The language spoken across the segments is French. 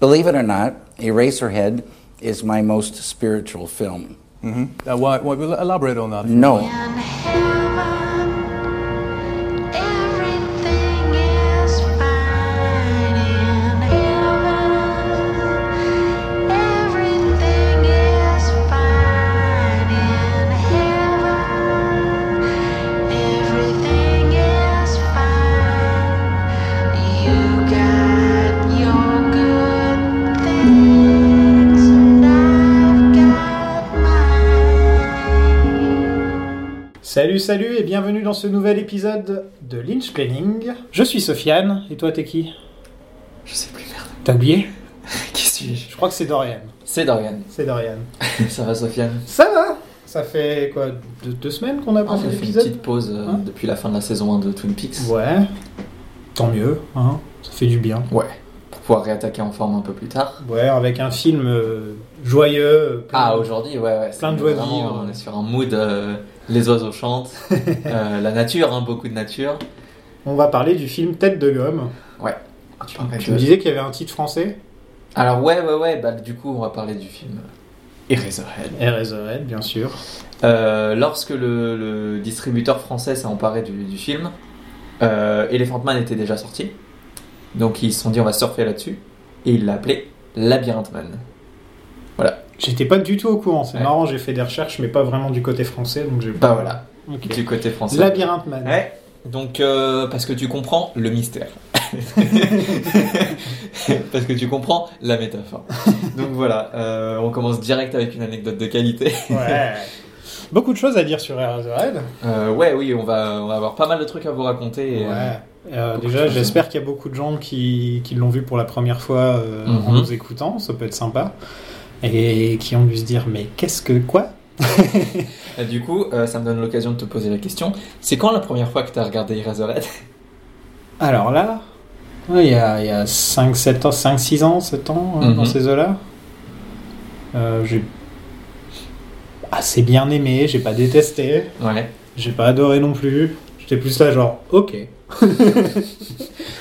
Believe it or not, Eraserhead is my most spiritual film. Uh, why, why, well, elaborate on that. No. In heaven, everything is fine. In heaven, everything is fine. In heaven, everything is fine. You got your good things, and I've got mine. Salut, salut et bienvenue dans ce nouvel épisode de Lynch Planning. Je suis Sofiane et toi t'es qui Je sais plus, merde. T'as oublié Qui suis-je Je crois que c'est Dorian. C'est Dorian. C'est Dorian. Ça va, Sofiane Ça va Ça fait quoi deux, deux semaines qu'on a On a passé Ah, fait une l'épisode petite pause euh, Hein depuis la fin de la saison 1 de Twin Peaks. Ouais. Tant mieux, hein. Ça fait du bien. Ouais. Pour pouvoir réattaquer en forme un peu plus tard. Ouais, avec un film euh, joyeux. euh, plein- Ah, aujourd'hui, ouais, ouais. c'est Plein de joie de vraiment, vivre. On est sur un mood. euh, les oiseaux chantent. euh, la nature, hein, beaucoup de nature. On va parler du film Tête de gomme. Tu, Tu me disais qu'il y avait un titre français Alors, ouais, ouais, ouais. Bah, du coup, on va parler du film Eraserhead. RSRL, bien sûr. Euh, lorsque le, le distributeur français s'est emparé du, du film, euh, Elephant Man était déjà sorti. Donc ils se sont dit on va surfer là-dessus. Et ils l'ont appelé Labyrinthe Man. J'étais pas du tout au courant, c'est Ouais. marrant, j'ai fait des recherches, mais pas vraiment du côté français, donc j'ai Bah voilà, Ok. du côté français. Labyrinthe Man. Ouais. Donc euh, parce que tu comprends le mystère. parce que tu comprends la métaphore. Donc voilà, euh, on commence direct avec une anecdote de qualité. Ouais. Beaucoup de choses à dire sur Eraserhead. Euh, ouais, oui, on va, on va avoir pas mal de trucs à vous raconter. et, euh, Ouais. Euh, beaucoup de déjà, choses. j'espère qu'il y a beaucoup de gens qui, qui l'ont vu pour la première fois euh, en Mhm. nous écoutant, ça peut être sympa. Et qui ont dû se dire, mais qu'est-ce que quoi Et du coup, euh, ça me donne l'occasion de te poser la question. C'est quand la première fois que t'as regardé Eraserhead Alors là, ouais, il y a, il y a 5, 7 ans, 5, 6 ans, 7 ans, euh, Mhm. dans ces eaux-là. Euh, j'ai assez bien aimé, j'ai pas détesté, Ouais. j'ai pas adoré non plus. J'étais plus là, genre, ok.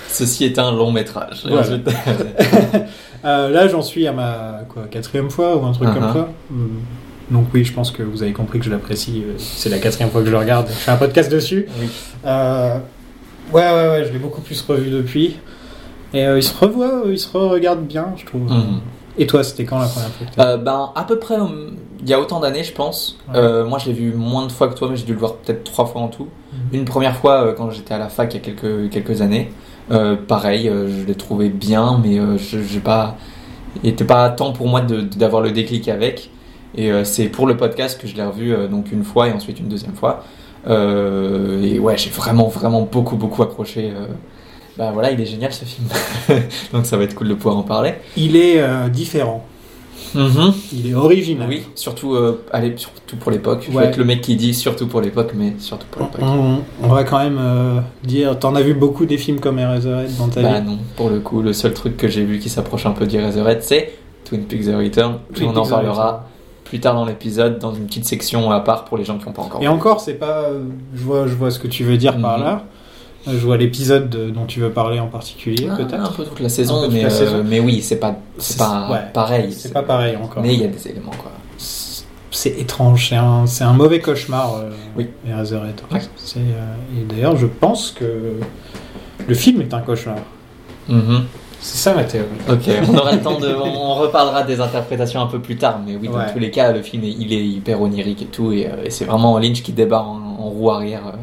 Ceci est un long métrage. Et Ouais. ensuite- Euh, là, j'en suis à ma quoi, quatrième fois ou un truc comme Uh-huh. ça. Mm. Donc oui, je pense que vous avez compris que je l'apprécie. euh, C'est la quatrième fois que je le regarde. Je fais un podcast dessus. Oui. Euh, ouais, ouais, ouais, je l'ai beaucoup plus revu depuis. Et euh, il se revoit, euh, il se re-regarde bien, je trouve. Mhm. Et toi, c'était quand la première fois que t'as- Euh, ben, à peu près, hum, il y a autant d'années, je pense. Ouais. Euh, moi, je l'ai vu moins de fois que toi, mais j'ai dû le voir peut-être trois fois en tout. Mhm. Une première fois euh, quand j'étais à la fac il y a quelques, quelques années. Euh, pareil, euh, je l'ai trouvé bien, mais euh, je, j'ai pas, il était pas temps pour moi de- de- d'avoir le déclic avec. Et euh, c'est pour le podcast que je l'ai revu euh, donc une fois et ensuite une deuxième fois. Euh, et ouais, j'ai vraiment, vraiment beaucoup, beaucoup accroché. euh. Bah voilà, il est génial ce film. donc ça va être cool de pouvoir en parler. Il est euh, différent. Mhm. Il est original. Oui, surtout, euh, allez, surtout pour l'époque. Je Ouais. vais être le mec qui dit surtout pour l'époque, mais surtout pour l'époque. On, on va quand même euh, dire, t'en as vu beaucoup des films comme Eraserhead dans ta Bah vie. non, pour le coup, le seul truc que j'ai vu qui s'approche un peu d'Eraserhead, c'est Twin Peaks The Return. Twin on en Peaks The parlera plus tard dans l'épisode, dans une petite section à part pour les gens qui n'ont pas encore. Et encore, c'est pas. euh, Je vois, je vois ce que tu veux dire par Mhm. là. Euh, Je vois l'épisode de- dont tu veux parler en particulier, Ah, un peut-être. peu toute la saison, Un peu toute mais, la euh, saison. mais oui, c'est pas, c'est C'est- pas ouais. pareil. C'est pas pareil encore. Mais il y a des éléments, quoi. C'est c'est étrange, c'est un, c'est un mauvais cauchemar, euh, Oui. Eraserhead. Ouais. C'est, euh, et d'ailleurs, je pense que le film est un cauchemar. Mhm. C'est ça ma théorie. Ok, on aura le temps de. On reparlera des interprétations un peu plus tard, mais oui, dans Ouais. tous les cas, le film est- il est hyper onirique et tout, et, euh, et c'est vraiment Lynch qui débarre en, en roue arrière. euh.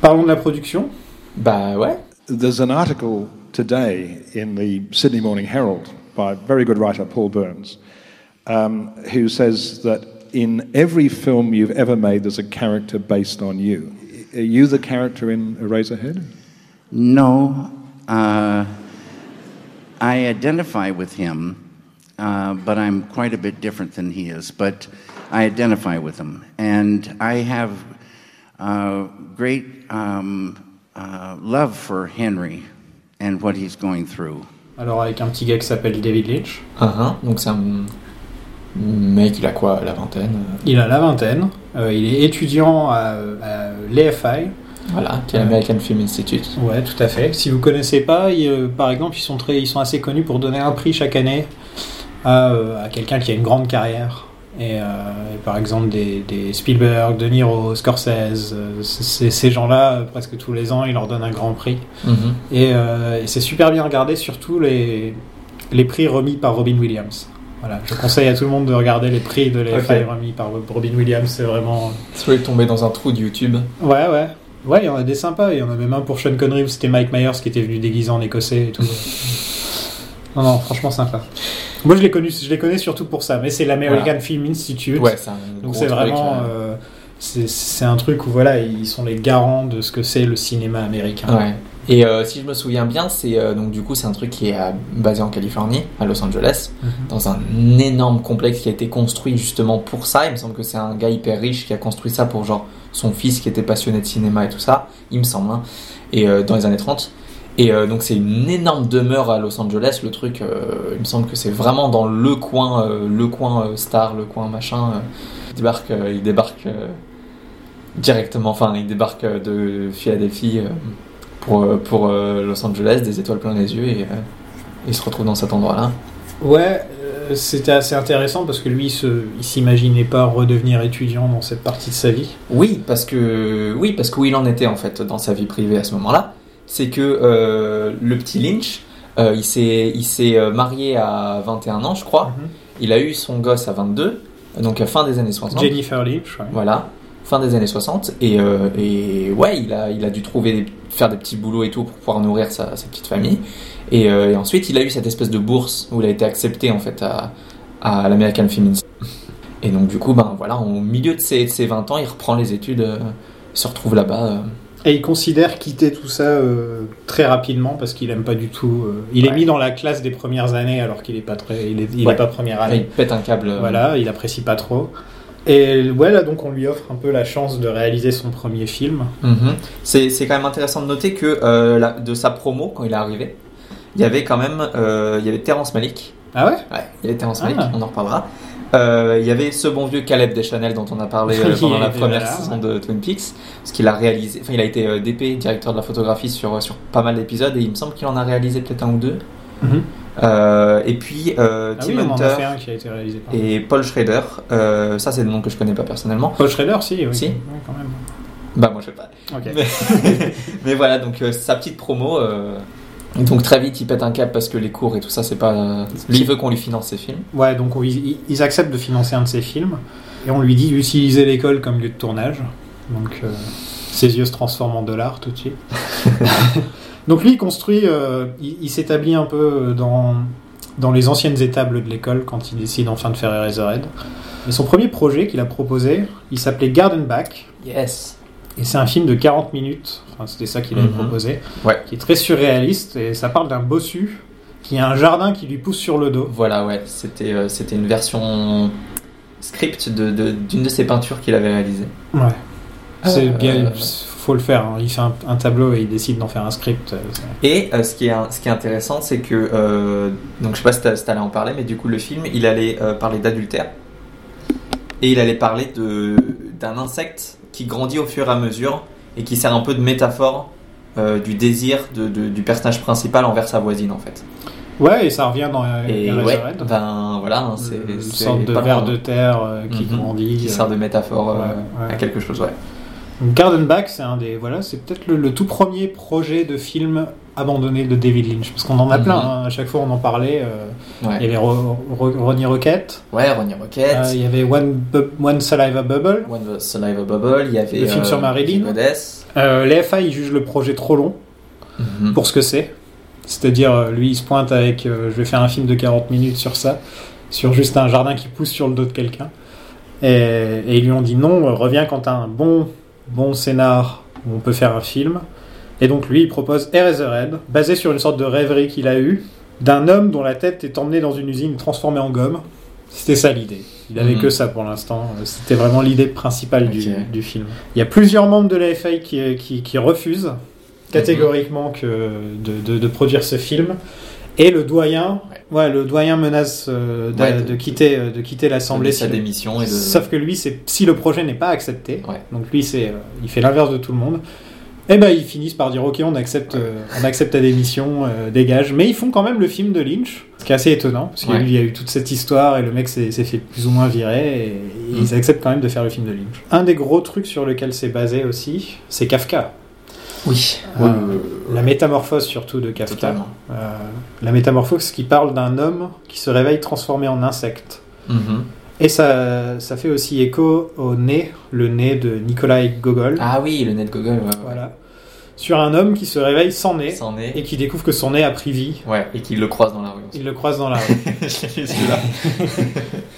Parlons de la production. Bah ouais. There's an article today in the Sydney Morning Herald by very good writer Paul Burns, um, who says that in every film you've ever made, there's a character based on you. Are you the character in Eraserhead? No, uh, I identify with him, uh, but I'm quite a bit different than he is. But I identify with him, and I have uh, great um, uh, love for Henry and what he's going through. Alors, avec un petit gars qui s'appelle David Lynch. Uhum, Donc c'est un mec, il a quoi, la vingtaine euh, Il a la vingtaine. Euh, il est étudiant à, à l'EFI. Voilà, qui est l'American Film Institute. Ouais, tout à fait. Si vous connaissez pas, ils, euh, par exemple, ils sont très, ils sont assez connus pour donner un prix chaque année à, euh, à quelqu'un qui a une grande carrière. Et, euh, et par exemple, des, des Spielberg, De Niro, Scorsese, euh, c- c- ces gens-là, euh, presque tous les ans, ils leur donnent un grand prix. Mhm. Et, euh, et c'est super bien regardé, surtout les, les prix remis par Robin Williams. Voilà, je conseille à tout le monde de regarder les prix de les Ok. failles remis par Robin Williams. C'est vraiment Si vous voulez tomber dans un trou de YouTube, Ouais, ouais. Ouais, il y en a des sympas. Il y en a même un pour Sean Connery où c'était Mike Myers qui était venu déguisé en écossais et tout. non, non, franchement sympa. Moi, je les, connu, je les connais surtout pour ça, mais c'est l'American Voilà. Film Institute. ouais, c'est un Donc gros c'est truc, vraiment. euh, euh, c'est c'est un truc où voilà, ils sont les garants de ce que c'est le cinéma américain. Ouais. Et euh, si je me souviens bien, c'est euh, donc du coup c'est un truc qui est euh, basé en Californie, à Los Angeles, Mhm. dans un énorme complexe qui a été construit justement pour ça. Il me semble que c'est un gars hyper riche qui a construit ça pour genre son fils qui était passionné de cinéma et tout ça, il me semble, hein. et euh, dans les années 30. Et euh, donc c'est une énorme demeure à Los Angeles, le truc, euh, il me semble que c'est vraiment dans le coin, euh, le coin euh, star, le coin machin. euh. il débarque, euh, il débarque euh, directement, enfin il débarque euh, de Philadelphie euh, pour, euh, pour euh, Los Angeles, des étoiles plein les yeux, et euh, il se retrouve dans cet endroit-là. Ouais, euh, c'était assez intéressant parce que lui, il se- il s'imaginait pas redevenir étudiant dans cette partie de sa vie. Oui, parce que oui, parce que où il en était en fait dans sa vie privée à ce moment-là, c'est que euh, le petit Lynch, euh, il s'est il s'est euh, marié à 21 ans, je crois. Mhm. Il a eu son gosse à 22, donc à fin des années 60. Jennifer Lynch, ouais. Voilà, fin des années 60 et, euh, et ouais, il a il a dû trouver des- faire des petits boulots et tout pour pouvoir nourrir sa, sa petite famille. Et, euh, et ensuite, il a eu cette espèce de bourse où il a été accepté en fait à, à l'American Film Institute. Et donc du coup, ben voilà, au milieu de ses, de ses 20 ans, il reprend les études, euh, il se retrouve là-bas. euh. Et il considère quitter tout ça euh, très rapidement parce qu'il aime pas du tout. euh, il est Ouais. mis dans la classe des premières années alors qu'il est pas très, il est, il est Ouais. pas première Enfin, il année. pète un câble. euh. Voilà, il apprécie pas trop. Et ouais, là donc on lui offre un peu la chance de réaliser son premier film. Mhm. C'est c'est quand même intéressant de noter que euh, la- de sa promo quand il est arrivé, il y avait quand même euh, il y avait Terrence Malick. Ah ouais Ouais, il était en Malick, Ah. on en reparlera. Euh, il y avait ce bon vieux Caleb Deschanel dont on a parlé euh, Il pendant la était première là. saison de Twin Peaks, parce qu'il a réalisé, enfin il a été euh, DP, directeur de la photographie sur, euh, sur pas mal d'épisodes, et il me semble qu'il en a réalisé peut-être un ou deux. Mhm. Euh, et puis euh, Ah Tim oui, on en a Hunter fait un qui a été réalisé par. et Paul Schrader, euh, ça c'est des noms que je connais pas personnellement. Paul Schrader, si, oui. Si. Ouais, quand même. Bah moi je sais pas. Ok. Mais, mais voilà, donc euh, sa petite promo. euh, donc très vite il pète un cap parce que les cours et tout ça c'est pas... lui il veut qu'on lui finance ses films. Ouais, donc on- ils, ils acceptent de financer un de ses films et on lui dit d'utiliser l'école comme lieu de tournage. Donc euh, ses yeux se transforment en dollars tout de suite. donc lui, il construit, euh, il, il s'établit un peu euh, dans, dans les anciennes étables de l'école quand il décide enfin de faire Eraserhead. Et son premier projet qu'il a proposé, il s'appelait Garden Back. Yes. Et c'est un film de 40 minutes, enfin, c'était ça qu'il avait Mhm. proposé, Ouais. qui est très surréaliste et ça parle d'un bossu qui a un jardin qui lui pousse sur le dos. Voilà, ouais, c'était euh, c'était une version script de- de- d'une de, ses peintures qu'il avait réalisée. Ouais. C'est Euh, bien, euh, faut le faire. hein. Il fait un, un tableau et il décide d'en faire un script. euh, c'est- Et euh, ce, qui est, un- ce qui est intéressant, c'est que, euh, donc je sais pas si t'as- si t'allais en parler, mais du coup le film, il allait euh, parler d'adultère et il allait parler de d'un insecte qui grandit au fur et à mesure et qui sert un peu de métaphore euh, du désir de- de- du personnage principal envers sa voisine en fait. Ouais, et ça revient dans euh, Et ouais, Eraserhead. ben voilà, hein, c'est une c'est sorte de pas ver loin, de terre euh, qui Mhm. grandit. qui sert de métaphore euh, Ouais, ouais. à quelque chose, ouais. Donc, Garden Back, c'est un des voilà, c'est peut-être le, le tout premier projet de film abandonné de David Lynch, parce qu'on en a Mhm. plein. hein. À chaque fois, on en parlait. euh, Ouais. Il y avait Ro- Ro- Ronnie Rocket. Ouais, Ronnie Rocket, euh, il y avait One, Bu- One Saliva Bubble. One Saliva Bubble, il y avait. Le film sur Marilyn. Jim Goddess. Euh, les FA, ils jugent le projet trop long. Mm-hmm. Mhm. pour ce que c'est. C'est-à-dire, euh, lui, il se pointe avec euh, je vais faire un film de 40 minutes sur ça, sur juste un jardin qui pousse sur le dos de quelqu'un. Et, et ils lui ont dit non, euh, reviens quand t'as un bon, bon scénar où on peut faire un film. Et donc, lui, il propose Eraserhead, basé sur une sorte de rêverie qu'il a eue d'un homme dont la tête est emmenée dans une usine transformée en gomme. C'était ça l'idée. Il avait Mhm. que ça pour l'instant. Euh, C'était vraiment l'idée principale du- Ok. du, film. Il y a plusieurs membres de la FA qui, euh, qui, qui refusent catégoriquement que de, de- de produire ce film. Et le doyen, ouais. le doyen menace euh, d'a- Ouais, de, de- quitter, euh, de quitter l'assemblée. Semblait sa si- démission et de. Sauf que lui, c'est si le projet n'est pas accepté. Ouais. Donc lui, c'est, euh, il fait l'inverse de tout le monde. Eh ben, ils finissent par dire ok, on accepte, euh, on accepte ta démission, euh, dégage. Mais ils font quand même le film de Lynch, ce qui est assez étonnant, parce qu'il y a Ouais. eu- il y a eu toute cette histoire et le mec s'est s'est fait plus ou moins virer, et Mm. ils acceptent quand même de faire le film de Lynch. Un des gros trucs sur lequel c'est basé aussi, c'est Kafka. Oui. Euh, la métamorphose surtout de Kafka. Totalement. Euh, la métamorphose qui parle d'un homme qui se réveille transformé en insecte. Mhm. Et ça, ça fait aussi écho au nez, le nez de Nikolai Gogol. Ah oui, le net Google. Ouais, ouais. Voilà. Sur un homme qui se réveille sans nez C'en est. et qui découvre que son nez a pris vie. Ouais, et qu'il le croise dans la rue. Il le croise dans la rue. Je l'ai vu, celui-là.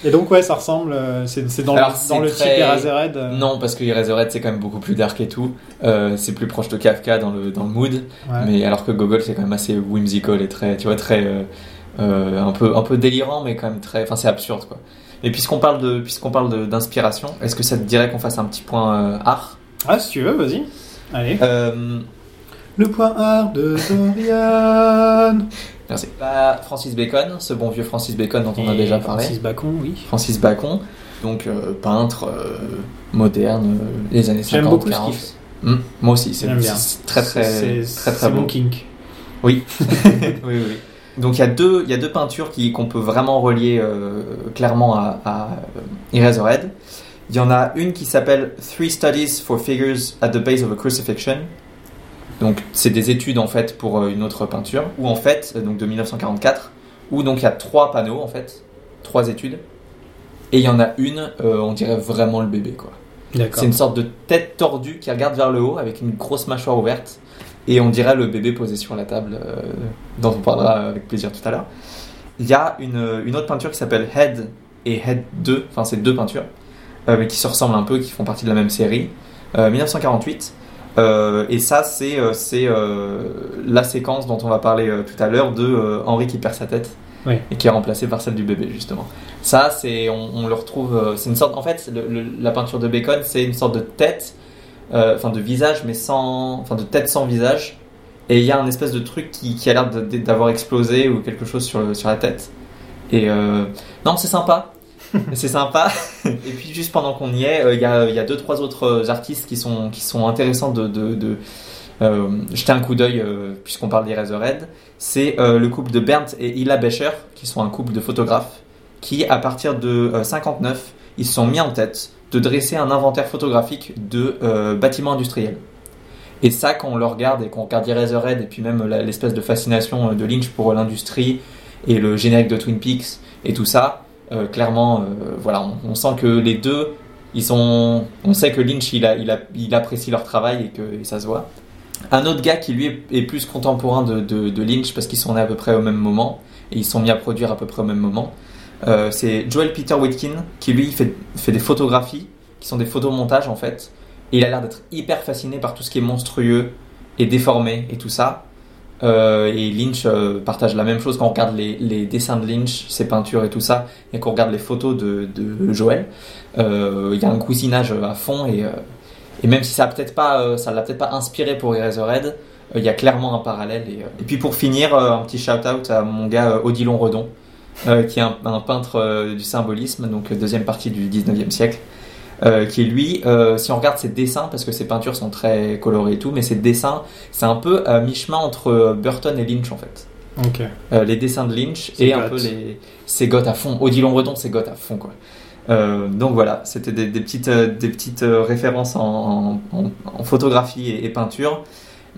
Et donc, ouais, ça ressemble. euh, C'est c'est dans, Alors, le- c'est dans le très- type Eraserhead. euh, Non, parce que Eraserhead c'est quand même beaucoup plus dark et tout. Euh, c'est plus proche de Kafka dans le, dans le mood. ouais. Mais alors que Gogol c'est quand même assez whimsical et très, tu vois, très euh, euh, un peu un peu délirant, mais quand même très, enfin c'est absurde quoi. Et puisqu'on parle de puisqu'on parle de- d'inspiration, est-ce que ça te dirait qu'on fasse un petit point euh, art Ah, si tu veux, vas-y. Allez. Euh, Le point art de Dorian. Merci. Bah, Francis Bacon, ce bon vieux Francis Bacon dont on a Et déjà parlé. Francis Bacon, oui. Francis Bacon, donc euh, peintre euh, moderne euh, des années 50 J'aime beaucoup ce 40. qu'il fait. Hmm, moi aussi, c'est J'aime bien. c'est très très C'est- très c'est- très, C'est beau. mon kink. Oui. oui, oui, oui. Donc il y a deux, il y a deux peintures qui qu'on peut vraiment relier euh, clairement à, à euh, Eraserhead. Il y en a une qui s'appelle Three Studies for Figures at the Base of a Crucifixion. Donc c'est des études en fait pour euh, une autre peinture où en fait euh, donc de 1944 où donc il y a trois panneaux en fait, trois études. Et il y en a une, euh, on dirait vraiment le bébé quoi. D'accord. C'est une sorte de tête tordue qui regarde vers le haut avec une grosse mâchoire ouverte. Et on dirait le bébé posé sur la table, euh, dont on parlera avec plaisir tout à l'heure. Il y a une, une autre peinture qui s'appelle Head et Head 2, enfin c'est deux peintures, euh, mais qui se ressemblent un peu, qui font partie de la même série, euh, 1948. Euh, et ça, c'est euh, c'est, euh, la séquence dont on va parler euh, tout à l'heure de euh, Henri qui perd sa tête Oui. et qui est remplacée par celle du bébé, justement. Ça, c'est on, on le retrouve. euh, C'est une sorte. En fait, le- le- la peinture de Bacon, c'est une sorte de tête, euh, enfin de visage, mais sans, enfin de tête sans visage. Et il y a un espèce de truc qui, qui a l'air de- de- d'avoir explosé ou quelque chose sur, le- sur la tête. Et euh, non, c'est sympa. c'est sympa. Et puis juste pendant qu'on y est, euh, il y, a, il y a deux trois autres euh, artistes qui sont qui sont intéressants de, de, de, euh, jeter un coup d'œil euh, puisqu'on parle des Razorhead. C'est euh, le couple de Bernd et Hila Becher qui sont un couple de photographes qui, à partir de euh, 59, ils se sont mis en tête de dresser un inventaire photographique de euh, bâtiments industriels. Et ça, quand on le regarde et qu'on regarde Eraserhead et puis même la- l'espèce de fascination euh, de Lynch pour l'industrie et le générique de Twin Peaks et tout ça, euh, clairement, euh, voilà, on, on sent que les deux, ils sont, on sait que Lynch, il, a- il, a- il apprécie leur travail et que et ça se voit. Un autre gars qui lui est, est plus contemporain de, de- de Lynch parce qu'ils sont nés à peu près au même moment et ils sont mis à produire à peu près au même moment, euh, c'est Joel Peter Whitkin qui lui fait, fait des photographies qui sont des photomontages en fait. Et il a l'air d'être hyper fasciné par tout ce qui est monstrueux et déformé et tout ça. Euh, et Lynch euh, partage la même chose quand on regarde les, les dessins de Lynch, ses peintures et tout ça, et qu'on regarde les photos de, de Joel. Euh, Il y a un cousinage à fond et, euh, et même si ça a peut-être pas, euh, ça l'a peut-être pas inspiré pour Eraserhead, euh, il y a clairement un parallèle. Et, euh, et puis pour finir, euh, un petit shout-out à mon gars euh, Odilon Redon, euh, qui est un, un peintre euh, du symbolisme, donc euh, deuxième partie du 19e siècle, euh, qui lui, euh, si on regarde ses dessins, parce que ses peintures sont très colorées et tout, mais ses dessins, c'est un peu à mi-chemin entre euh, Burton et Lynch en fait. Ok. Euh, les dessins de Lynch C'est et un goth. peu les. C'est goth à fond. Odilon Redon, c'est goth à fond quoi. Euh, donc voilà, c'était des, des petites, euh, des petites euh, références en, en- en- en photographie et, et peinture.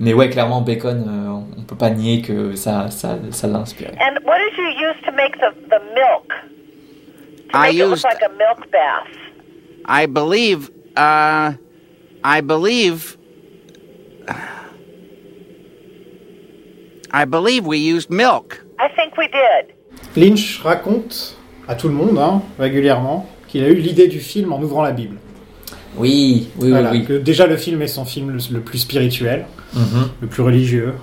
Mais ouais, clairement, Bacon, euh, on peut pas nier que ça, ça, ça l'a inspiré. And what did you use to make the, the milk? To I make it used- look like a milk bath. I believe, uh, I believe, I believe we used milk. I think we did. Lynch raconte à tout le monde, hein, régulièrement, qu'il a eu l'idée du film en ouvrant la Bible. Oui, oui, Voilà, oui. oui. que déjà le film est son film le, le plus spirituel, Mhm. le plus religieux.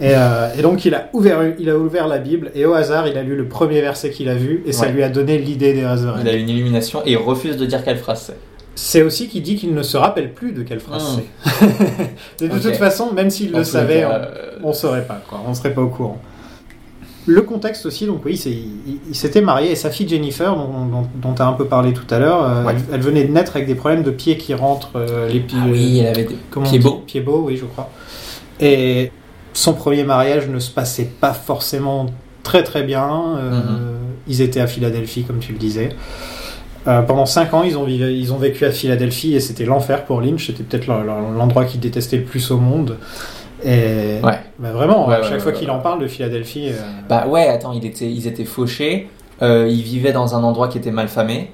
Et, euh, et donc il a, ouvert, il a ouvert la Bible et au hasard il a lu le premier verset qu'il a vu et ça Ouais. lui a donné l'idée des Il a Razorheads. une illumination et il refuse de dire quelle phrase c'est. C'est aussi qu'il dit qu'il ne se rappelle plus de quelle phrase Hmm. c'est. de Ok. toute façon, même s'il En le tous les savait, cas, on, euh, on saurait pas quoi, on serait pas au courant. Le contexte aussi, donc oui, c'est- il, il s'était marié et sa fille Jennifer, dont, dont, tu as un peu parlé tout à l'heure, euh, Ouais. elle, elle venait de naître avec des problèmes de pieds qui rentrent, euh, les pieds. euh, Ah oui, elle avait des comment on pieds dit beaux. Pieds beaux, oui, je crois. Et son premier mariage ne se passait pas forcément très très bien. Euh, Mhm. Ils étaient à Philadelphie, comme tu le disais. Euh, pendant cinq ans, ils ont, vivé- ils ont vécu à Philadelphie et c'était l'enfer pour Lynch. C'était peut-être l'en- l'en- l'endroit qu'il détestait le plus au monde. Et Ouais. bah, vraiment, Ouais, à ouais, chaque ouais, fois ouais, qu'il ouais. en parle de Philadelphie, euh, Bah ouais, attends, ils étaient, ils étaient fauchés, euh, ils vivaient dans un endroit qui était mal famé,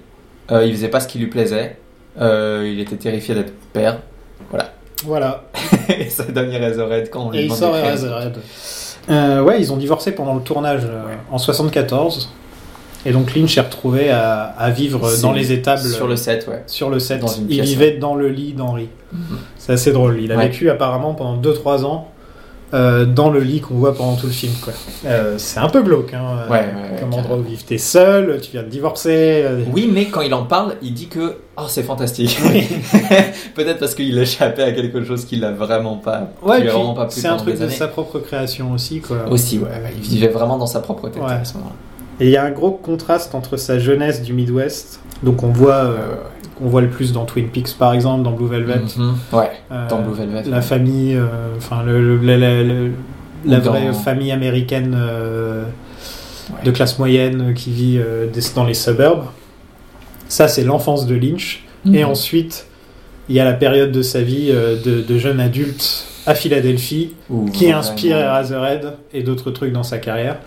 euh, ils faisaient pas ce qui lui plaisait, euh, il était terrifié d'être père. voilà. et ça donne Eraserhead quand on lui Et il demande sort d'écrire. Eraserhead. Euh, ouais, ils ont divorcé pendant le tournage euh, en 74. Et donc Lynch est retrouvé à, à vivre C'est euh, dans les étables Sur le set, ouais. sur le set. dans une il pièce, vivait dans le lit d'Henri. C'est assez drôle. Il a Ouais. vécu apparemment pendant 2-3 ans euh, dans le lit qu'on voit pendant tout le film. quoi. Euh, c'est un peu glauque hein, euh, Ouais, ouais, ouais, comme endroit carrément. où vivre. T'es seul, tu viens de divorcer. euh, Oui, mais quand il en parle, il dit que oh, c'est fantastique. Peut-être parce qu'il échappait à quelque chose qu'il a vraiment pas, Ouais, qui lui a puis vraiment pas plu c'est un pendant truc des de années. sa propre création aussi. Quoi. Aussi, ouais, ouais, il vivait vraiment dans sa propre tête Ouais. à ce moment-là. Et il y a un gros contraste entre sa jeunesse du Midwest, donc on voit, euh, qu'on voit le plus dans Twin Peaks par exemple, dans Blue Velvet, Mhm. Ouais, euh, dans Blue Velvet. la ouais. famille, euh, enfin le, le- la- la- le- la Ou dans- vraie famille américaine euh, Ouais. de classe moyenne qui vit euh, des- dans les suburbs. Ça c'est l'enfance de Lynch. Et Mhm. ensuite, il y a la période de sa vie euh, de, de jeune adulte à Philadelphie Ou qui vraiment- inspire Eraserhead et d'autres trucs dans sa carrière.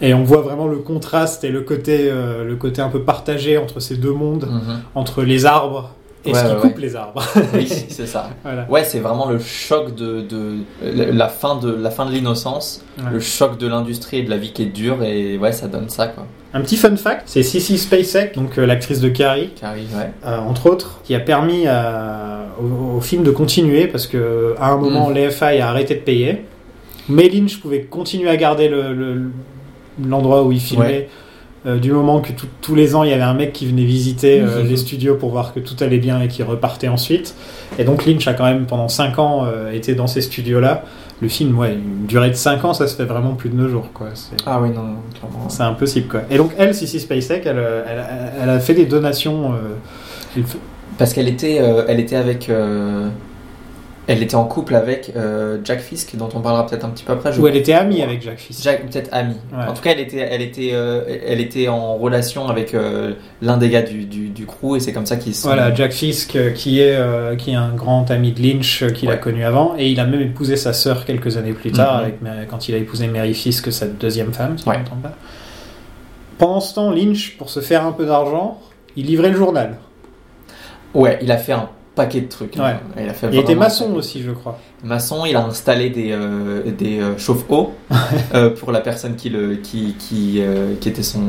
Et on voit vraiment le contraste et le côté, euh, le côté un peu partagé entre ces deux mondes, Mhm. entre les arbres et Ouais, ce qui ouais, coupe ouais. les arbres. Oui, c'est ça. voilà. Ouais, c'est vraiment le choc de, de la la fin de la fin de l'innocence, Ouais. le choc de l'industrie et de la vie qui est dure et ouais, ça donne ça quoi. Un petit fun fact, c'est Sissy Spacek, donc euh, l'actrice de Carrie, Qui arrive, ouais. euh, entre autres, qui a permis à- au, au film de continuer parce que à un moment Mm. l'EFI a arrêté de payer, mais Lynch pouvait continuer à garder le- le- l'endroit où il filmait. Ouais. euh, du moment que tout- tous les ans il y avait un mec qui venait visiter euh, Mhm. les studios pour voir que tout allait bien et qui repartait ensuite. Et donc Lynch a quand même pendant 5 ans euh, été dans ces studios-là. Le film, ouais, une durée de 5 ans, ça se fait vraiment plus de nos jours. quoi. C'est- Ah oui, non, non, clairement. c'est impossible quoi. Et donc elle, Sissy Spacek, elle, euh, elle, a- elle a fait des donations. euh, elle fait- Parce qu'elle était, euh, elle était avec, euh, elle était en couple avec euh, Jack Fisk, dont on parlera peut-être un petit peu après. Je où elle était amie avec Jack Fisk. Jack, peut-être amie. Ouais. En tout cas, elle était, elle était, euh, elle était en relation avec euh, l'un des gars du, du, du crew et c'est comme ça qu'ils se sont. Voilà, Jack Fisk euh, qui est, euh, qui est un grand ami de Lynch euh, qu'il a Ouais. connu avant et il a même épousé sa sœur quelques années plus tard Mhm. avec Ma- quand il a épousé Mary Fisk, sa deuxième femme, si je Ouais. ne me trompe pas. Pendant ce temps, Lynch, pour se faire un peu d'argent, il livrait le journal. Ouais, il a fait un paquet de trucs. hein. Il a fait Il était vraiment- maçon aussi, je crois. Maçon, il a installé des, euh, des euh, chauffe-eau euh, pour la personne qui, le, qui, qui, euh, qui était son,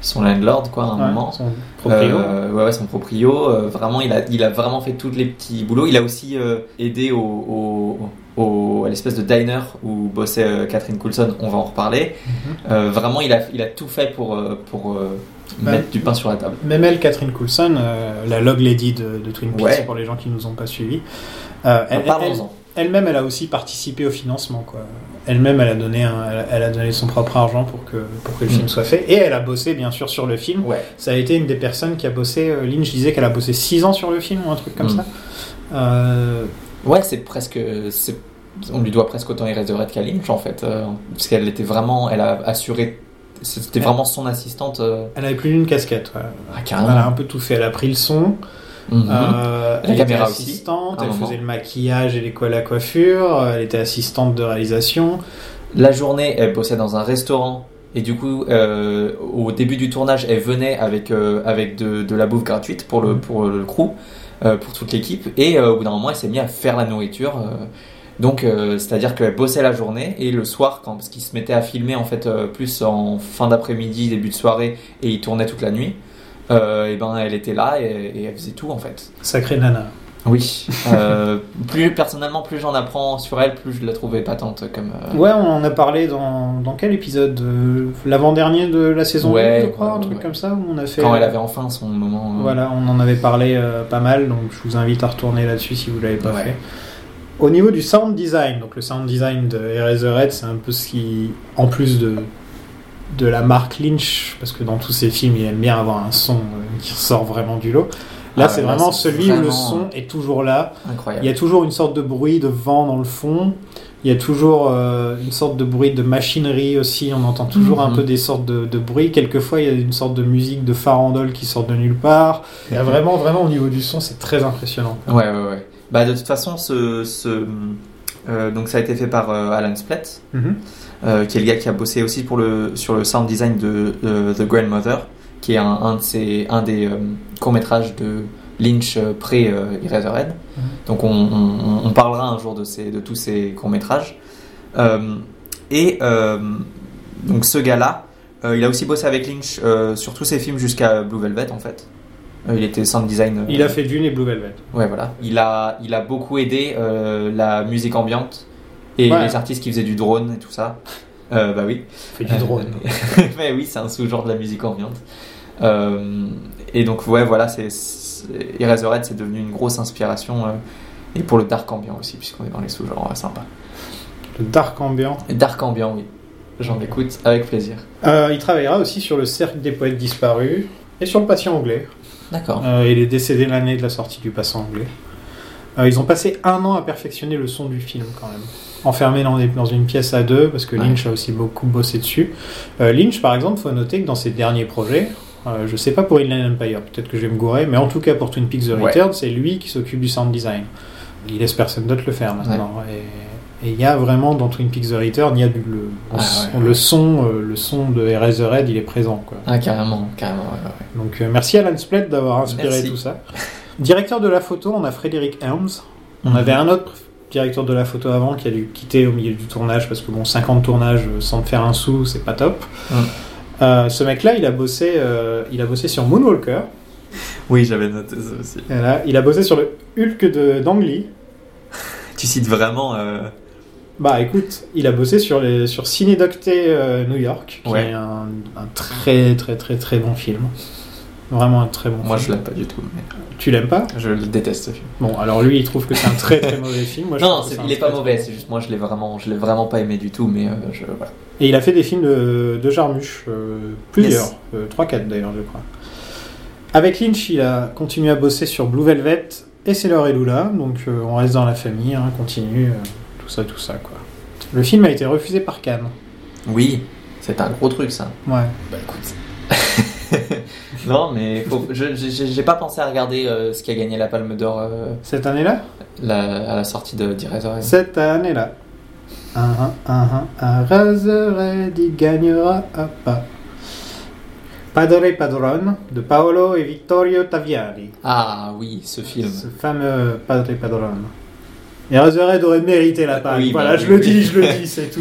son landlord, quoi, à un Ouais, moment. son proprio. Euh, ouais, ouais, son proprio. euh, vraiment, il a, il a vraiment fait tous les petits boulots. Il a aussi euh, aidé au, au- au- à l'espèce de diner où bossait euh, Catherine Coulson. On va en reparler. Mm-hmm. Euh, vraiment, il a, il a tout fait pour, euh, pour euh, Bah, mettre du pain sur la table. Même elle, Catherine Coulson, euh, la log lady de, de Twin Peaks, Ouais. pour les gens qui nous ont pas suivis. euh, elle- Bah, Parlons-en. Elle-même, elle a aussi participé au financement. quoi. Elle-même, elle a donné, un- elle- elle a donné son propre argent pour que, pour que le Mm. film soit fait. Et elle a bossé, bien sûr, sur le film. Ouais. Ça a été une des personnes qui a bossé. euh, Lynch disait qu'elle a bossé 6 ans sur le film ou un truc comme Mm. ça. Euh, Ouais, c'est presque. c'est- On lui doit presque autant Eraserhead qu'à Lynch en fait. euh, parce qu'elle était vraiment. Elle a assuré. C'était Ouais. vraiment son assistante. euh, elle avait plus d'une casquette. ouais. ah, Elle carrément. a un peu tout fait. Elle a pris le son. Mhm. euh, La elle était caméra aussi, assistante. à un Elle moment. faisait le maquillage et les co- la coiffure. Elle était assistante de réalisation. La journée, elle bossait dans un restaurant. Et du coup, euh, au début du tournage, elle venait avec, euh, avec de, de la bouffe gratuite pour le, pour le crew, euh, pour toute l'équipe. Et euh, au bout d'un moment, elle s'est mise à faire la nourriture. euh. donc, euh, c'est-à-dire qu'elle bossait la journée et le soir, quand, parce qu'ils se mettaient à filmer en fait euh, plus en fin d'après-midi, début de soirée, et ils tournaient toute la nuit, euh, et ben elle était là et, et elle faisait tout en fait. Sacrée nana. Oui. Euh, plus personnellement, plus j'en apprends sur elle, plus je la trouvais patente comme. euh, Ouais, on en a parlé dans, dans quel épisode Euh, L'avant-dernier de la saison Ouais, 8, je crois, ouais, un ouais, truc ouais. comme ça, où on a fait... euh, quand elle avait enfin son moment. euh, Voilà, on en avait parlé euh, pas mal, donc je vous invite à retourner là-dessus si vous l'avez pas Ouais. fait. Au niveau du sound design, donc le sound design de Eraserhead, c'est un peu ce qui, en plus de de la marque Lynch, parce que dans tous ses films, il aime bien avoir un son euh, qui ressort vraiment du lot. Là, Ah, c'est là, vraiment c'est celui où le vraiment- euh, son est toujours là. Il Incroyable. y a toujours une sorte de bruit de vent dans le fond. Il y a toujours euh, une sorte de bruit de machinerie aussi. On entend toujours un Mhm. peu des sortes de, de bruits. Quelquefois, il y a une sorte de musique de farandole qui sort de nulle part. Il y a vraiment, vraiment, au niveau du son, c'est très impressionnant. Ouais, ouais, ouais. Bah, de toute façon, ce, ce, euh, donc ça a été fait par euh, Alan Splett, Mhm. euh, qui est le gars qui a bossé aussi pour le, sur le sound design de, de The Grandmother, qui est un, un, de ses, un des euh, courts-métrages de Lynch euh, pré euh, Eraserhead. Mhm. Donc on, on- on parlera un jour de, ces, de tous ces courts-métrages. Euh, et euh, donc ce gars-là, euh, il a aussi bossé avec Lynch euh, sur tous ses films jusqu'à Blue Velvet en fait. Euh, il était sound design. euh, Il a fait Dune et Blue Velvet. Ouais, voilà. Il a, il a beaucoup aidé euh, la musique ambiante et Ouais. les artistes qui faisaient du drone et tout ça. Euh, bah oui. Il fait du drone. Mais oui, c'est un sous-genre de la musique ambiante. Euh, et donc, ouais, voilà, c'est, c'est- Eraserhead, c'est devenu une grosse inspiration. euh, et pour le dark ambiant aussi, puisqu'on est dans les sous-genres, ouais, sympa. Le dark ambient. Et dark ambiant, oui. J'en écoute avec plaisir. Euh, il travaillera aussi sur le Cercle des poètes disparus et sur le patient anglais. D'accord. Euh, il est décédé l'année de la sortie du patient anglais. Euh, ils ont passé un an à perfectionner le son du film quand même. Enfermé dans, des- dans une pièce à deux, parce que Ouais. Lynch a aussi beaucoup bossé dessus. Euh, Lynch, par exemple, faut noter que dans ses derniers projets, euh, je sais pas pour Inland Empire, peut-être que je vais me gourer, mais en tout cas pour Twin Peaks The Ouais. Return, c'est lui qui s'occupe du sound design. Il laisse personne d'autre le faire maintenant. Et- Et il y a vraiment dans Twin Peaks The Return, il y a du, le, Ah, ouais, ouais. le son, euh, le son de Eraserhead, il est présent quoi. Ah, carrément, carrément, ouais, ouais, ouais. Donc euh, merci Alan Splett d'avoir inspiré Merci. tout ça. Directeur de la photo, on a Frédéric Helms. Mhm. On avait un autre directeur de la photo avant qui a dû quitter au milieu du tournage parce que bon, 50 tournages euh, sans te faire un sou, c'est pas top. Mm. Euh, ce mec-là, il a bossé, euh, il a bossé sur Moonwalker. Oui, j'avais noté ça aussi. Et là, il a bossé sur le Hulk de d'Ang Lee. Tu cites vraiment. euh, Bah écoute, il a bossé sur les sur Cinédocté euh, New York, qui Ouais. est un, un très très très très bon film. Vraiment un très bon Moi, film. je l'aime pas du tout, mais Tu l'aimes pas je le déteste ce film. Bon, alors lui, il trouve que c'est un très très mauvais film. Moi, je Non, trouve que c'est- c'est un il est pas très- mauvais, c'est juste moi je l'ai vraiment, je l'ai vraiment pas aimé du tout, mais euh, je, voilà. Et il a fait des films de, de Jarmusch, euh, plusieurs, Yes. 3-4 d'ailleurs, je crois. Avec Lynch, il a continué à bosser sur Blue Velvet et Sailor et Lula, donc euh, on reste dans la famille, hein, continue, euh, tout ça, tout ça, quoi. Le film a été refusé par Cannes. Oui, c'est un gros truc ça. Ouais. Bah écoute. non, mais faut- je- je- je- j'ai pas pensé à regarder euh, ce qui a gagné la Palme d'Or euh, Cette année-là la- à la sortie de d'Irasorhead. Cette année-là. Un, un, un, un, un Razorhead, il gagnera à pas. Padre Padron de Paolo et Vittorio Taviani. Ah oui, ce film. Ce fameux Padre Padron. Et Razorhead aurait mérité la palme. Oui, voilà, bah je oui, le oui. dis, je le dis, c'est tout.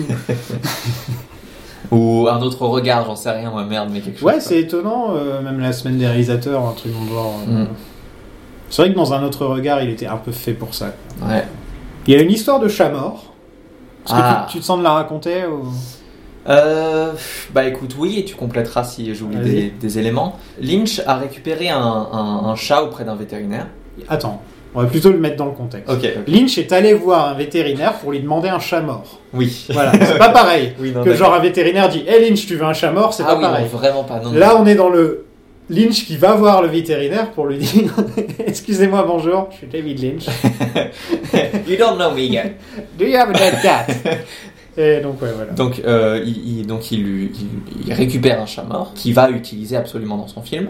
Ou un autre regard, j'en sais rien, moi merde, mais quelque chose. Ouais, c'est étonnant, euh, même la semaine des réalisateurs, un truc dans le genre. euh, Mm. C'est vrai que dans un autre regard, il était un peu fait pour ça. Ouais. Il y a une histoire de chat mort. Est-ce Ah. que tu, tu te sens de la raconter ou- Euh, bah écoute, oui, et tu compléteras si j'oublie Vas-y. des, des éléments. Lynch a récupéré un, un- un chat auprès d'un vétérinaire. Attends, on va plutôt le mettre dans le contexte. Ok, ok. Lynch est allé voir un vétérinaire pour lui demander un chat mort. Oui. Voilà, c'est pas pareil. Oui, non, que d'accord. genre un vétérinaire dit Hé Lynch, tu veux un chat mort C'est ah pas oui, non, pareil. vraiment pas. Non, Là, on est dans le Lynch qui va voir le vétérinaire pour lui dire Excusez-moi, bonjour, je suis David Lynch. You don't know me yet. Do you have a dead cat Et donc, ouais, voilà. Donc, euh, il, il- donc il, lui- il- il récupère un chat mort qu'il va utiliser absolument dans son film.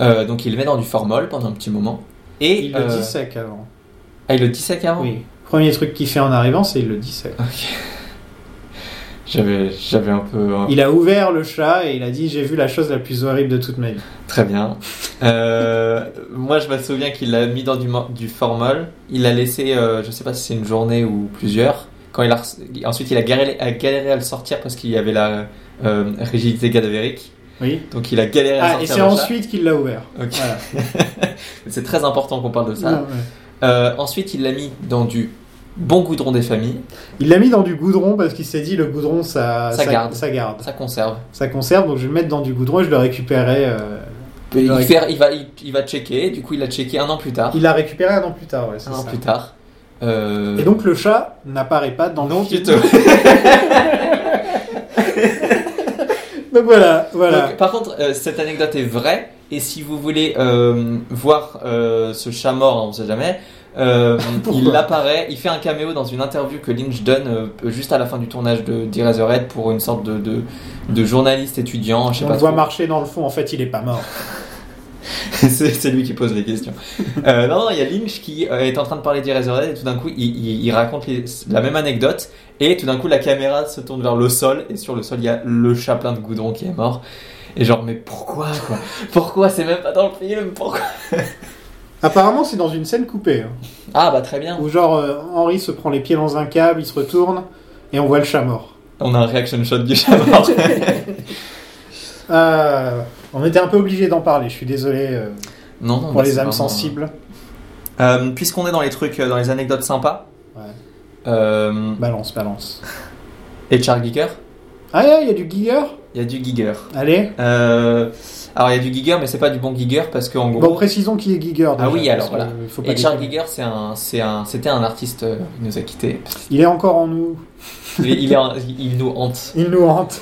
Euh, donc il le met dans du formol pendant un petit moment. Et il euh, le dissèque avant. Ah, il le dissèque avant Oui. Premier truc qu'il fait en arrivant, c'est il le dissèque. J'avais, j'avais un peu. hein. Il a ouvert le chat et il a dit J'ai vu la chose la plus horrible de toute ma vie. Très bien. Euh, moi, je me souviens qu'il l'a mis dans du, mo- du formol. Il l'a laissé, euh, je sais pas si c'est une journée ou plusieurs. Quand il a, re- ensuite, il a galéré, a galéré à le sortir parce qu'il y avait la euh, rigidité cadavérique. Oui. Donc il a galéré à Ah, et sortir c'est le chat. ensuite qu'il l'a ouvert. Ok. Voilà. C'est très important qu'on parle de ça. Ouais, ouais. Euh, ensuite, il l'a mis dans du bon goudron des familles. Il l'a mis dans du goudron parce qu'il s'est dit le goudron ça, Ça garde. ça garde, Ça conserve. ça conserve donc je vais le mettre dans du goudron et je le récupérerai. euh, Et Il, Ouais. fait- il va, il, il va checker. Du coup, il a checké un an plus tard. Il l'a récupéré un an plus tard, ouais, c'est un an ça. plus tard. Euh, Et donc le chat n'apparaît pas dans le non film. du tout. Donc voilà, voilà. Donc, par contre, euh, cette anecdote est vraie. Et si vous voulez euh, voir euh, ce chat mort, on sait jamais, euh, il apparaît, il fait un caméo dans une interview que Lynch donne euh, juste à la fin du tournage de d'Eraserhead pour une sorte de, de, de journaliste étudiant. Je sais on pas le voit trop. marcher dans le fond, en fait, il est pas mort. c'est c'est lui qui pose les questions. Euh, non, non, il y a Lynch qui euh, est en train de parler d'Eraserhead et tout d'un coup, il, il- il raconte les- la même anecdote et tout d'un coup, la caméra se tourne vers le sol et sur le sol, il y a le chat plein de goudron qui est mort. Et genre, mais pourquoi quoi Pourquoi c'est même pas dans le film Pourquoi Apparemment, c'est dans une scène coupée. hein, Ah bah très bien. où genre, euh, Henry se prend les pieds dans un câble, il se retourne, et on voit le chat mort. On a un reaction shot du chat mort. Euh, on était un peu obligé d'en parler, je suis désolé euh, non, non, pour mais les Ah, âmes bah, c'est vraiment- hein. sensibles. Euh, Puisqu'on est dans les trucs, euh, dans les anecdotes sympas. Ouais. Euh, Balance, balance. et Char Giger Ah, ouais, il y a du Giger Il y a du Giger. Allez. Euh, alors il y a du Giger, mais c'est pas du bon Giger parce qu'en gros. Bon, précisons qui est Giger. Ah déjà, oui, parce alors, que voilà. il faut pas Et Charles déconner. Giger, c'est un, c'est un, c'était un artiste. euh, Il nous a quitté. Il est encore en nous. Il, est- il est un- il nous hante. Il nous hante.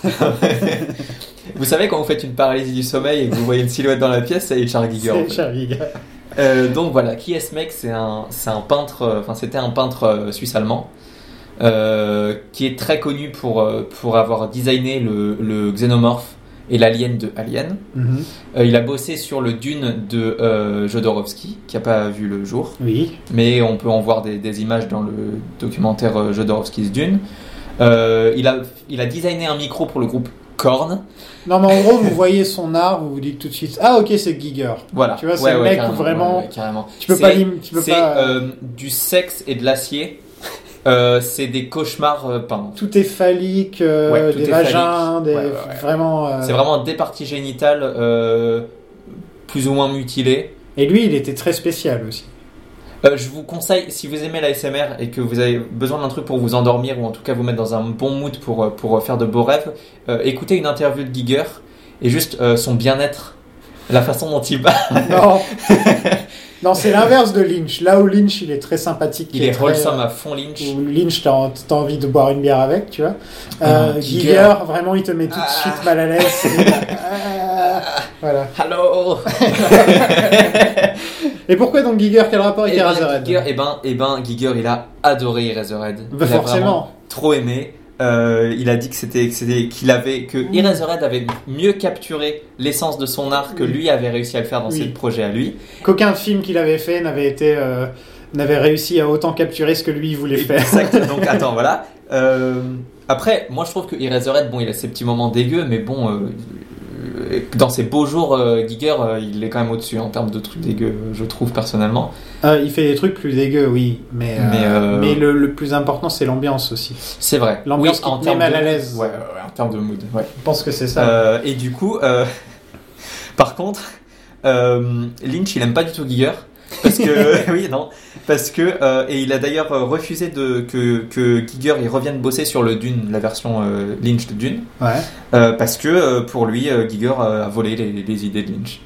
Vous savez quand vous faites une paralysie du sommeil et que vous voyez une silhouette dans la pièce, c'est Charles Giger. en C'est fait. Charles Giger. Euh, donc voilà, qui est ce mec C'est un, c'est un peintre. euh, Enfin, c'était un peintre euh, suisse-allemand euh, qui est très connu pour euh, pour avoir designé le, le xénomorphe et l'alien de Alien. Mhm. Euh, il a bossé sur le Dune de euh, Jodorowsky, qui a pas vu le jour. Oui. mais on peut en voir des, des images dans le documentaire euh, Jodorowsky's Dune. Euh, il, a, il a designé un micro pour le groupe Korn. Non, mais en gros, vous voyez son art, vous vous dites tout de suite Ah, ok, c'est Giger. Voilà. Tu vois, c'est le mec où carrément, vraiment- ouais, ouais, carrément. Tu peux C'est- pas. lim- Tu peux C'est pas euh, euh, du sexe et de l'acier. Euh, c'est des cauchemars euh, peints. Tout est phallique, euh, Ouais, tout des est vagins, phallique. des. Ouais, ouais, ouais. Vraiment. euh, C'est vraiment des parties génitales euh, plus ou moins mutilées. Et lui, il était très spécial aussi. Euh, je vous conseille, si vous aimez l'ASMR et que vous avez besoin d'un truc pour vous endormir ou en tout cas vous mettre dans un bon mood pour, euh, pour euh, faire de beaux rêves, euh, écoutez une interview de Giger et juste euh, son bien-être, la façon dont il bat. Non, non c'est l'inverse de Lynch. Là où Lynch, il est très sympathique. Il est très- wholesome à fond Lynch. Où Lynch, t'as t'as envie de boire une bière avec, tu vois. Euh, Ah, Giger, Giger, Ah. vraiment, il te met tout de suite mal à l'aise. C'est- Ah, voilà. Oh, Hello Et pourquoi donc Giger Quel rapport avec Eh ben, Eraserhead Giger, eh ben, eh ben, Giger, il a adoré Eraserhead. Bah, Il a Forcément. trop aimé. Euh, il a dit que c'était que c'était- qu'il avait que Mm. Eraserhead avait mieux capturé l'essence de son art que lui avait réussi à le faire dans Oui. ses projets à lui. Qu'aucun film qu'il avait fait n'avait été. euh, n'avait réussi à autant capturer ce que lui il voulait faire. Exact. Donc attends, voilà. Euh, après, moi je trouve que Eraserhead, bon, il a ses petits moments dégueux, mais bon, euh, euh, dans ses beaux jours, euh, Giger, euh, il est quand même au-dessus en termes de trucs dégueux, je trouve personnellement. Euh, il fait des trucs plus dégueux, oui, mais, euh, Mais, euh, mais le, le plus important c'est l'ambiance aussi. C'est vrai. L'ambiance qui en te termes met mal de- à l'aise. Ouais, ouais, ouais, en termes de mood. Ouais. Je pense que c'est ça. Euh, et du coup, euh, par contre, euh, Lynch, il aime pas du tout Giger. Parce que, oui, non, parce que, euh, et il a d'ailleurs euh, refusé de, que, que Giger il revienne bosser sur le Dune, la version euh, Lynch de Dune, Ouais. euh, parce que euh, pour lui, euh, Giger euh, a volé les, les idées de Lynch.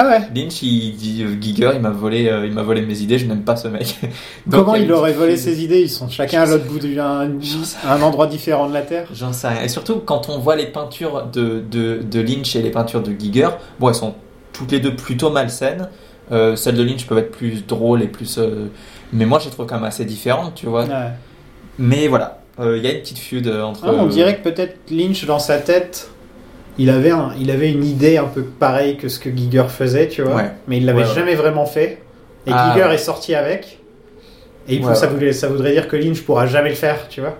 Ah ouais. Lynch, il dit euh, Giger, il m'a volé, euh, il m'a volé mes idées, je n'aime pas ce mec. Donc, Comment y a il une aurait petite volé crise. ses idées Ils sont chacun à l'autre bout d'un un endroit différent de la Terre. J'en sais rien. Et surtout, quand on voit les peintures de, de, de Lynch et les peintures de Giger, bon, elles sont toutes les deux plutôt malsaines. Euh, celles de Lynch peuvent être plus drôles et plus. euh, Mais moi, je les trouve quand même assez différentes, tu vois. Ouais. Mais voilà, Euh, il y a une petite feud euh, entre. Ah, on dirait que peut-être Lynch, dans sa tête, il avait, un- il avait une idée un peu pareille que ce que Giger faisait, tu vois. Ouais. Mais il l'avait Ouais, ouais. jamais vraiment fait. Et Ah, Giger ouais. est sorti avec. Et il- Ouais, ça, ouais. voulait- ça voudrait dire que Lynch pourra jamais le faire, tu vois.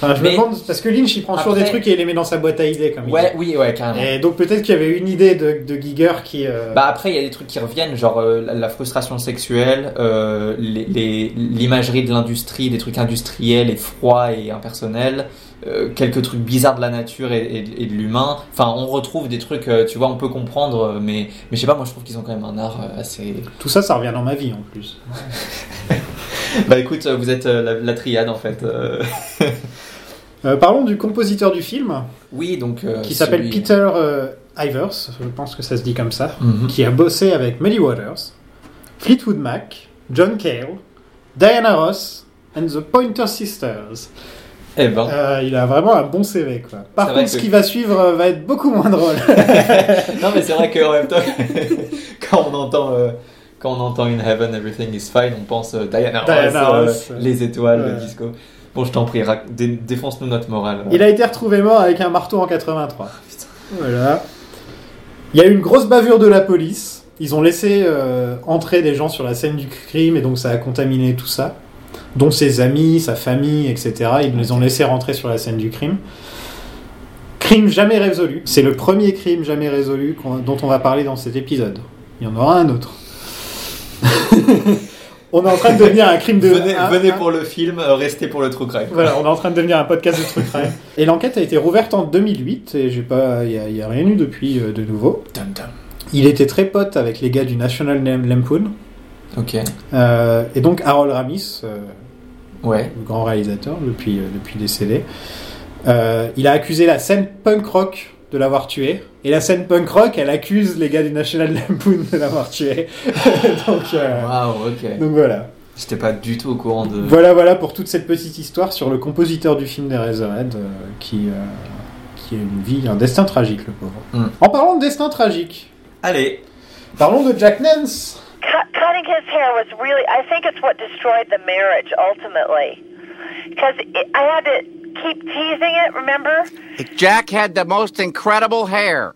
Enfin, je Mais- me demande, parce que Lynch, il prend toujours des Après- trucs et il les met dans sa boîte à idées, comme il Ouais, oui, ouais, carrément. dit. Et donc peut-être qu'il y avait une idée de, de Giger qui... euh, Bah après, il y a des trucs qui reviennent, genre euh, la, la frustration sexuelle, euh, les- les- l'imagerie de l'industrie, des trucs industriels et froids et impersonnels, euh, quelques trucs bizarres de la nature et, et- et de l'humain. Enfin, on retrouve des trucs, euh, tu vois, on peut comprendre, euh, mais, mais je sais pas, moi je trouve qu'ils ont quand même un art euh, assez... Tout ça, ça revient dans ma vie, en plus. Bah écoute, euh, vous êtes euh, la, la triade en fait. euh. Euh, parlons du compositeur du film. Oui, donc... euh, qui s'appelle celui- Peter euh, Ivers, je pense que ça se dit comme ça, Mhm. qui a bossé avec Muddy Waters, Fleetwood Mac, John Cale, Diana Ross and the Pointer Sisters. Eh ben, Euh, il a vraiment un bon CV, quoi. Par C'est vrai contre, ce que- qui va suivre euh, va être beaucoup moins drôle. non mais c'est vrai qu'en même temps, quand on entend, euh, quand on entend In Heaven Everything Is Fine, on pense euh, Diana, Diana Ross, Ross. euh, les étoiles, le Ouais. disco. Bon, je t'en prie, rac- dé- défonce-nous notre morale. Il a été retrouvé mort avec un marteau en 83. Voilà. Il y a eu une grosse bavure de la police. Ils ont laissé euh, entrer des gens sur la scène du crime et donc ça a contaminé tout ça, dont ses amis, sa famille, etc. Ils les ont laissés rentrer sur la scène du crime. Crime jamais résolu. C'est le premier crime jamais résolu qu'on- dont on va parler dans cet épisode. Il y en aura un autre. on est en train de devenir un crime de. venez, un- venez un- pour le film, euh, restez pour le true crime. voilà, on est en train de devenir un podcast de trucs rares. Et l'enquête a été rouverte en 2008 et j'ai pas, il y a, y a rien eu depuis euh, de nouveau. Dum, dum. Il était très pote avec les gars du National Lam- Lampoon Ok. Euh, et donc Harold Ramis, euh, Ouais. le grand réalisateur depuis euh, depuis décédé, euh, il a accusé la scène punk rock de l'avoir tué et la scène punk rock, elle accuse les gars du National Lampoon de l'avoir tué. donc, euh, Waouh. Ok. donc voilà. J'étais pas du tout au courant de. Voilà, voilà pour toute cette petite histoire sur le compositeur du film des Razorhead, euh, qui, euh, qui a une vie, un destin tragique, le pauvre. Mm. En parlant de destin tragique, Allez. parlons de Jack Nance. Cut, cutting his hair was really, I think it's what destroyed the marriage ultimately. Because I had to keep teasing it, remember? Jack had the most incredible hair.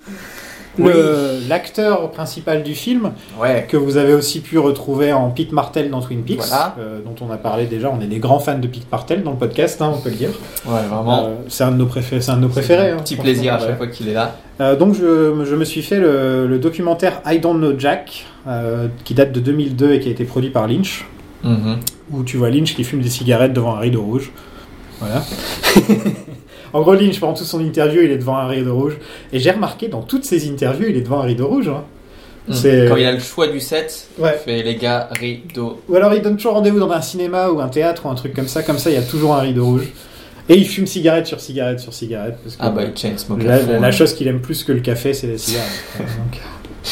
le- L'acteur principal du film, Ouais. que vous avez aussi pu retrouver en Pete Martel dans Twin Peaks, Voilà. euh, dont on a parlé déjà. On est des grands fans de Pete Martel dans le podcast, hein, on peut le dire. Ouais, vraiment. Euh, c'est un de nos préférés. C'est un de nos préférés. hein, Petit franchement, plaisir à ouais. chaque fois qu'il est là. Euh, donc je, je me suis fait le, le documentaire I Don't Know Jack, euh, qui date de 2002 et qui a été produit par Lynch, Mhm. où tu vois Lynch qui fume des cigarettes devant un rideau rouge. Voilà. en gros, Lynch, pendant toute son interview, il est devant un rideau rouge. Et j'ai remarqué, dans toutes ses interviews, il est devant un rideau rouge. hein. Mhm. C'est- Quand il a le choix du set, Ouais. fait les gars rideau. Ou alors il donne toujours rendez-vous dans un cinéma ou un théâtre ou un truc comme ça, comme ça il y a toujours un rideau rouge. Et il fume cigarette sur cigarette sur cigarette. Parce que, Ah bah, Chainsmokers. La, la- la Ouais. chose qu'il aime plus que le café, c'est les cigarettes. quoi. Donc, euh.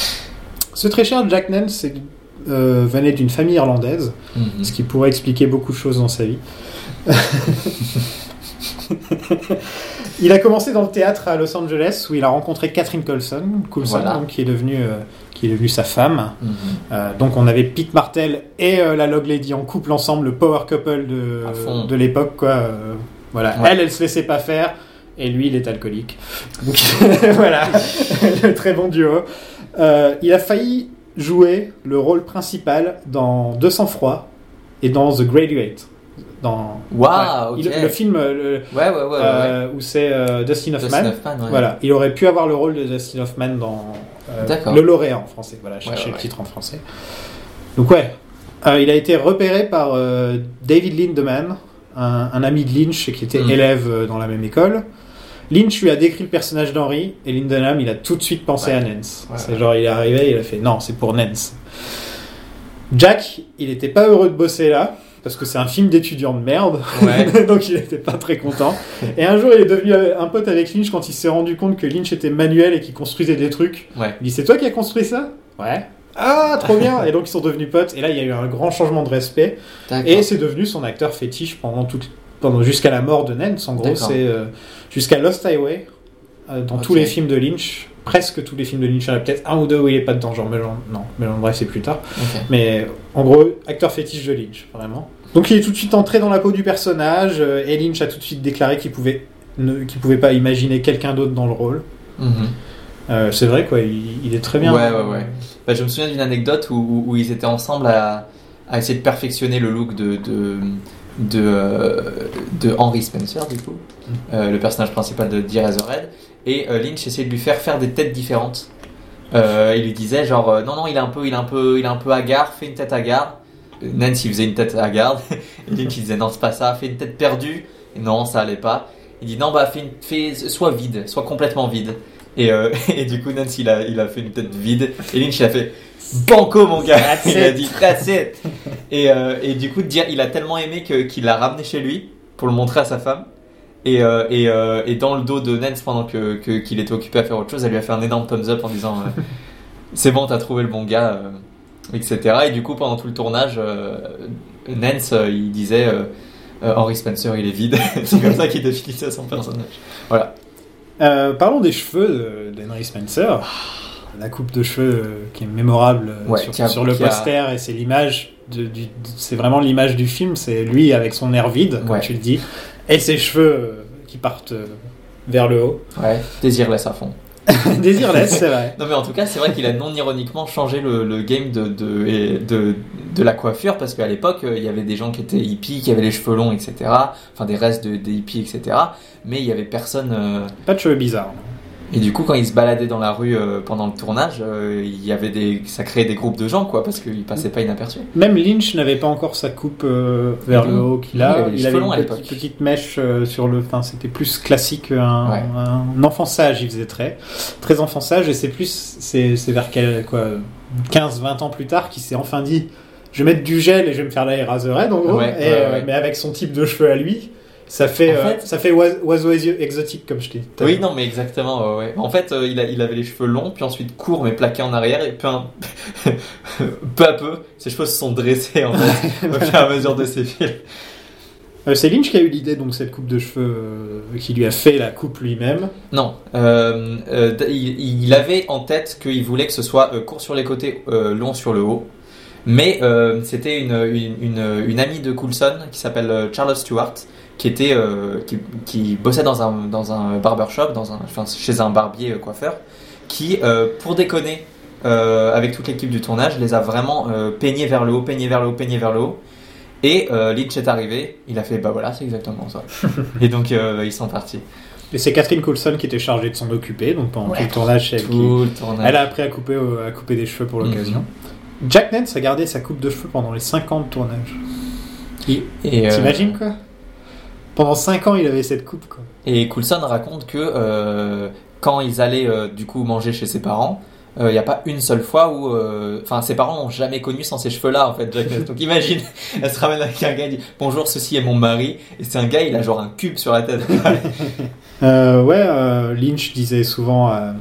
Ce très cher Jack Nance c'est- euh, venait d'une famille irlandaise, Mhm. ce qui pourrait expliquer beaucoup de choses dans sa vie. il a commencé dans le théâtre à Los Angeles où il a rencontré Catherine Colson, Coulson, Voilà. donc, qui, est devenue, euh, qui est devenue sa femme. Mhm. Euh, donc on avait Pete Martel et euh, la Log Lady en couple ensemble, le power couple À fond. de, de l'époque. quoi. Euh, voilà. Ouais. Elle, elle se laissait pas faire. Et lui, il est alcoolique. Donc voilà, le très bon duo. Euh, il a failli jouer le rôle principal dans 200 froid et dans The Graduate. Dans... Waouh, Ouais. ok. Il- le film euh, le- Ouais, ouais, ouais. ouais, ouais. euh, où c'est euh, Dustin Dustin Hoffman. Hoffman, ouais. Voilà, il aurait pu avoir le rôle de Dustin Hoffman dans euh, D'accord. Le Lauréat en français. Voilà, je Ouais, cherchais ouais, le ouais. titre en français. Donc ouais, Euh, il a été repéré par euh, David Lindeman, un, un ami de Lynch qui était Mm. élève euh, dans la même école. Lynch lui a décrit le personnage d'Henry et Lindeman, il a tout de suite pensé à Nance. Ouais, c'est ouais. genre, il est arrivé, il a fait non, c'est pour Nance. Jack, il n'était pas heureux de bosser là parce que c'est un film d'étudiant de merde. Ouais. Donc il n'était pas très content. Et un jour, il est devenu un pote avec Lynch quand il s'est rendu compte que Lynch était manuel et qu'il construisait des trucs. Ouais. Il dit C'est toi qui as construit ça Ouais. Ah, trop bien Et donc ils sont devenus potes. Et là, il y a eu un grand changement de respect. D'accord. Et c'est devenu son acteur fétiche pendant toute. Pendant, jusqu'à la mort de Nance, en gros, D'accord. c'est euh, jusqu'à Lost Highway, euh, dans Ok. tous les films de Lynch, presque tous les films de Lynch, il y en a peut-être un ou deux où il est pas dedans, genre Melon, non, Melon Drive c'est plus tard, Ok. mais en gros, acteur fétiche de Lynch, vraiment. Donc il est tout de suite entré dans la peau du personnage, euh, et Lynch a tout de suite déclaré qu'il pouvait, ne- qu'il pouvait pas imaginer quelqu'un d'autre dans le rôle. Mhm. Euh, c'est vrai, quoi, il, il est très bien. Ouais, ouais, ouais. Bah, je me souviens d'une anecdote où, où- où ils étaient ensemble à, à essayer de perfectionner le look de, de, de, euh, de Henry Spencer, du coup, Mm. euh, le personnage principal de The Razorhead. Et euh, Lynch essayait de lui faire faire des têtes différentes. Euh, il lui disait genre euh, non non il est un peu il est un peu il est un peu hagard fais une tête hagarde Euh, Nance il faisait une tête hagarde et Lynch il disait non c'est pas ça fais une tête perdue Et non ça allait pas il dit non bah fais, une, fais soit vide soit complètement vide et, euh, et du coup, Nance, il a, il a fait une tête vide. Et Lynch, il a fait Banco, mon gars. That's Il a it. dit That's it. Et, euh, et du coup, dire- il a tellement aimé que- qu'il l'a ramené chez lui pour le montrer à sa femme. Et, euh, et, euh, et dans le dos de Nance, pendant que que- qu'il était occupé à faire autre chose, elle lui a fait un énorme thumbs up en disant euh, C'est bon, t'as trouvé le bon gars, euh, etc. Et du coup, pendant tout le tournage, euh, Nance, euh, il disait. euh, euh, Henry Spencer, il est vide. c'est comme ça qu'il définissait son personnage. Voilà. Euh, parlons des cheveux de- d'Henry Spencer. La coupe de cheveux euh, qui est mémorable euh, Ouais, sur, qui a- sur le qui a- poster et c'est l'image de- du- c'est vraiment l'image du film. C'est lui avec son air vide, comme Ouais. tu le dis, et ses cheveux euh, qui partent euh, vers le haut. Ouais, désirless à fond. Désirless, c'est vrai. Non mais en tout cas, c'est vrai qu'il a non ironiquement changé le, le game de, de, et de, de la coiffure parce qu'à l'époque, euh, il y avait des gens qui étaient hippies, qui avaient les cheveux longs, etc. Enfin, des restes de, des hippies, etc. Mais il y avait personne. euh, Pas de cheveux bizarres. Et du coup, quand ils se baladaient dans la rue euh, pendant le tournage, euh, il y avait des, ça créait des groupes de gens, quoi, parce qu'ils passaient pas inaperçus. Même Lynch n'avait pas encore sa coupe euh, vers Oui. le haut qu'il Il a. avait les Il cheveux avait longs à une l'époque. petite, petite mèche euh, sur le. Enfin, c'était plus classique, un, Ouais. un enfant sage. Il faisait très, très enfant sage. Et c'est plus, c'est c'est vers quel- quoi, 15-20 ans plus tard qu'il s'est enfin dit, je vais mettre du gel et je vais me faire la Eraserhead en gros. Ouais, Et, ouais, euh, ouais. Mais avec son type de cheveux à lui, ça fait, En euh, fait- ça fait oise- oiseau exo- exotique comme je t'ai. dit. Oui, non, mais exactement. ouais, ouais. En fait, euh, il, a- il avait les cheveux longs, puis ensuite courts, mais plaqués en arrière, et peu, un- peu à peu, ses cheveux se sont dressés en fait, au fur et à mesure de ses films. Euh, c'est Lynch qui a eu l'idée donc cette coupe de cheveux euh, qui lui a fait la coupe lui-même. Non, euh, euh, d- il, il avait en tête qu'il voulait que ce soit euh, court sur les côtés, euh, long sur le haut. Mais euh, c'était une, une, une- une amie de Coulson qui s'appelle euh, Charlotte Stewart, qui, était, euh, qui, qui bossait dans un, dans un barbershop, dans un, enfin, chez un barbier euh, coiffeur, qui, euh, pour déconner euh, avec toute l'équipe du tournage, les a vraiment euh, peignés vers le haut, peignés vers le haut, peignés vers le haut. Et euh, Lynch est arrivé, il a fait bah voilà, c'est exactement ça. Et donc euh, ils sont partis. Et c'est Catherine Coulson qui était chargée de s'en occuper, donc pendant tout le tournage, c'est elle, qui... Tout le Mhm. tournage. elle a appris à couper, euh, à couper des cheveux pour l'occasion. Jack Nance a gardé sa coupe de cheveux pendant les 5 ans de tournage. Et, euh, T'imagines quoi Pendant 5 ans, il avait cette coupe quoi. Et Coulson raconte que euh, quand ils allaient euh, du coup manger chez ses parents, il n'y a pas une seule fois où, euh, enfin, ses parents n'ont jamais connu sans ces cheveux-là en fait. Jack Nicholson. Donc imagine, elle se ramène avec un gars, elle dit bonjour, ceci est mon mari, et c'est un gars, il a genre un cube sur la tête. Euh, ouais, euh, Lynch disait souvent à,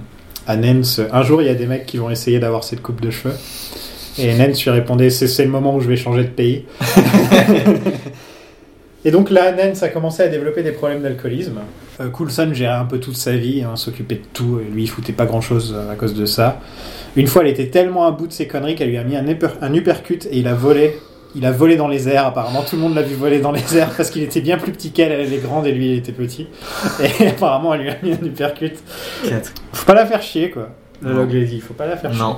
à Nance Un jour, il y a des mecs qui vont essayer d'avoir cette coupe de cheveux. Et Nance lui répondait C'est c'est le moment où je vais changer de pays. Et donc là, Nance a commencé à développer des problèmes d'alcoolisme. Euh, Coulson gérait un peu toute sa vie, hein, s'occupait de tout, et lui, il foutait pas grand chose à cause de ça. Une fois, elle était tellement à bout de ses conneries qu'elle lui a mis un, upper- un uppercut et il a volé. Il a volé dans les airs, apparemment tout le monde l'a vu voler dans les airs parce qu'il était bien plus petit qu'elle, elle elle est grande et lui il était petit. Et apparemment, elle lui a mis un uppercut. Faut pas la faire chier, quoi. Le Non. Log Lazy, faut pas la faire non. chier.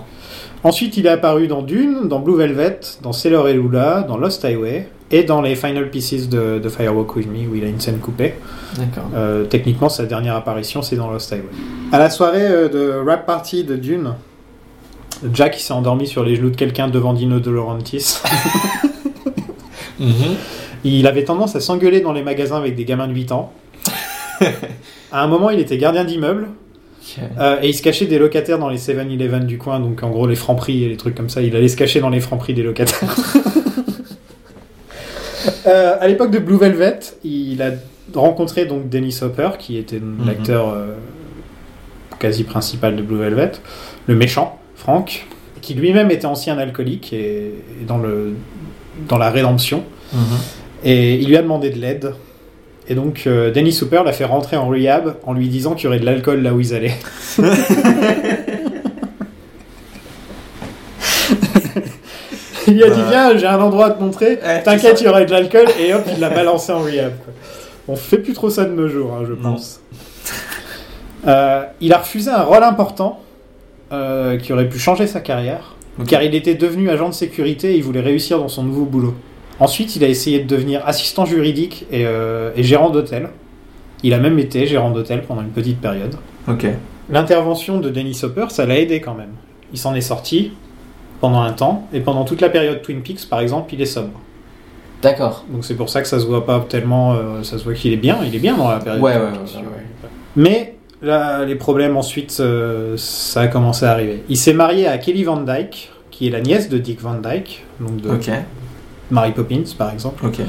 Ensuite, il est apparu dans Dune, dans Blue Velvet, dans Sailor et Lula, dans Lost Highway, et dans les Final Pieces de, de Firewalk With Me, où il a une scène coupée. D'accord. Euh, techniquement, sa dernière apparition, c'est dans Lost Highway. À la soirée euh, de rap party de Dune, Jack il s'est endormi sur les genoux de quelqu'un devant Dino De Laurentiis. Mhm. Il avait tendance à s'engueuler dans les magasins avec des gamins de 8 ans. à un moment, il était gardien d'immeuble. Euh, et il se cachait des locataires dans les 7-Eleven du coin, donc en gros les francs prix et les trucs comme ça, il allait se cacher dans les francs prix des locataires. Euh, à l'époque de Blue Velvet, il a rencontré donc Dennis Hopper, qui était l'acteur euh, quasi principal de Blue Velvet, le méchant, Frank, qui lui-même était ancien alcoolique et, et dans, le, dans la rédemption. Mhm. Et il lui a demandé de l'aide. Et donc euh, Dennis Hopper l'a fait rentrer en rehab en lui disant qu'il y aurait de l'alcool là où ils allaient. Il lui a dit Ouais. viens j'ai un endroit à te montrer Eh, t'inquiète tu il y aura de l'alcool et hop il l'a balancé en rehab quoi. on fait plus trop ça de nos jours hein, je Non. pense Euh, il a refusé un rôle important euh, qui aurait pu changer sa carrière Ok. car il était devenu agent de sécurité et il voulait réussir dans son nouveau boulot ensuite il a essayé de devenir assistant juridique et, euh, et gérant d'hôtel il a même été gérant d'hôtel pendant une petite période Ok. L'intervention de Dennis Hopper, ça l'a aidé quand même. Il s'en est sorti pendant un temps, et pendant toute la période Twin Peaks, par exemple, il est sobre. D'accord. Donc c'est pour ça que ça se voit pas tellement, euh, ça se voit qu'il est bien, il est bien dans la période. Ouais, Twin ouais, Peaks, ouais, tu ouais, vois. ouais. Mais là, les problèmes ensuite, euh, ça a commencé à arriver. Il s'est marié à Kelly Van Dyke, qui est la nièce de Dick Van Dyke, donc de Ok. Mary Poppins, par exemple. Ok.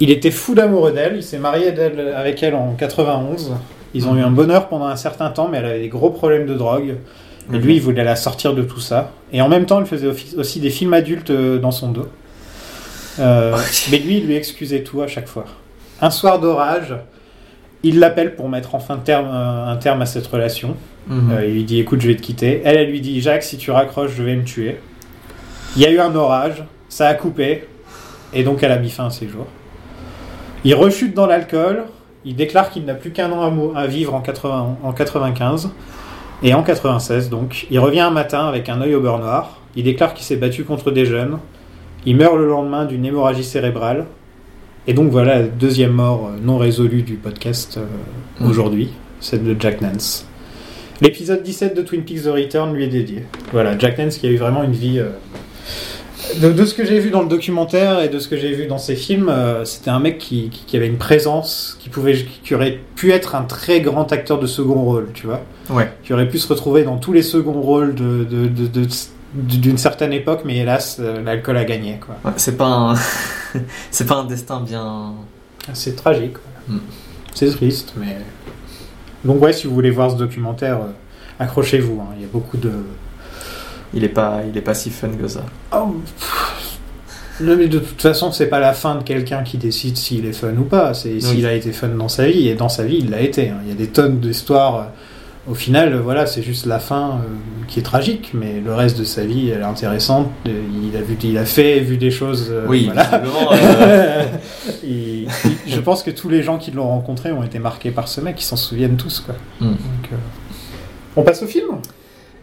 Il était fou d'amoureux d'elle, il s'est marié d'elle- avec elle en 91. Ils ont eu un bonheur pendant un certain temps, mais elle avait des gros problèmes de drogue. Et lui, il voulait la sortir de tout ça. Et en même temps, il faisait offi- aussi des films adultes euh, dans son dos. Euh, Mais lui, il lui excusait tout à chaque fois. Un soir d'orage, il l'appelle pour mettre enfin terme, euh, un terme à cette relation. Mhm. Euh, il lui dit écoute, je vais te quitter. Elle, elle lui dit Jacques, si tu raccroches, je vais me tuer. Il y a eu un orage, ça a coupé, et donc elle a mis fin à ses jours. Il rechute dans l'alcool, il déclare qu'il n'a plus qu'un an à, mou- à vivre en, 80 en 95, et en 96, donc, il revient un matin avec un œil au beurre noir, il déclare qu'il s'est battu contre des jeunes, il meurt le lendemain d'une hémorragie cérébrale, et donc voilà la deuxième mort euh, non résolue du podcast euh, Mhm. aujourd'hui, celle de Jack Nance. L'épisode 17 de Twin Peaks The Return lui est dédié. Voilà, Jack Nance qui a eu vraiment une vie. euh, De, de ce que j'ai vu dans le documentaire et de ce que j'ai vu dans ses films, euh, c'était un mec qui, qui- qui avait une présence, qui, pouvait, qui aurait pu être un très grand acteur de second rôle, tu vois. Ouais. Qui aurait pu se retrouver dans tous les seconds rôles de- de- de- de- d'une certaine époque, mais hélas, euh, l'alcool a gagné, quoi. Ouais, c'est pas un... c'est pas un destin bien... C'est tragique. voilà. Mm. C'est triste, mais. Donc, ouais, si vous voulez voir ce documentaire, euh, accrochez-vous. hein. Il y a beaucoup de. Il est pas, il est pas si fun que ça. Oh, pff. Non, mais de toute façon, c'est pas la fin de quelqu'un qui décide s'il est fun ou pas. C'est s'il a été fun dans sa vie. Et dans sa vie, il l'a été. hein. Il y a des tonnes d'histoires. euh, Au final, euh, voilà, c'est juste la fin euh, qui est tragique. Mais le reste de sa vie, elle est intéressante. Euh, Il a, vu, il a fait, vu des choses. euh, oui, voilà. visiblement, euh, Et- et je pense que tous les gens qui l'ont rencontré ont été marqués par ce mec, ils s'en souviennent tous. Quoi. Mm. Donc, euh, On passe au film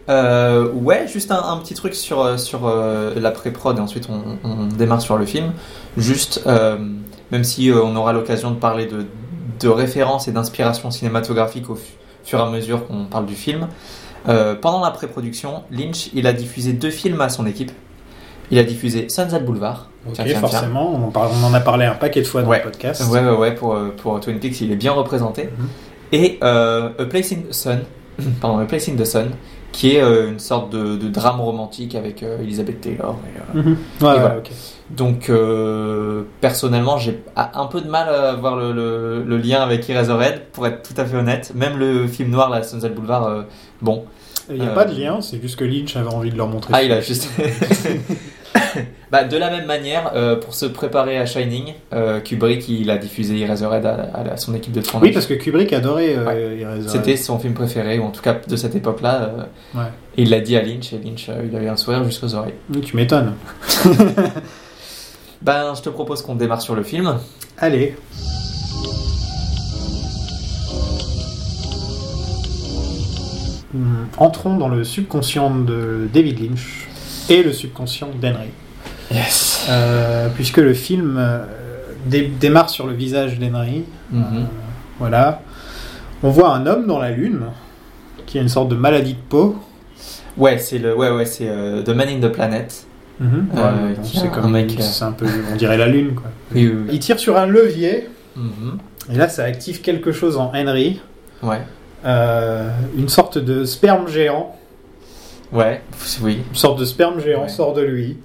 Euh, ouais, juste un, un petit truc sur, euh, sur euh, la pré-prod et ensuite on, on démarre sur le film. Juste, euh, même si euh, on aura l'occasion de parler de, de références et d'inspirations cinématographiques au fu- fur et à mesure qu'on parle du film, euh, pendant la pré-production, Lynch il a diffusé deux films à son équipe. Il a diffusé Sunset Boulevard. Ok, Tiens, tiens, tiens. forcément, on en, parle- on en a parlé un paquet de fois dans Ouais. le podcast. Ouais, ouais, ouais, pour, euh, pour Twin Peaks, il est bien représenté. Mhm. Et euh, A Place in the Sun, pardon, A Place in the Sun, qui est euh, une sorte de, de drame romantique avec euh, Elizabeth Taylor. et, euh, Mhm. Ouais, ouais, voilà. ok. donc, euh, personnellement, j'ai a- un peu de mal à voir le, le- le lien avec Eraserhead, pour être tout à fait honnête. Même le film noir, la Sunset Boulevard, euh, bon. Il n'y a Euh, pas de lien, c'est juste que Lynch avait envie de leur montrer. Ah, il a juste. bah, de la même manière, euh, pour se préparer à Shining, euh, Kubrick, il a diffusé Eraserhead à, à la- à son équipe de tournage. Oui, parce que Kubrick adorait euh, Eraserhead. C'était son film préféré, ou en tout cas de cette époque-là. euh, Ouais. Et il l'a dit à Lynch, et Lynch, euh, il avait un sourire jusqu'aux oreilles. Oui, Tu m'étonnes. Ben, je te propose qu'on démarre sur le film. Allez. Hmm, Entrons dans le subconscient de David Lynch et le subconscient d'Henry. Yes. Euh, puisque le film euh, dé- démarre sur le visage d'Henry. Mhm. Mm-hmm. Euh, voilà. On voit un homme dans la lune qui a une sorte de maladie de peau. Ouais, c'est le, ouais, ouais, c'est euh, The Man in the Planet. Mhm. Euh, Ouais, bon, qui a c'est un comme mec, euh, c'est un peu, on dirait la lune quoi. Oui, oui, Il tire sur un levier et là ça active quelque chose en Henry, Mm-hmm. Ouais. Euh, une sorte de sperme géant, Ouais, oui. une sorte de sperme géant Ouais. sort de lui,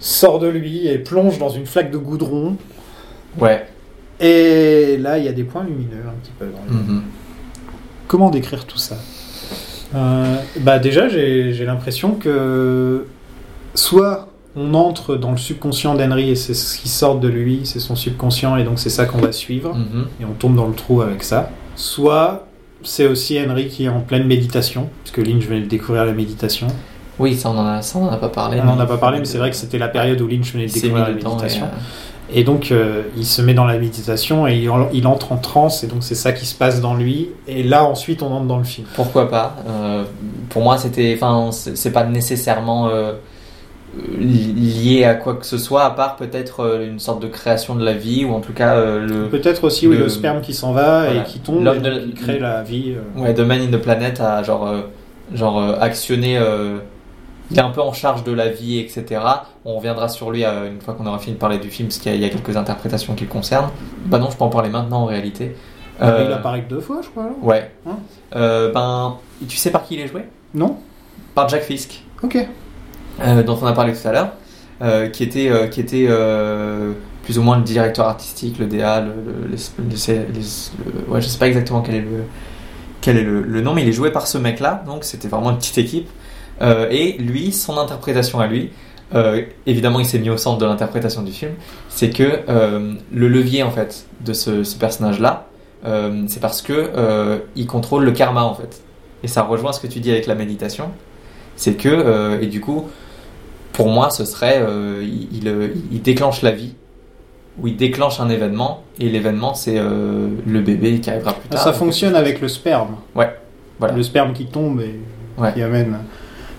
sort de lui et plonge dans une flaque de goudron. Ouais. Et là il y a des points lumineux un petit peu. Dans le- Mhm. Comment décrire tout ça Euh, Bah déjà j'ai j'ai l'impression que soit on entre dans le subconscient d'Henry et c'est ce qui sort de lui, c'est son subconscient et donc c'est ça qu'on va suivre. Mhm. et on tombe dans le trou avec ça. Soit c'est aussi Henry qui est en pleine méditation, puisque Lynch venait de découvrir la méditation. Oui, ça on en a, ça on en a pas parlé. On n'en a pas parlé, Ah, mais c'est vrai que c'était la période où Lynch venait de Il s'est mis découvrir la dedans. et, méditation. euh, Et donc euh, il se met dans la méditation et il, en- il entre en transe, et donc c'est ça qui se passe dans lui. Et là ensuite on entre dans le film. Pourquoi pas euh, Pour moi, c'était, enfin, c'est c'est pas nécessairement euh, li- lié à quoi que ce soit, à part peut-être euh, une sorte de création de la vie ou en tout cas euh, le. Peut-être aussi oui, Le- le sperme qui s'en va Voilà. et qui tombe, L'homme et de donc la- qui crée la vie. euh. Ouais, The Man in the Planet a genre, euh, genre euh, actionné. euh, il est un peu en charge de la vie, etc. On reviendra sur lui euh, une fois qu'on aura fini de parler du film, parce qu'il y, a- il y a quelques interprétations qui le concernent. Bah non, je peux en parler maintenant en réalité. Euh, Ah, Il apparaît que deux fois, je crois. alors. Ouais. Hein Euh, ben, tu sais par qui il est joué Non Par Jack Fisk. Ok. euh, dont on a parlé tout à l'heure, euh, qui était, euh, qui était euh, plus ou moins le directeur artistique, le DA, le, le- les- les- c'est- les- le- ouais, je sais pas exactement quel est le, quel est le, le nom, mais il est joué par ce mec-là, donc c'était vraiment une petite équipe. Euh, et lui, son interprétation à lui, euh, évidemment il s'est mis au centre de l'interprétation du film, c'est que euh, le levier en fait de ce, ce personnage-là, euh, c'est parce que euh, il contrôle le karma en fait. Et ça rejoint ce que tu dis avec la méditation, c'est que euh, et du coup, pour moi, ce serait euh, il, il, euh, il déclenche la vie. Où il déclenche un événement, et l'événement c'est euh, le bébé qui arrivera plus tard. Ah, euh, Ça fonctionne avec le sperme. Ouais, voilà. Le sperme qui tombe et Ouais. qui amène.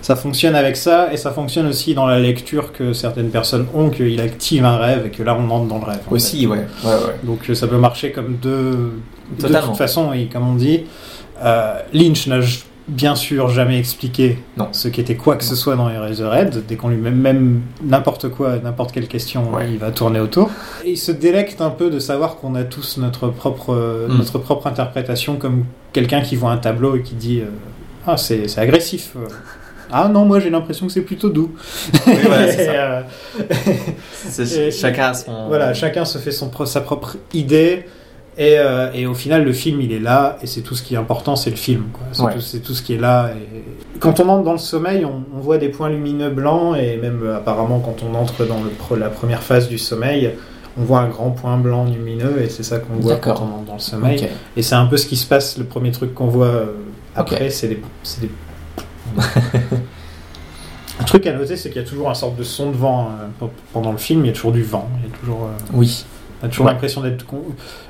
Ça fonctionne avec ça, et ça fonctionne aussi dans la lecture que certaines personnes ont, qu'il active un rêve et que là on entre dans le rêve. en fait. Aussi, ouais, ouais, ouais. Donc euh, ça peut marcher comme deux. De Totalement. toute façon, et comme on dit, euh, Lynch n'a j- bien sûr jamais expliqué Non. ce qu'était quoi que ce soit dans Eraserhead. Dès qu'on lui met même n'importe quoi, n'importe quelle question, Ouais. il va tourner autour. Et il se délecte un peu de savoir qu'on a tous notre propre, euh, Mm. notre propre interprétation, comme quelqu'un qui voit un tableau et qui dit euh, Ah, c'est c'est agressif. Euh, Ah non, moi j'ai l'impression que c'est plutôt doux. voilà, c'est Et, ça. euh, C'est- Et- chacun a son. Voilà, chacun se fait son, pro- sa propre idée. Et, euh, et au final, le film, il est là, et c'est tout ce qui est important, c'est le film. quoi. C'est Ouais. tout, c'est tout ce qui est là. Et... Quand on entre dans le sommeil, on, on voit des points lumineux blancs, et même euh, apparemment, quand on entre dans le pro- la première phase du sommeil, on voit un grand point blanc lumineux, et c'est ça qu'on voit quand D'accord. on entre dans le sommeil. Ok. Et c'est un peu ce qui se passe, le premier truc qu'on voit euh, Ok. après, c'est des... c'est des- un truc à noter, c'est qu'il y a toujours un sorte de son de vent euh, pe- pendant le film, il y a toujours du vent, il y a toujours... euh, Oui. on a toujours Ouais. l'impression d'être. con-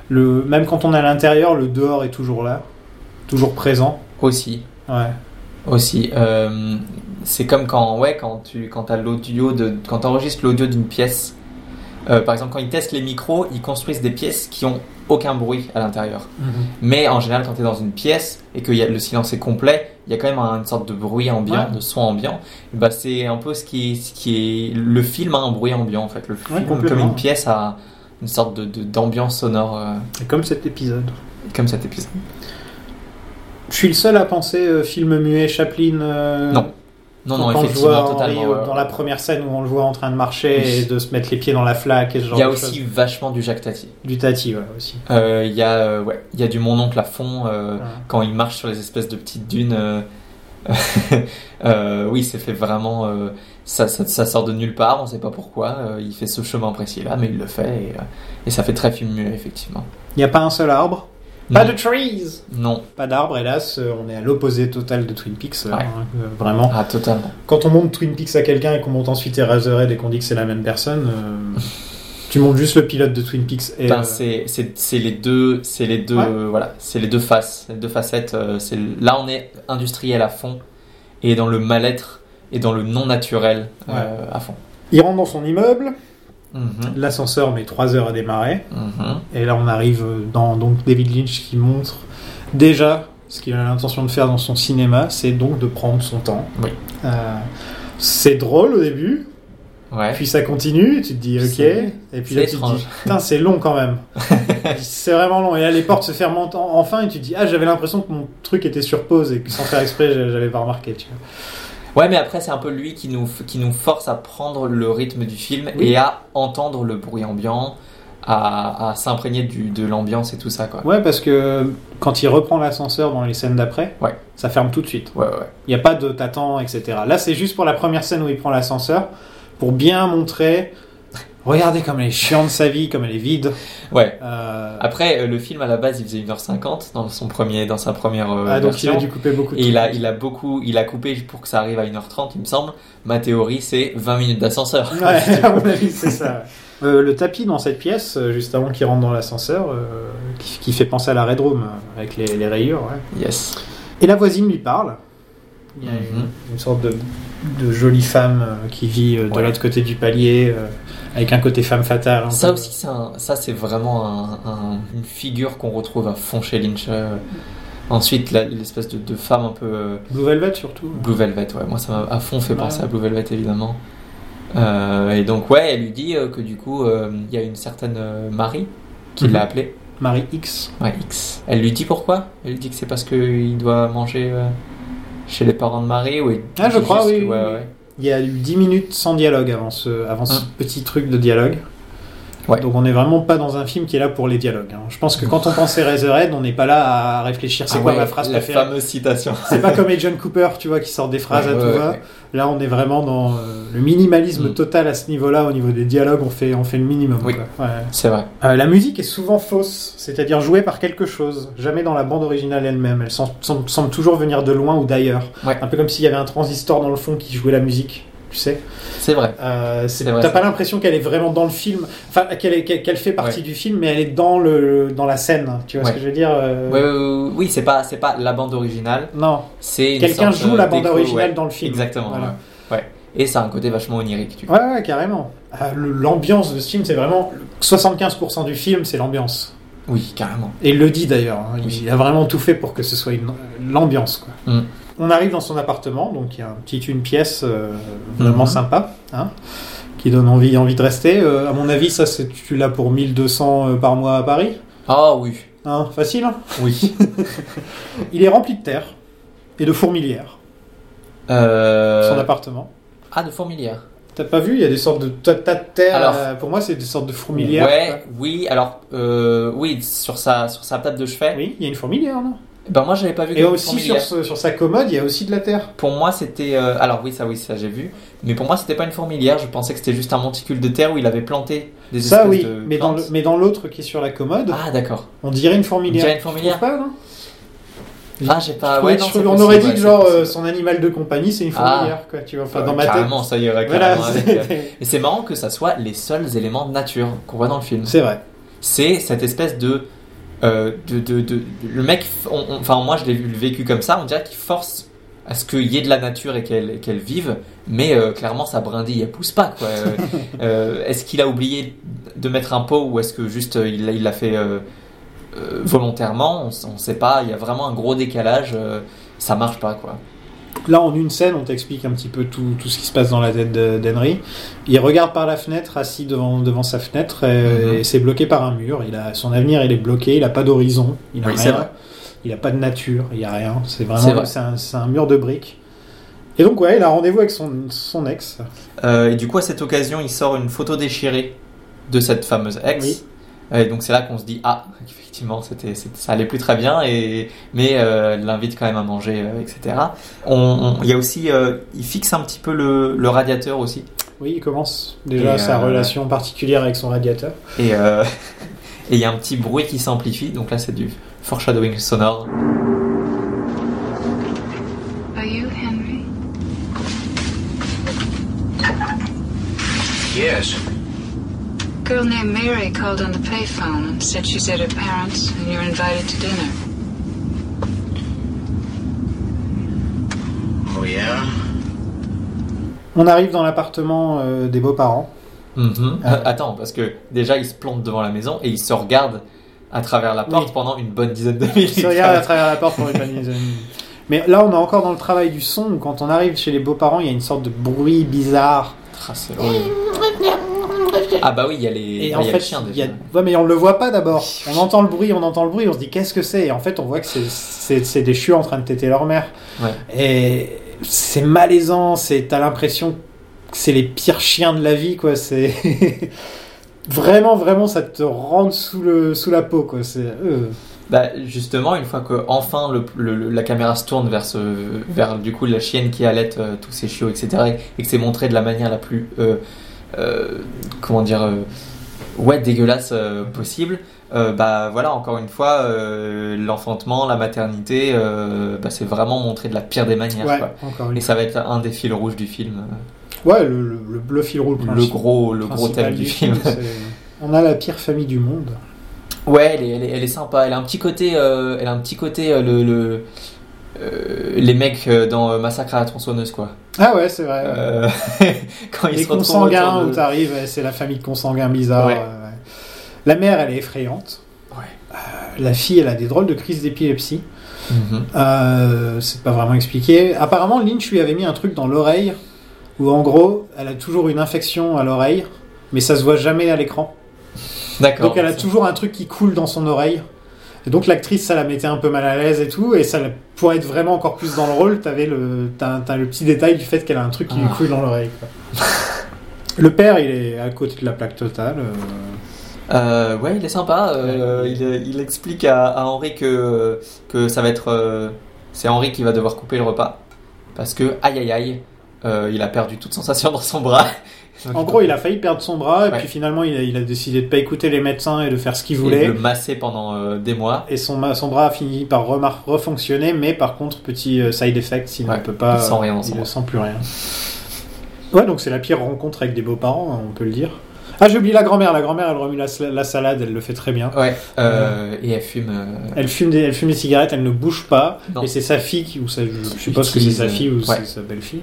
Le... Même quand on est à l'intérieur, le dehors est toujours là, toujours présent. Aussi. Ouais. Aussi. Euh, c'est comme quand, ouais, quand tu quand as l'audio de, quand enregistres l'audio d'une pièce. Euh, par exemple, quand ils testent les micros, ils construisent des pièces qui ont aucun bruit à l'intérieur. Mais en général, quand tu es dans une pièce et que y a- le silence est complet, il y a quand même un- une sorte de bruit ambiant, Ouais. de son ambiant. Et bah, c'est un peu ce qui, est, ce qui est. Le film a un bruit ambiant en fait. Le film, comme complètement. une pièce, a une sorte de- de- d'ambiance sonore, euh, Et comme cet épisode. comme cet épisode. Je suis le seul à penser euh, film muet, Chaplin. euh, Non. Non, non, quand je effectivement, vois Henri, totalement. euh, euh, dans la première scène où on le voit en train de marcher Oui. et de se mettre les pieds dans la flaque et ce genre Il y a de aussi choses. vachement du Jacques Tati. Du Tati, ouais, aussi. Euh, il y a, euh, ouais, il y a du Mon Oncle à fond euh, Ouais. quand il marche sur les espèces de petites dunes. euh, euh, oui, c'est fait vraiment. euh, ça, ça, ça sort de nulle part, on sait pas pourquoi. euh, il fait ce chemin précis-là, mais il le fait et, euh, et ça fait très film muet, effectivement. Il n'y a pas un seul arbre. Pas non, de trees non. Pas d'arbre, hélas. euh, On est à l'opposé total de Twin Peaks. euh, Ouais. hein, euh, vraiment. Ah, totalement. Quand on monte Twin Peaks à quelqu'un et qu'on monte ensuite Eraserhead et qu'on dit que c'est la même personne, euh, tu montes juste le pilote de Twin Peaks et. Enfin, euh, c'est- c'est c'est les deux, c'est les deux, Ouais. euh, voilà, c'est les deux faces, les deux facettes. euh, c'est là on est industriel à fond et dans le mal-être et dans le non naturel euh, à fond. Il rentre dans son immeuble, Mhm, l'ascenseur met 3 heures à démarrer, mhm. et là on arrive dans donc David Lynch qui montre déjà ce qu'il a l'intention de faire dans son cinéma, c'est donc de prendre son temps. Oui. Euh, c'est drôle au début, Ouais. puis ça continue, et tu te dis ok, C'est- et puis c'est là tu te étrange. dis putain c'est long quand même, c'est vraiment long, et là les portes se ferment en- enfin et tu te dis ah j'avais l'impression que mon truc était sur pause et que sans faire exprès j'avais pas remarqué. Tu vois. Ouais, mais après, c'est un peu lui qui nous, qui nous force à prendre le rythme du film Oui. et à entendre le bruit ambiant, à, à s'imprégner du- de l'ambiance et tout ça, quoi. Ouais parce que quand il reprend l'ascenseur dans les scènes d'après, Ouais. ça ferme tout de suite. Ouais, ouais. Il n'y a pas de t'attends, etc. Là, c'est juste pour la première scène où il prend l'ascenseur, pour bien montrer. Regardez comme elle est chiante sa vie, comme elle est vide. Ouais. Euh, Après, euh, le film, à la base, il faisait 1h50 dans, son premier, dans sa première euh, ah, donc il version. a dû couper beaucoup. de Et il a, trucs. il a beaucoup, il a coupé pour que ça arrive à 1h30, il me semble. Ma théorie, c'est 20 minutes d'ascenseur. Ouais, à mon avis, c'est ça. Euh, le tapis dans cette pièce, euh, juste avant qu'il rentre dans l'ascenseur, euh, qui, qui fait penser à la Red Room, euh, avec les, les rayures. ouais. Yes. Et la voisine lui parle. Il y a Mhm. une, une sorte de, de jolie femme euh, qui vit euh, de Ouais. l'autre côté du palier, euh, avec un côté femme fatale. hein. un Ça peu. aussi, c'est un- ça c'est vraiment un- un- une figure qu'on retrouve à fond chez Lynch. Euh, ensuite, la- l'espèce de, de femme un peu euh, Blue Velvet surtout. Blue Velvet, ouais, moi ça m'a à fond fait Ouais. penser à Blue Velvet évidemment. Euh, et donc, ouais, elle lui dit euh, que du coup, euh, il y a une certaine euh, Marie qui Mhm. l'a appelée, Marie X. ouais, X. Elle lui dit pourquoi Elle lui dit que c'est parce qu'il doit manger euh, chez les parents de Marie ou elle Ah, je dit crois, juste oui, que- oui, ouais, oui. ouais. Il y a eu 10 minutes sans dialogue avant ce, avant ce Hein. petit truc de dialogue. Ouais. Donc on n'est vraiment pas dans un film qui est là pour les dialogues. hein. Je pense que quand on pensait Razorhead, on n'est pas là à réfléchir c'est Ah quoi ouais, ma phrase La préférée. fameuse citation. C'est pas comme Agent Cooper, tu vois, qui sort des phrases Ouais, à tout ouais, va. ouais. Là, on est vraiment dans euh, le minimalisme Mm. total à ce niveau-là. Au niveau des dialogues, on fait, on fait le minimum. Oui. quoi. Ouais. C'est vrai. Euh, la musique est souvent fausse, c'est-à-dire jouée par quelque chose, jamais dans la bande originale elle-même. Elle sem- sem- semble toujours venir de loin ou d'ailleurs. Ouais. Un peu comme s'il y avait un transistor dans le fond qui jouait la musique, tu sais. C'est vrai. Euh, c'est- C'est vrai, T'as ça. pas l'impression qu'elle est vraiment dans le film, enfin qu'elle est- qu'elle qu'elle fait partie Ouais. du film, mais elle est dans, le, dans la scène. Tu vois Ouais. ce que je veux dire euh, Ouais, ouais, ouais, ouais. oui, c'est pas, c'est pas la bande originale. Non. C'est une Quelqu'un sorte joue la de bande déco, originale ouais. dans le film. Exactement. Voilà. Oh. Ouais. Ouais. Et ça a un côté vachement onirique. Tu... Ouais, ouais, carrément. Ah, le- L'ambiance de ce film, c'est vraiment 75% du film, c'est l'ambiance. Oui, carrément. Et il le dit d'ailleurs. hein. Il Oui. a vraiment tout fait pour que ce soit une- l'ambiance. quoi. Mm. On arrive dans son appartement, donc il y a un petit, une pièce euh, vraiment Mhm. sympa, hein, qui donne envie, envie de rester. Euh, à mon avis, ça, c'est tu l'as pour 1200 euh, par mois à Paris. Ah oui, Hein, facile. hein. oui. il est rempli de terre et de fourmilières, Euh, son appartement. Ah, de fourmilière. T'as pas vu Il y a des sortes de tas tas de terre. Alors- euh, pour moi, c'est des sortes de fourmilières. Ouais, oui, alors, euh, oui, sur sa, sur sa table de chevet. Oui, il y a une fourmilière, non Ben moi, j'avais pas vu Et comme aussi sur, fourmilière. ce- sur sa commode, il y a aussi de la terre. Pour moi, c'était. euh, Alors, oui, ça, oui, ça, j'ai vu. Mais pour moi, c'était pas une fourmilière. Je pensais que c'était juste un monticule de terre où il avait planté des Ça espèces oui, de mais dans, le- plantes. mais dans l'autre qui est sur la commode, Ah, d'accord. on dirait une Il fourmilière. dirait une Tu fourmilière. trouves pas, non Ah, j'ai pas. Je trouvais- Ouais, non, je c'est trouvais- on possible, aurait dit ouais, que c'est genre possible. euh, son animal de compagnie c'est une Ah. fourmilière quoi, tu vois. Enfin, dans Euh, ma tête. Carrément, ça irait Voilà, carrément avec, euh. c'est- Et c'est marrant que ça soit les seuls éléments de nature qu'on voit dans le film. c'est vrai. C'est cette espèce de, euh, de, de, de- Le mec, on- on- enfin moi je l'ai vu- vécu comme ça, on dirait qu'il force à ce qu'il y ait de la nature et qu'elle et qu'elle vive, mais euh, clairement sa brindille elle pousse pas. quoi. Euh, euh, est-ce qu'il a oublié de mettre un pot ou est-ce que juste euh, il l'a- il l'a fait euh, euh, volontairement on, s- on sait pas, il y a vraiment un gros décalage, euh, ça marche pas quoi. Là en une scène, on t'explique un petit peu tout, tout ce qui se passe dans la tête de- d'Henry. Il regarde par la fenêtre, assis devant devant sa fenêtre, et, Mhm. et c'est bloqué par un mur. Il a son avenir, il est bloqué. Il a pas d'horizon. Il a Oui, c'est rien. vrai. Il a pas de nature. Il y a rien. C'est C'est vraiment vrai. c'est un, c'est un mur de briques. Et donc ouais, il a rendez-vous avec son son ex. Euh, et du coup, à cette occasion, il sort une photo déchirée de cette fameuse ex. Oui. Euh, Et donc c'est là qu'on se dit ah effectivement c'était c'était- ça allait plus très bien et mais euh, elle l'invite quand même à manger euh, etc. On- on- Il y a aussi euh, il fixe un petit peu le, le radiateur aussi Oui, il commence déjà Et, sa euh, relation particulière avec son radiateur. et euh, et il y a un petit bruit qui s'amplifie donc là c'est du foreshadowing sonore. Are you Henry? Yes. Girl named Mary called on the payphone and said she's at her parents' and you're invited to dinner. Oh, yeah? On arrive dans l'appartement euh, des beaux-parents. Mhm. Ah. Attends parce que déjà il se plante devant la maison et il se regarde à travers la porte Oui. pendant une bonne dizaine de minutes. Ils se regardent à travers la porte pour épanouir les amis. Mais là, on est encore dans le travail du son. Quand on arrive chez les beaux-parents, il y a une sorte de bruit bizarre. Ah, c'est horrible. Ah bah oui, il y a les, Et, ah, en il y a fait, les chiens il y déjà. a- ouais, mais on le voit pas d'abord. On entend le bruit, on entend le bruit, on se dit qu'est-ce que c'est Et en fait, on voit que c'est- c'est c'est des chiots en train de téter leur mère. Ouais. Et c'est malaisant. C'est t'as l'impression que c'est les pires chiens de la vie, quoi. C'est vraiment, vraiment, ça te rentre sous le sous la peau, quoi. C'est euh, Bah, justement, une fois que enfin le, le- le- la caméra se tourne vers, ce, vers du coup la chienne qui allait euh, tous ces chiots, etc., et que c'est montré de la manière la plus, euh, euh, comment dire, euh, ouais, dégueulasse euh, possible, euh, bah voilà, encore une fois, euh, l'enfantement, la maternité, euh, bah, c'est vraiment montré de la pire des manières. ouais, quoi. encore une Et ça va être un des fils rouges du film, euh, Ouais, le, le, le, le fil rouge le princi- gros, le gros principal thème du film. c'est- euh, On a la pire famille du monde. Ouais, elle est, elle est, elle est sympa. Elle a un petit côté, euh, elle a un petit côté euh, le, le euh, les mecs euh, dans euh, Massacre à la tronçonneuse quoi. Ah ouais, c'est vrai. Euh, quand ils Les se retrouvent autour consanguins de- où t'arrives, ouais, c'est la famille de consanguins bizarre. Ouais. euh, ouais. La mère, elle est effrayante. Ouais. Euh, la fille, elle a des drôles de crises d'épilepsie. Mhm. Euh, c'est pas vraiment expliqué. Apparemment, Lynch lui avait mis un truc dans l'oreille où, en gros, elle a toujours une infection à l'oreille, mais ça se voit jamais à l'écran. D'accord. Donc elle a C'est- toujours un truc qui coule dans son oreille. Et donc l'actrice, ça la mettait un peu mal à l'aise et tout. Et ça, la- pour être vraiment encore plus dans le rôle, t'avais le, t'as, t'as le petit détail du fait qu'elle a un truc qui lui Ah. coule dans l'oreille. quoi. le père, il est à côté de la plaque totale. euh, Euh, ouais, il est sympa. euh, il, il explique à, à Henri que, que ça va être. euh, c'est Henri qui va devoir couper le repas. Parce que, aïe aïe aïe, euh, il a perdu toute sensation dans son bras. En gros, il a failli perdre son bras, et Ah, Ouais. puis finalement, il a, il a décidé de pas écouter les médecins et de faire ce qu'il Il voulait. le masser pendant euh, des mois. Et son, ma- son bras a fini par remar- refonctionner, mais par contre, petit euh, side effect, il Ouais, ne peut pas. il sent rien dans son il ne bras. sent plus rien. Ouais, donc c'est la pire rencontre avec des beaux-parents, hein, on peut le dire. Ah, j'ai oublié la grand-mère. La grand-mère, elle remue la, sla- la salade, elle le fait très bien. Ouais, euh, et elle fume. euh, Elle fume, des, elle fume des cigarettes, elle ne bouge pas. Non. Et c'est sa fille, qui, ou sa, je suppose que c'est sa utilise, fille ou euh, ouais. c'est sa belle-fille,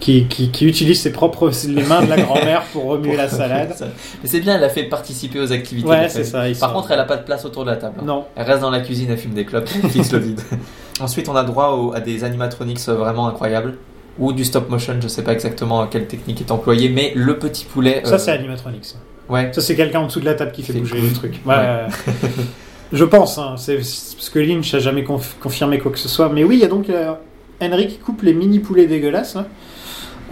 qui, qui, qui utilise ses propres les mains de la grand-mère pour remuer la salade. Mais c'est bien, elle a fait participer aux activités. de Ouais, c'est famille. ça. ils Par sont- contre, elle a pas de place autour de la table. hein. Non. Elle reste dans la cuisine, elle fume des clopes, elle fixe le vide. Ensuite, on a droit au- à des animatronics vraiment incroyables. Ou du stop motion, je sais pas exactement quelle technique est employée, mais le petit poulet. euh, Ça, c'est animatronics. ça. Ouais, Ça, c'est quelqu'un en dessous de la table qui fait Fait bouger bouger. le truc. Ouais, ouais, ouais. Je pense, hein, c'est c'est parce que Lynch a jamais conf- confirmé quoi que ce soit. Mais oui, il y a donc euh, Henry qui coupe les mini poulets dégueulasses là,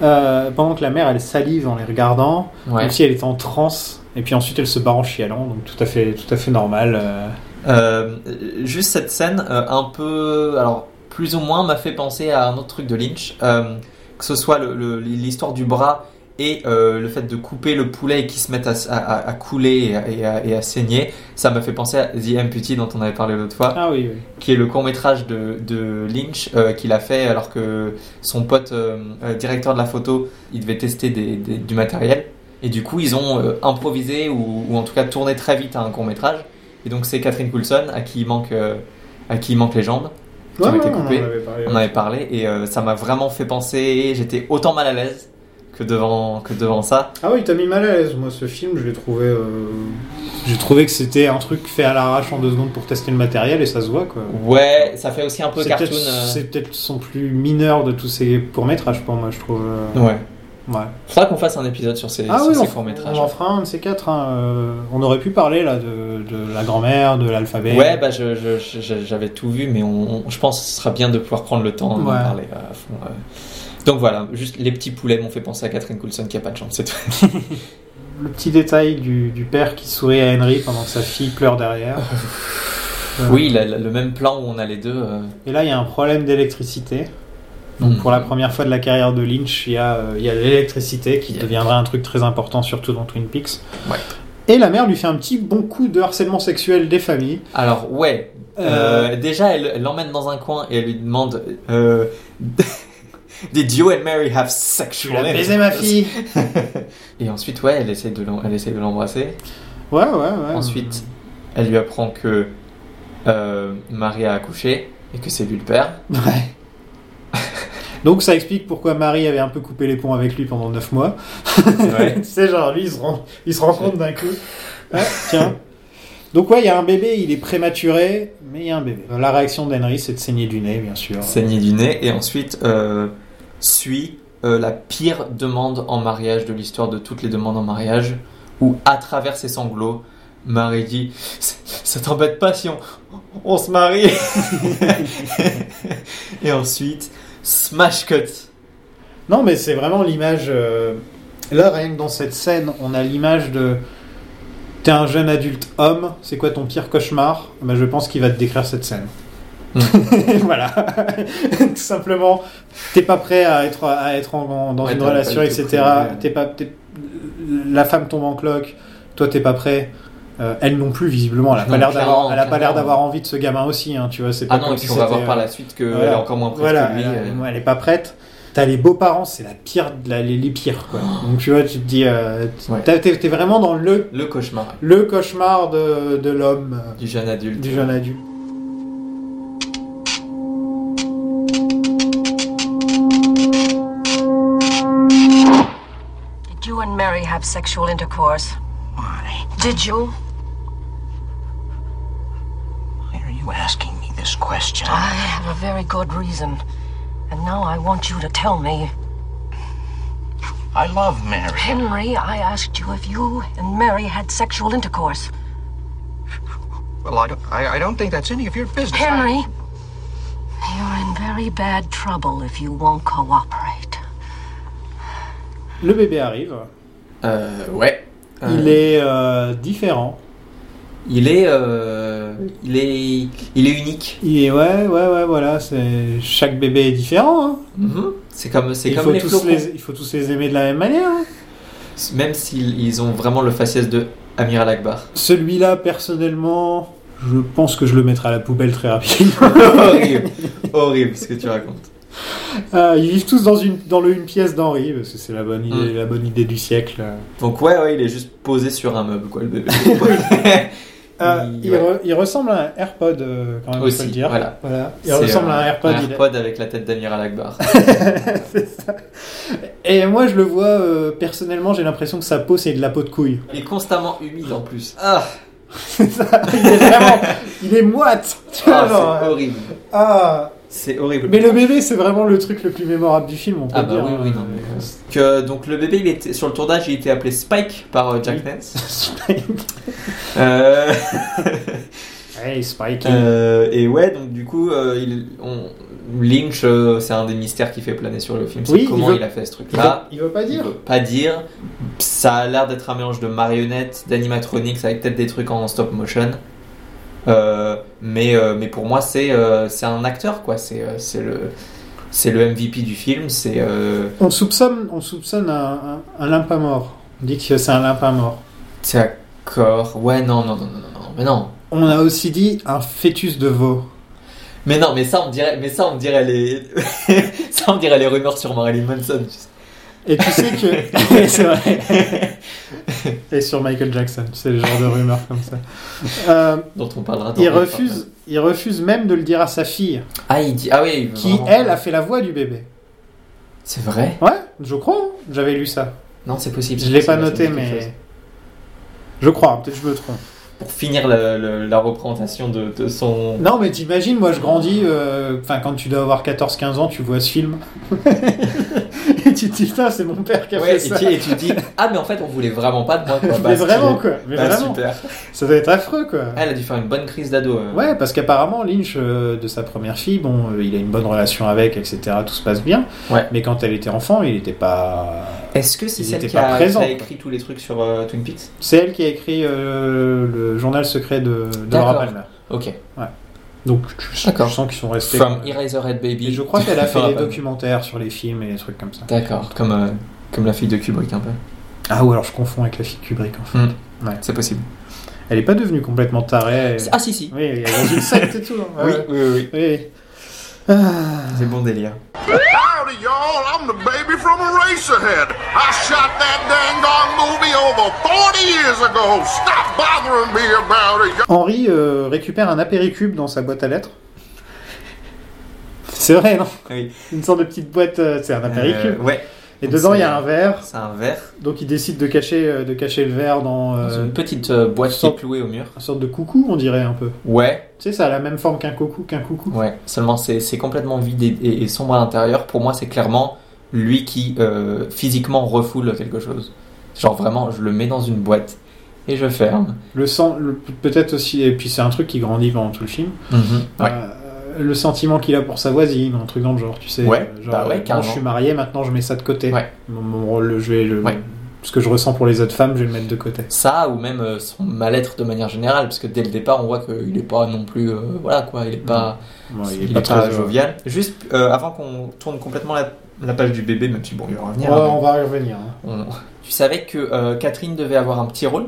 euh, pendant que la mère elle salive en les regardant, ouais. même si elle est en transe. Et puis ensuite elle se barre en chialant, donc tout à fait, tout à fait normal. euh. Euh, juste cette scène, euh, un peu. Alors, plus ou moins, m'a fait penser à un autre truc de Lynch. euh, que ce soit le- le- l'histoire du bras et euh, le fait de couper le poulet et qu'il se mette à, à- à couler et à, et à- et à saigner, ça m'a fait penser à The Amputee dont on avait parlé l'autre fois. Ah oui, oui. qui est le court métrage de, de Lynch euh, qu'il a fait alors que son pote euh, euh, directeur de la photo il devait tester des- des- du matériel et du coup ils ont euh, improvisé ou, ou en tout cas tourné très vite à un court métrage et donc c'est Catherine Coulson à qui il manque euh, à qui il manque les jambes qui ont Ouais, été ouais, on en coupées avait parlé, on ouais. avait parlé et euh, ça m'a vraiment fait penser j'étais autant mal à l'aise que devant que devant ça Ah oui, t'as mis mal à l'aise. Moi, ce film, je l'ai trouvé. euh, J'ai trouvé que c'était un truc fait à l'arrache en deux secondes pour tester le matériel et ça se voit quoi. ouais ça fait aussi un peu C'est cartoon peut-être euh, c'est peut-être son plus mineur de tous ces courts-métrages pour moi, je trouve. euh, ouais ouais. faudra qu'on fasse un épisode sur ces, Ah sur oui, ces on, courts métrages on en fera un de ces quatre. hein, euh, on aurait pu parler là de, de la grand-mère, de l'alphabet. Ouais, bah je- je- je- j'avais tout vu, mais on, on- je pense que ce sera bien de pouvoir prendre le temps d'en Ouais. parler euh, à fond. euh. Donc voilà, juste les petits poulets m'ont fait penser à Catherine Coulson qui a pas de chance, c'est tout. Le petit détail du, du père qui sourit à Henry pendant que sa fille pleure derrière. Ouais. Oui, la- la- le même plan où on a les deux. euh, Et là, il y a un problème d'électricité. Donc, Mm. pour la première fois de la carrière de Lynch, il y a, euh, il y a l'électricité qui Yeah. deviendra un truc très important, surtout dans Twin Peaks. Ouais. Et la mère lui fait un petit bon coup de harcèlement sexuel des familles. Alors ouais, euh, déjà elle elle l'emmène dans un coin et elle lui demande euh, Did you and Mary have Tu sexual l'as baisé ma fille Et ensuite ouais, elle essaie de l'em- elle essaie de l'embrasser. Ouais, ouais, ouais. Ensuite, elle lui apprend que euh, Marie a accouché et que c'est lui le père. Ouais. Donc ça explique pourquoi Marie avait un peu coupé les ponts avec lui pendant 9 mois. Ouais. tu sais, genre lui, il se rend, il se rend compte d'un coup. Ah, tiens. Donc ouais, il y a un bébé, il est prématuré, mais il y a un bébé. La réaction d'Henry, c'est de saigner du nez, bien sûr. saigner du nez et ensuite euh, suit euh, la pire demande en mariage de l'histoire de toutes les demandes en mariage où à travers ses sanglots Marie dit ça ça t'embête pas si on, on se marie et ensuite smash cut Non, mais c'est vraiment l'image... euh, Là, rien que dans cette scène, on a l'image de... T'es un jeune adulte homme, c'est quoi ton pire cauchemar ben, Je pense qu'il va te décrire cette scène. Mm. voilà. Tout simplement, t'es pas prêt à être, à être en- en- dans Ouais, une t'as pas relation, du tout etc. prêt, ouais. T'es pas, t'es- La femme tombe en cloque, toi t'es pas prêt. Euh, elle non plus, visiblement, elle a pas Non, l'air d'avoir, clairement, elle a pas l'air clairement. d'avoir envie de ce gamin aussi, hein, tu vois. C'est pas ah non comme et puis si on va c'était, voir par euh, la suite qu'elle voilà. est encore moins prête voilà, que lui elle, euh. elle est pas prête. T'as les beaux-parents, c'est la pire, de la- les, les pires, quoi. Donc tu vois, tu te dis, euh, t- Oh. Ouais. t'as- t'es t'es vraiment dans le, le cauchemar le cauchemar de, de l'homme, euh, du jeune adulte du jeune adulte. Did you and Mary have sexual intercourse? Why? Did you? Why are you asking me this question? I have a very good reason. And now I want you to tell me. I love Mary. Henry, I asked you if you and Mary had sexual intercourse. Well, I don't, I, I don't think that's any of your business. Henry! You're in very bad trouble if you won't cooperate. Le bébé arrive, Euh, ouais il est euh, différent. il est, euh, il est, il est unique. Et ouais, ouais, ouais, voilà. c'est- Chaque bébé est différent. hein. Mhm. C'est comme, c'est Il comme faut, les tous flocons. les, il faut tous les aimer de la même manière. hein. Même s'ils ils ont vraiment le faciès de Amiral Akbar. Celui-là, personnellement, je pense que je le mettrai à la poubelle très rapidement. horrible, horrible ce que tu racontes. Euh, ils vivent tous dans, une, dans le une pièce d'Henri, parce que c'est la bonne idée, Mm. Euh, la bonne idée du siècle. Donc ouais, ouais, il est juste posé sur un meuble, quoi, le bébé. Euh, Il- il, ouais. re- il ressemble à un AirPod, euh, quand même, Aussi, faut le dire. voilà. Il C'est, ressemble à euh, un AirPod. il est- avec la tête d'Amiral Akbar. C'est ça. Et moi, je le vois, euh, personnellement, j'ai l'impression que sa peau, c'est de la peau de couille. Il est constamment humide en plus. Ah, C'est ça. Il est vraiment... il est moite. Tu vois, ah, genre, c'est euh, horrible. ah. C'est horrible. Mais le bébé, c'est vraiment le truc le plus mémorable du film, on peut Ah bah dire. oui, oui, non, mais, euh, Que, donc le bébé, il était sur le tournage, il était appelé Spike par euh, Jack Nance. Euh, Hey, Spike. euh, et ouais, donc du coup, euh, il, on- Lynch, euh, c'est un des mystères qui fait planer sur le film. c'est Oui, il comment veut- il, a fait ce il, truc-là va veut pas Il dire. veut pas dire. Ça a l'air d'être un mélange de marionnettes, d'animatronics, avec peut-être des trucs en stop motion. Euh, mais, euh, mais pour moi, c'est euh, c'est un acteur, quoi. C'est euh, c'est le, c'est le MVP du film. C'est euh, On soupçonne, on soupçonne un, un, un limpin mort. On dit que c'est un limpin mort. c'est accord. Ouais, non, non, non, non, non, non, mais non. On a aussi dit un fœtus de veau. Mais non, mais ça, on dirait, mais ça, on dirait les, ça, on dirait les rumeurs sur Marilyn Manson. tu sais. Et tu sais que. c'est vrai. Et sur Michael Jackson, c'est le genre de rumeur comme ça. Euh, Dont on parlera. dans il, le- refuse, il refuse même de le dire à sa fille, Ah, il dit. Ah oui. il veut qui, vraiment- elle, a fait la voix du bébé. C'est vrai. Ouais, je crois, hein. j'avais lu ça. Non, c'est possible. Je l'ai Ça pas me dit noté, quelque chose. mais. Je crois, hein, peut-être que je me trompe. Pour finir le- le- la représentation de, de son. Non, mais t'imagines, moi je grandis, euh, enfin quand tu dois avoir 14-15 ans, tu vois ce film. et tu te dis, putain, c'est mon père qui a Ouais, fait et, ça. tu, et tu dis ah mais en fait on voulait vraiment pas de moi quoi. Bah, mais vraiment, stylé. quoi. Mais Bah, vraiment. super. Ah, Ça doit être affreux, quoi. Elle a dû faire une bonne crise d'ado. euh. Ouais, parce qu'apparemment, Lynch, euh, de sa première fille, bon, euh, il a une bonne relation avec, etc., tout se passe bien. Ouais. Mais quand elle était enfant, il n'était pas... Est-ce que c'est Il celle était qui pas a, présent, qui a quoi. écrit tous les trucs sur euh, Twin Peaks C'est elle qui a écrit euh, le journal secret de, de Laura D'accord. Palmer. Ok. Donc, je, je D'accord. sens qu'ils sont restés... From Eraserhead Baby. Et je crois qu'elle a fait Laura les Palmer. documentaires sur les films et des trucs comme ça. D'accord. Comme euh, comme la fille de Kubrick un peu. Ah, ou alors je confonds avec la fille Kubrick, en fait. C'est possible. Elle n'est pas devenue complètement tarée. Ah si si. Oui, elle est dans une secte et tout. hein. Oui, Ouais. oui, oui. Oui, oui. Ah. C'est bon délire. Howdy, y'all. I'm the baby from Eraserhead. I shot that dang dong movie over 40 years ago. Stop bothering me about it. Henri euh, récupère un apéricube dans sa boîte à lettres. C'est vrai, non Oui. Une sorte de petite boîte, euh, c'est un apéricube. Euh, ouais. et dedans, il y a c'est- un verre. C'est un verre Donc, il décide de cacher, euh, de cacher le verre dans dans euh, une petite euh, boîte qui sans- est clouée au mur. une sorte de coucou, on dirait un peu. Ouais, Tu sais, ça a la même forme qu'un coucou, qu'un coucou. ouais. Seulement, c'est c'est complètement vide et, et- et sombre à l'intérieur. Pour moi, c'est clairement lui qui euh, physiquement refoule quelque chose. Genre vraiment, je le mets dans une boîte et je ferme. Le sang, le- peut-être aussi, et puis c'est un truc qui grandit pendant tout le film. Ouais. Euh, le sentiment qu'il a pour sa voisine, un truc dans le genre, tu sais. Euh, Ouais, genre, bah ouais, bon, carrément. je suis marié, maintenant je mets ça de côté. Ouais. Mon, mon rôle, je vais le- Ouais. Ce que je ressens pour les autres femmes, je vais le mettre de côté. Ça, ou même euh, son mal-être de manière générale, parce que dès le départ, on voit qu'il n'est pas non plus. euh, voilà quoi, il est pas. Bon, il est pas, jovial. Juste euh, avant qu'on tourne complètement la, la page du bébé, même si bon, il va revenir. Ouais, hein, on va y revenir. hein. mais on- Tu savais que euh, Catherine devait avoir un petit rôle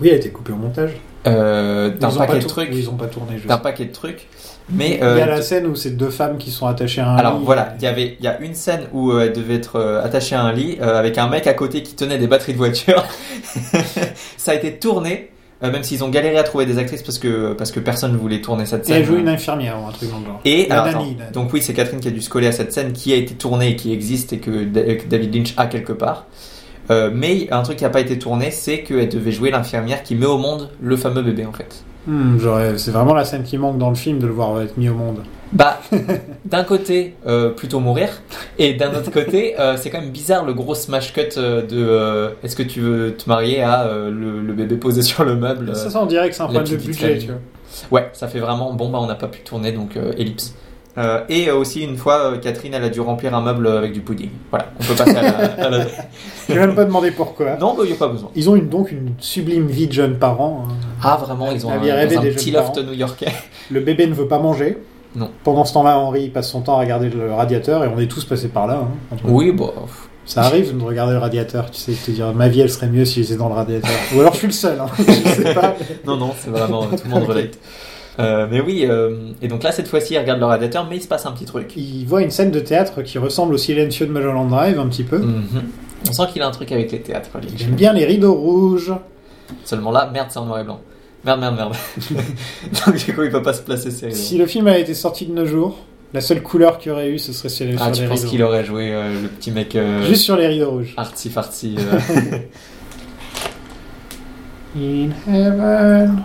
Oui, elle a été coupée au montage. euh, d'un Ils ont pas paquet de tour- trucs, Ils ont pas tourné. Je d'un sais. paquet de trucs. Mais il y a euh, la scène où c'est deux femmes qui sont attachées à un alors lit. voilà, il y avait, il y a une scène où euh, elle devait être euh, attachée à un lit euh, avec un mec à côté qui tenait des batteries de voiture. Ça a été tourné. euh, même s'ils ont galéré à trouver des actrices parce que, parce que personne ne voulait tourner cette Et scène. elle joue une infirmière ou un truc dans le genre. Et la alors, nanny, attends. la- donc oui, c'est Catherine qui a dû se coller à cette scène qui a été tournée et qui existe et que Da- que David Lynch a quelque part. Euh, mais un truc qui n'a pas été tourné, c'est qu'elle devait jouer l'infirmière qui met au monde le fameux bébé en fait. Hmm, j'aurais- c'est vraiment la scène qui manque dans le film de le voir être mis au monde. Bah, d'un côté, euh, plutôt mourir, et d'un autre côté, euh, c'est quand même bizarre le gros smash cut euh, de euh, est-ce que tu veux te marier à euh, le, le bébé posé sur le meuble. euh. ça, ça, on dirait que c'est un la problème de petite budget, famille. tu vois. Ouais, ça fait vraiment bon, bah on n'a pas pu tourner donc euh, ellipse. Euh, et euh, aussi, une fois, euh, Catherine, elle a dû remplir un meuble avec du pudding. Voilà, on peut passer à la. à la- Je vais même pas demander pourquoi. Non, il n'y a pas besoin. Ils ont une- donc une sublime vie de jeunes parents. hein. Ah, vraiment, ils ont La un, vie rêvée dans un des petit jeunes loft parents. new-yorkais. Le bébé ne veut pas manger. Non. Pendant ce temps-là, Henri il passe son temps à regarder le radiateur et on est tous passés par là. hein, entre nous. Oui, bon. pff. Ça arrive de regarder le radiateur, tu sais, de te dire ma vie elle serait mieux si j'étais dans le radiateur. Ou alors je suis le seul, hein, je sais pas. Non, non, c'est vraiment tout le monde relate. Euh, mais oui, euh, et donc là, cette fois-ci, elle regarde le radiateur, mais il se passe un petit truc. Il voit une scène de théâtre qui ressemble au silencieux de Magellan Drive un petit peu. Mhm. On sent qu'il a un truc avec les théâtres. lui. J'aime bien les rideaux rouges. Seulement là, merde, c'est en noir et blanc. Merde, merde, merde. donc du coup, il peut pas se placer Si sérieux. le film avait été sorti de nos jours, la seule couleur qu'il y aurait eu, ce serait celle Ah, sur tu les penses rideaux. qu'il aurait joué euh, le petit mec euh, Juste sur les rideaux rouges. artsy fartsy euh, In heaven,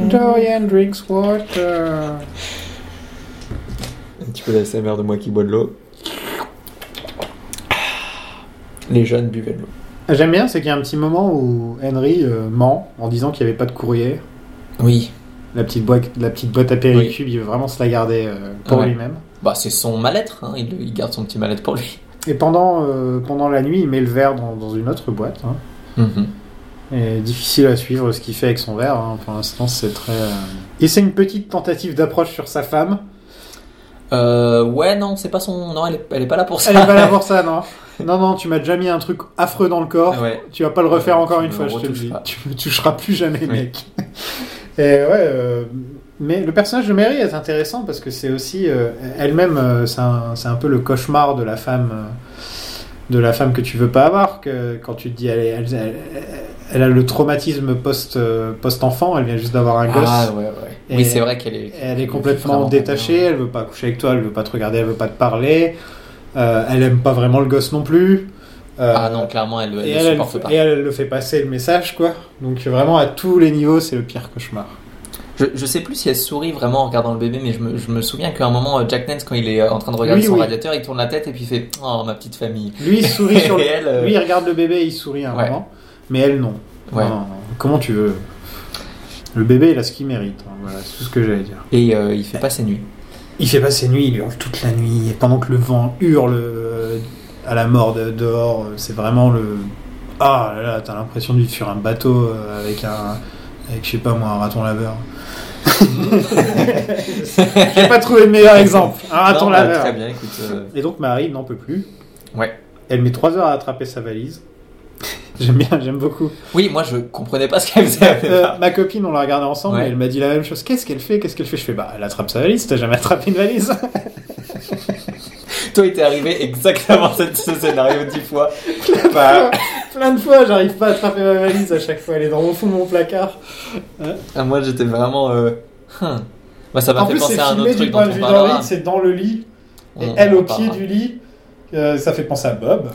Dorian drinks water. Un petit peu d'ASMR de moi qui bois de l'eau. Les jeunes buvaient de l'eau. Ah, J'aime bien, c'est qu'il y a un petit moment où Henry euh, ment en disant qu'il n'y avait pas de courrier. Oui. La petite boîte, la petite boîte à péricube, il veut vraiment se la garder euh, pour Ouais. lui-même. Bah, c'est son mal-être, hein. il, il garde son petit mal-être pour lui. Et pendant, euh, pendant la nuit, il met le verre dans, dans une autre boîte. hein. Et difficile à suivre ce qu'il fait avec son verre. hein. Pour l'instant, c'est très. euh, Et c'est une petite tentative d'approche sur sa femme. Euh, ouais, non, c'est pas son. Non, elle est, elle est pas là pour ça. Elle est pas là pour ça, non Non, non, tu m'as déjà mis un truc affreux dans le corps. Ouais. Tu vas pas le refaire Ouais, encore tu une me fois, je te le retouches dis. pas. Tu me toucheras plus jamais, Oui. mec. Et ouais, euh, mais le personnage de Mary est intéressant parce que c'est aussi euh, elle-même, euh, c'est un, c'est un peu le cauchemar de la femme, euh, de la femme que tu veux pas avoir. Que quand tu te dis, elle, est- elle- elle- elle a le traumatisme post post enfant, elle vient juste d'avoir un gosse. Ah, ouais, ouais. Et- oui, c'est vrai qu'elle est. Elle est vraiment complètement pas détachée, bien. elle veut pas coucher avec toi, elle veut pas te regarder, elle veut pas te parler. Euh, elle aime pas vraiment le gosse non plus. Euh, Ah non, clairement, elle, elle et ne elle, elle, supporte pas. et elle, elle le fait passer le message, quoi. Donc vraiment, à tous les niveaux, c'est le pire cauchemar. Je, je sais plus si elle sourit vraiment en regardant le bébé, mais je me, je me souviens qu'à un moment, euh, Jack Nance, quand il est euh, en train de regarder Oui, son oui. radiateur, il tourne la tête et puis il fait Oh, ma petite famille. Lui, il sourit sur le... Et elle, euh, Lui, il regarde le bébé et il sourit à un Ouais. moment. Mais elle, non. Ouais. Non, non, non. Comment tu veux Le bébé, il a ce qu'il mérite. hein. Voilà, c'est tout ce que j'allais dire. Et euh, il fait pas ses nuits. Il fait passer nuit, il hurle toute la nuit. Et pendant que le vent hurle euh, à la mort de- dehors, euh, c'est vraiment le... Ah là là, t'as l'impression de vivre sur un bateau euh, avec un... Avec, je sais pas moi, un raton laveur. J'ai pas trouvé le meilleur exemple. Un raton Non, bah, laveur. Très bien, écoute. euh, Et donc Marie n'en peut plus. Ouais. Elle met 3 heures à attraper sa valise. j'aime bien, j'aime beaucoup. Oui, moi je comprenais pas ce qu'elle faisait. Euh, ma copine, on l'a regardée ensemble Ouais. et elle m'a dit la même chose. Qu'est-ce qu'elle fait Qu'est-ce qu'elle fait Je fais bah elle attrape sa valise. T'as jamais attrapé une valise Toi, il t'est arrivé exactement ce, ce scénario dix fois. Bah, Plein de fois, j'arrive pas à attraper ma valise. À chaque fois, elle est dans le fond de mon placard. Ah, moi, j'étais vraiment. euh, hum. Moi, ça m'a en fait plus, penser c'est à un autre filmé truc du dont point de on vue d'Henri. parlera. C'est dans le lit et hein. On- elle on au en pied parlera. du lit. Euh, ça fait penser à Bob.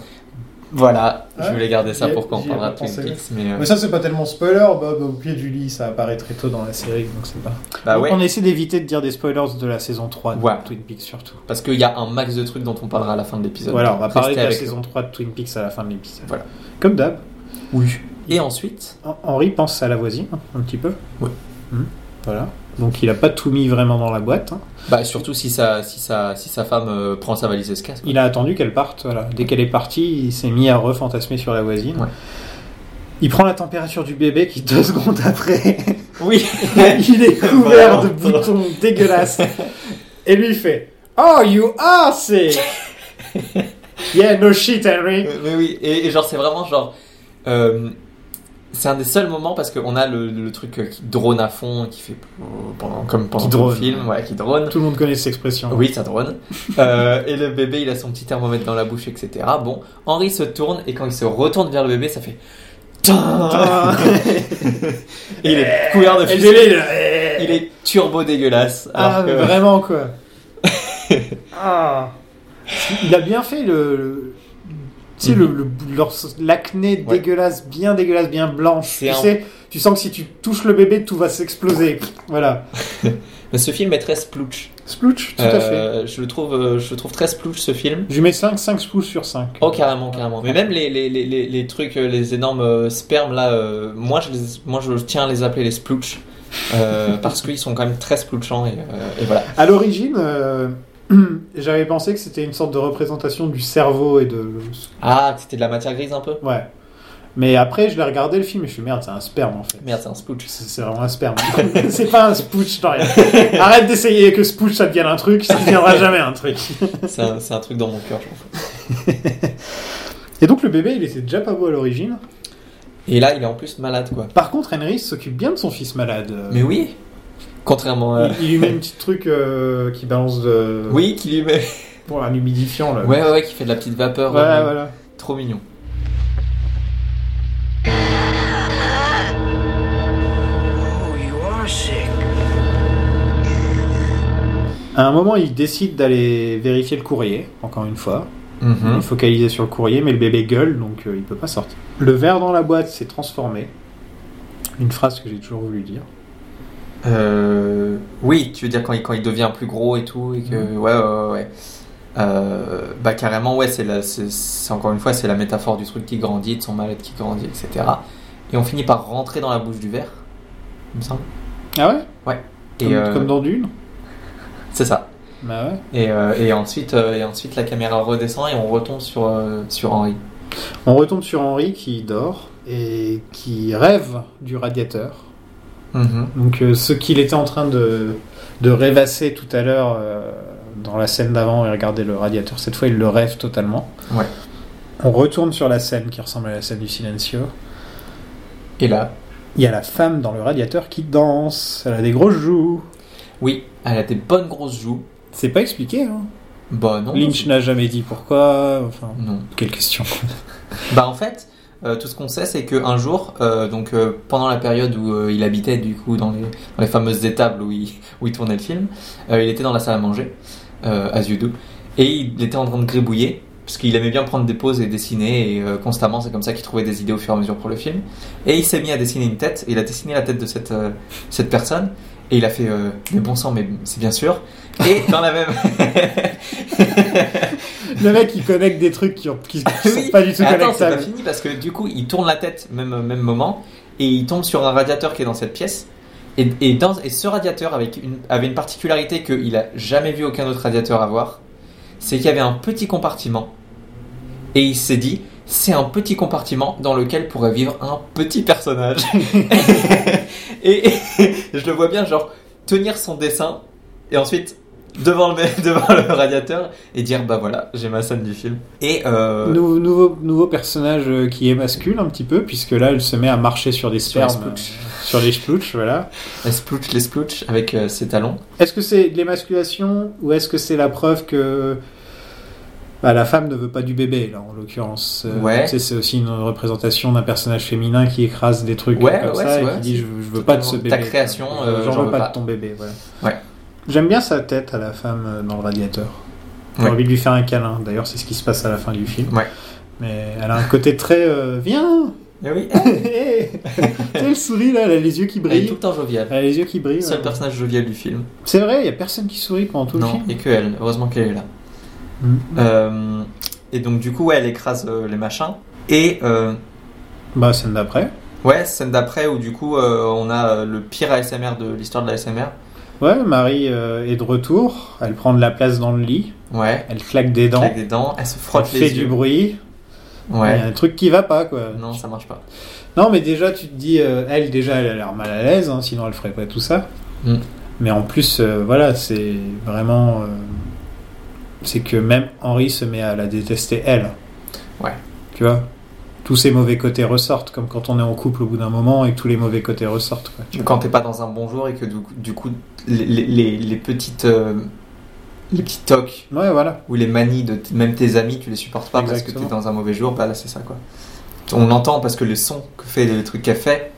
Voilà, je Ouais. voulais garder ça J'y ai- pour quand on j'y ai parlera pas de Twin pensé. Peaks, mais, euh, Mais ça, c'est pas tellement spoiler. Bob au pied du lit, ça apparaît très tôt dans la série, donc c'est pas. bah Donc, ouais, On essaie d'éviter de dire des spoilers de la saison 3 de Ouais. Twin Peaks surtout. parce qu'il y a un max de trucs dont on parlera à la fin de l'épisode. Voilà, on va parler de Restez la avec saison 3 de Twin Peaks à la fin de l'épisode. Voilà. Comme d'hab, nous. Oui. Et ensuite, Hen- Henry pense à la voisine hein, un petit peu. Ouais. Mhm. Voilà. Donc il a pas tout mis vraiment dans la boîte. hein. bah surtout si sa, si sa, si sa femme euh, prend sa valise et se casse. Il a attendu qu'elle parte. Voilà. Dès qu'elle est partie, il s'est mis à refantasmer sur la voisine. Ouais. Il prend la température du bébé qui deux secondes après, Oui, il est couvert de Vraiment. boutons dégueulasses. Et lui il fait Oh you are sick. yeah no shit Henry. Euh, Mais oui, et, et genre c'est vraiment genre... euh, c'est un des seuls moments parce qu'on a le, le truc euh, qui drone à fond, qui fait euh, pendant, comme pendant Qui tout le drone. film, ouais, qui drone. Tout le monde connaît cette expression. Oui, ça drone. Euh, et le bébé, il a son petit thermomètre dans la bouche, etc. Bon, Henri se tourne et quand il se retourne vers le bébé, ça fait... Tain Et il est couvert de Ah. Et le fils. bébé, il Euh, est- Eh. Il est turbo dégueulasse. Alors Ah, que- vraiment quoi. Ah. Il a bien fait le. le- Tu sais, le- le- leur- l'acné Ouais. dégueulasse, bien dégueulasse, bien blanche. C'est Tu un- sais, tu sens que si tu touches le bébé, tout va s'exploser. Voilà. Mais ce film est très splouch. Splouch, tout à fait. Euh, Je le trouve, euh, je le trouve très splouch ce film. Je lui mets 5, 5 splouches sur 5. Oh carrément, carrément. Mais même les, les, les, les- les trucs, euh, les énormes euh, spermes là, euh, moi, je les- moi je tiens à les appeler les splouches. euh, parce qu'ils sont quand même très splouchants et, euh, et voilà. À l'origine, euh, j'avais pensé que c'était une sorte de représentation du cerveau et de. Ah, c'était de la matière grise un peu Ouais. Mais après, je l'ai regardé le film et je suis merde, c'est un sperme en fait. Merde, c'est un splouch. C'est c'est vraiment un sperme. c'est pas un spooch, non, rien. Arrête d'essayer que spooch ça devienne un truc, ça deviendra jamais un truc. C'est un, c'est un truc dans mon cœur, je pense. Et donc le bébé, il était déjà pas beau à l'origine. Et là, il est en plus malade, quoi. Par contre, Henry s'occupe bien de son fils malade. Euh, Mais oui Contrairement à. Il, il lui met un petit truc euh, qui balance de. Oui, qui lui met. Pour un humidifiant là. Ouais, ouais, ouais, qui fait de la petite vapeur. Voilà, euh, voilà. Trop mignon. Oh, you are sick. À un moment, il décide d'aller vérifier le courrier, encore une fois. Mhm. Il est focalisé sur le courrier, mais le bébé gueule, donc euh, il peut pas sortir. Le verre dans la boîte s'est transformé. Une phrase que j'ai toujours voulu dire. Euh, oui, tu veux dire quand il, quand il devient plus gros et tout, et que. Mm. Ouais, ouais, ouais, ouais. Euh, bah, carrément, ouais, c'est la- c'est c'est- encore une fois, c'est la métaphore du truc qui grandit, de son malade qui grandit, etc. Et on finit par rentrer dans la bouche du verre, il me semble. Ah ouais Et, comme, euh, comme dans Dune C'est ça. Bah ouais. Et, euh, et, ensuite, euh, et ensuite, la caméra redescend et on retombe sur, euh, sur Henri. On retombe sur Henri qui dort et qui rêve du radiateur. Donc euh, ce qu'il était en train de, de rêvasser tout à l'heure euh, dans la scène d'avant et regarder le radiateur, cette fois il le rêve totalement. Ouais. On retourne sur la scène qui ressemble à la scène du silencio. Et là, Il y a la femme dans le radiateur qui danse. Elle a des grosses joues. oui, elle a des bonnes grosses joues. C'est pas expliqué. Hein. Bah non. Lynch n'a jamais dit pourquoi. Enfin, Non. quelle question. Bah en fait, euh, tout ce qu'on sait, c'est qu'un jour, euh, donc euh, pendant la période où euh, il habitait du coup dans les, dans les fameuses étables où il, où il tournait le film, euh, il était dans la salle à manger, euh, as you do, et il était en train de gribouiller, parce qu'il aimait bien prendre des pauses et dessiner, et euh, constamment, c'est comme ça qu'il trouvait des idées au fur et à mesure pour le film. Et il s'est mis à dessiner une tête, et il a dessiné la tête de cette, euh, cette personne, et il a fait euh, mais bon sang, mais c'est bien sûr. Et dans la même. Le mec il connecte des trucs qui, ont- qui- qui sont Oui. pas du tout Mais attends, c'est pas connectables. fini parce que du coup, il tourne la tête même même moment et il tombe sur un radiateur qui est dans cette pièce. Et, et, dans, et ce radiateur avec une, avait une particularité qu'il a jamais vu aucun autre radiateur avoir, c'est qu'il y avait un petit compartiment. Et il s'est dit, c'est un petit compartiment dans lequel pourrait vivre un petit personnage. et, et je le vois bien, genre, tenir son dessin et ensuite devant le, devant le radiateur et dire, bah voilà, j'ai ma scène du film. Et euh, Nou- nouveau, nouveau personnage euh, qui émascule un petit peu, puisque là elle se met à marcher sur des Sur les spermes, euh, sur les splouches, voilà. Elle splouche les splouches avec euh, ses talons. Est-ce que c'est de l'émasculation ou est-ce que c'est la preuve que bah, la femme ne veut pas du bébé, là en l'occurrence Euh, Ouais. tu sais, C'est aussi une représentation d'un personnage féminin qui écrase des trucs Ouais, comme ouais, ça c'est et vrai, qui dit c'est je, je veux pas de ce totalement bébé. ta création, euh, j'en veux pas, de ton bébé. Voilà. Ouais. J'aime bien sa tête à la femme euh, dans le radiateur. J'ai Ouais. envie de lui faire un câlin. D'ailleurs, c'est ce qui se passe à la fin du film. Ouais. Mais elle a un côté très euh, viens Mais oui, Hey Tu sais, elle sourit là, elle a les yeux qui elle est tout brillent. le temps joviale. Elle a les yeux qui brillent. Seul ouais. personnage jovial du film. C'est vrai, il y a personne qui sourit pendant tout le non, film. et que elle. Heureusement qu'elle est là. Mm. Euh, et donc, du coup, ouais, elle écrase euh, les machins. Et euh, Bah, scène d'après. ouais, scène d'après où, du coup, euh, on a euh, le pire ASMR de l'histoire de l'ASMR. Ouais, Marie euh, est de retour. Elle prend de la place dans le lit. Ouais, Elle claque des dents. avec des dents, elle se Elle frotte les fait yeux. du bruit. Il y a Ouais. un truc qui va pas, quoi. Non, ça marche pas. Non, mais déjà, tu te dis, euh, elle, déjà, elle a l'air mal à l'aise, hein, sinon elle ferait pas tout ça. Mm. Mais en plus, euh, voilà, c'est vraiment. euh, c'est que même Henri se met à la détester, elle. Ouais. Tu vois Tous ses mauvais côtés ressortent, comme quand on est en couple au bout d'un moment et que tous les mauvais côtés ressortent. Quoi, tu vois. Quand t'es pas dans un bon jour et que, du, du coup, les, les- les- les petites. euh, les petits tocs Ouais, voilà. ou les manies de t- même tes amis, tu les supportes pas parce que Exactement. t'es dans un mauvais jour, bah là c'est ça quoi. On l'entend parce que le son que fait le truc qu'elle fait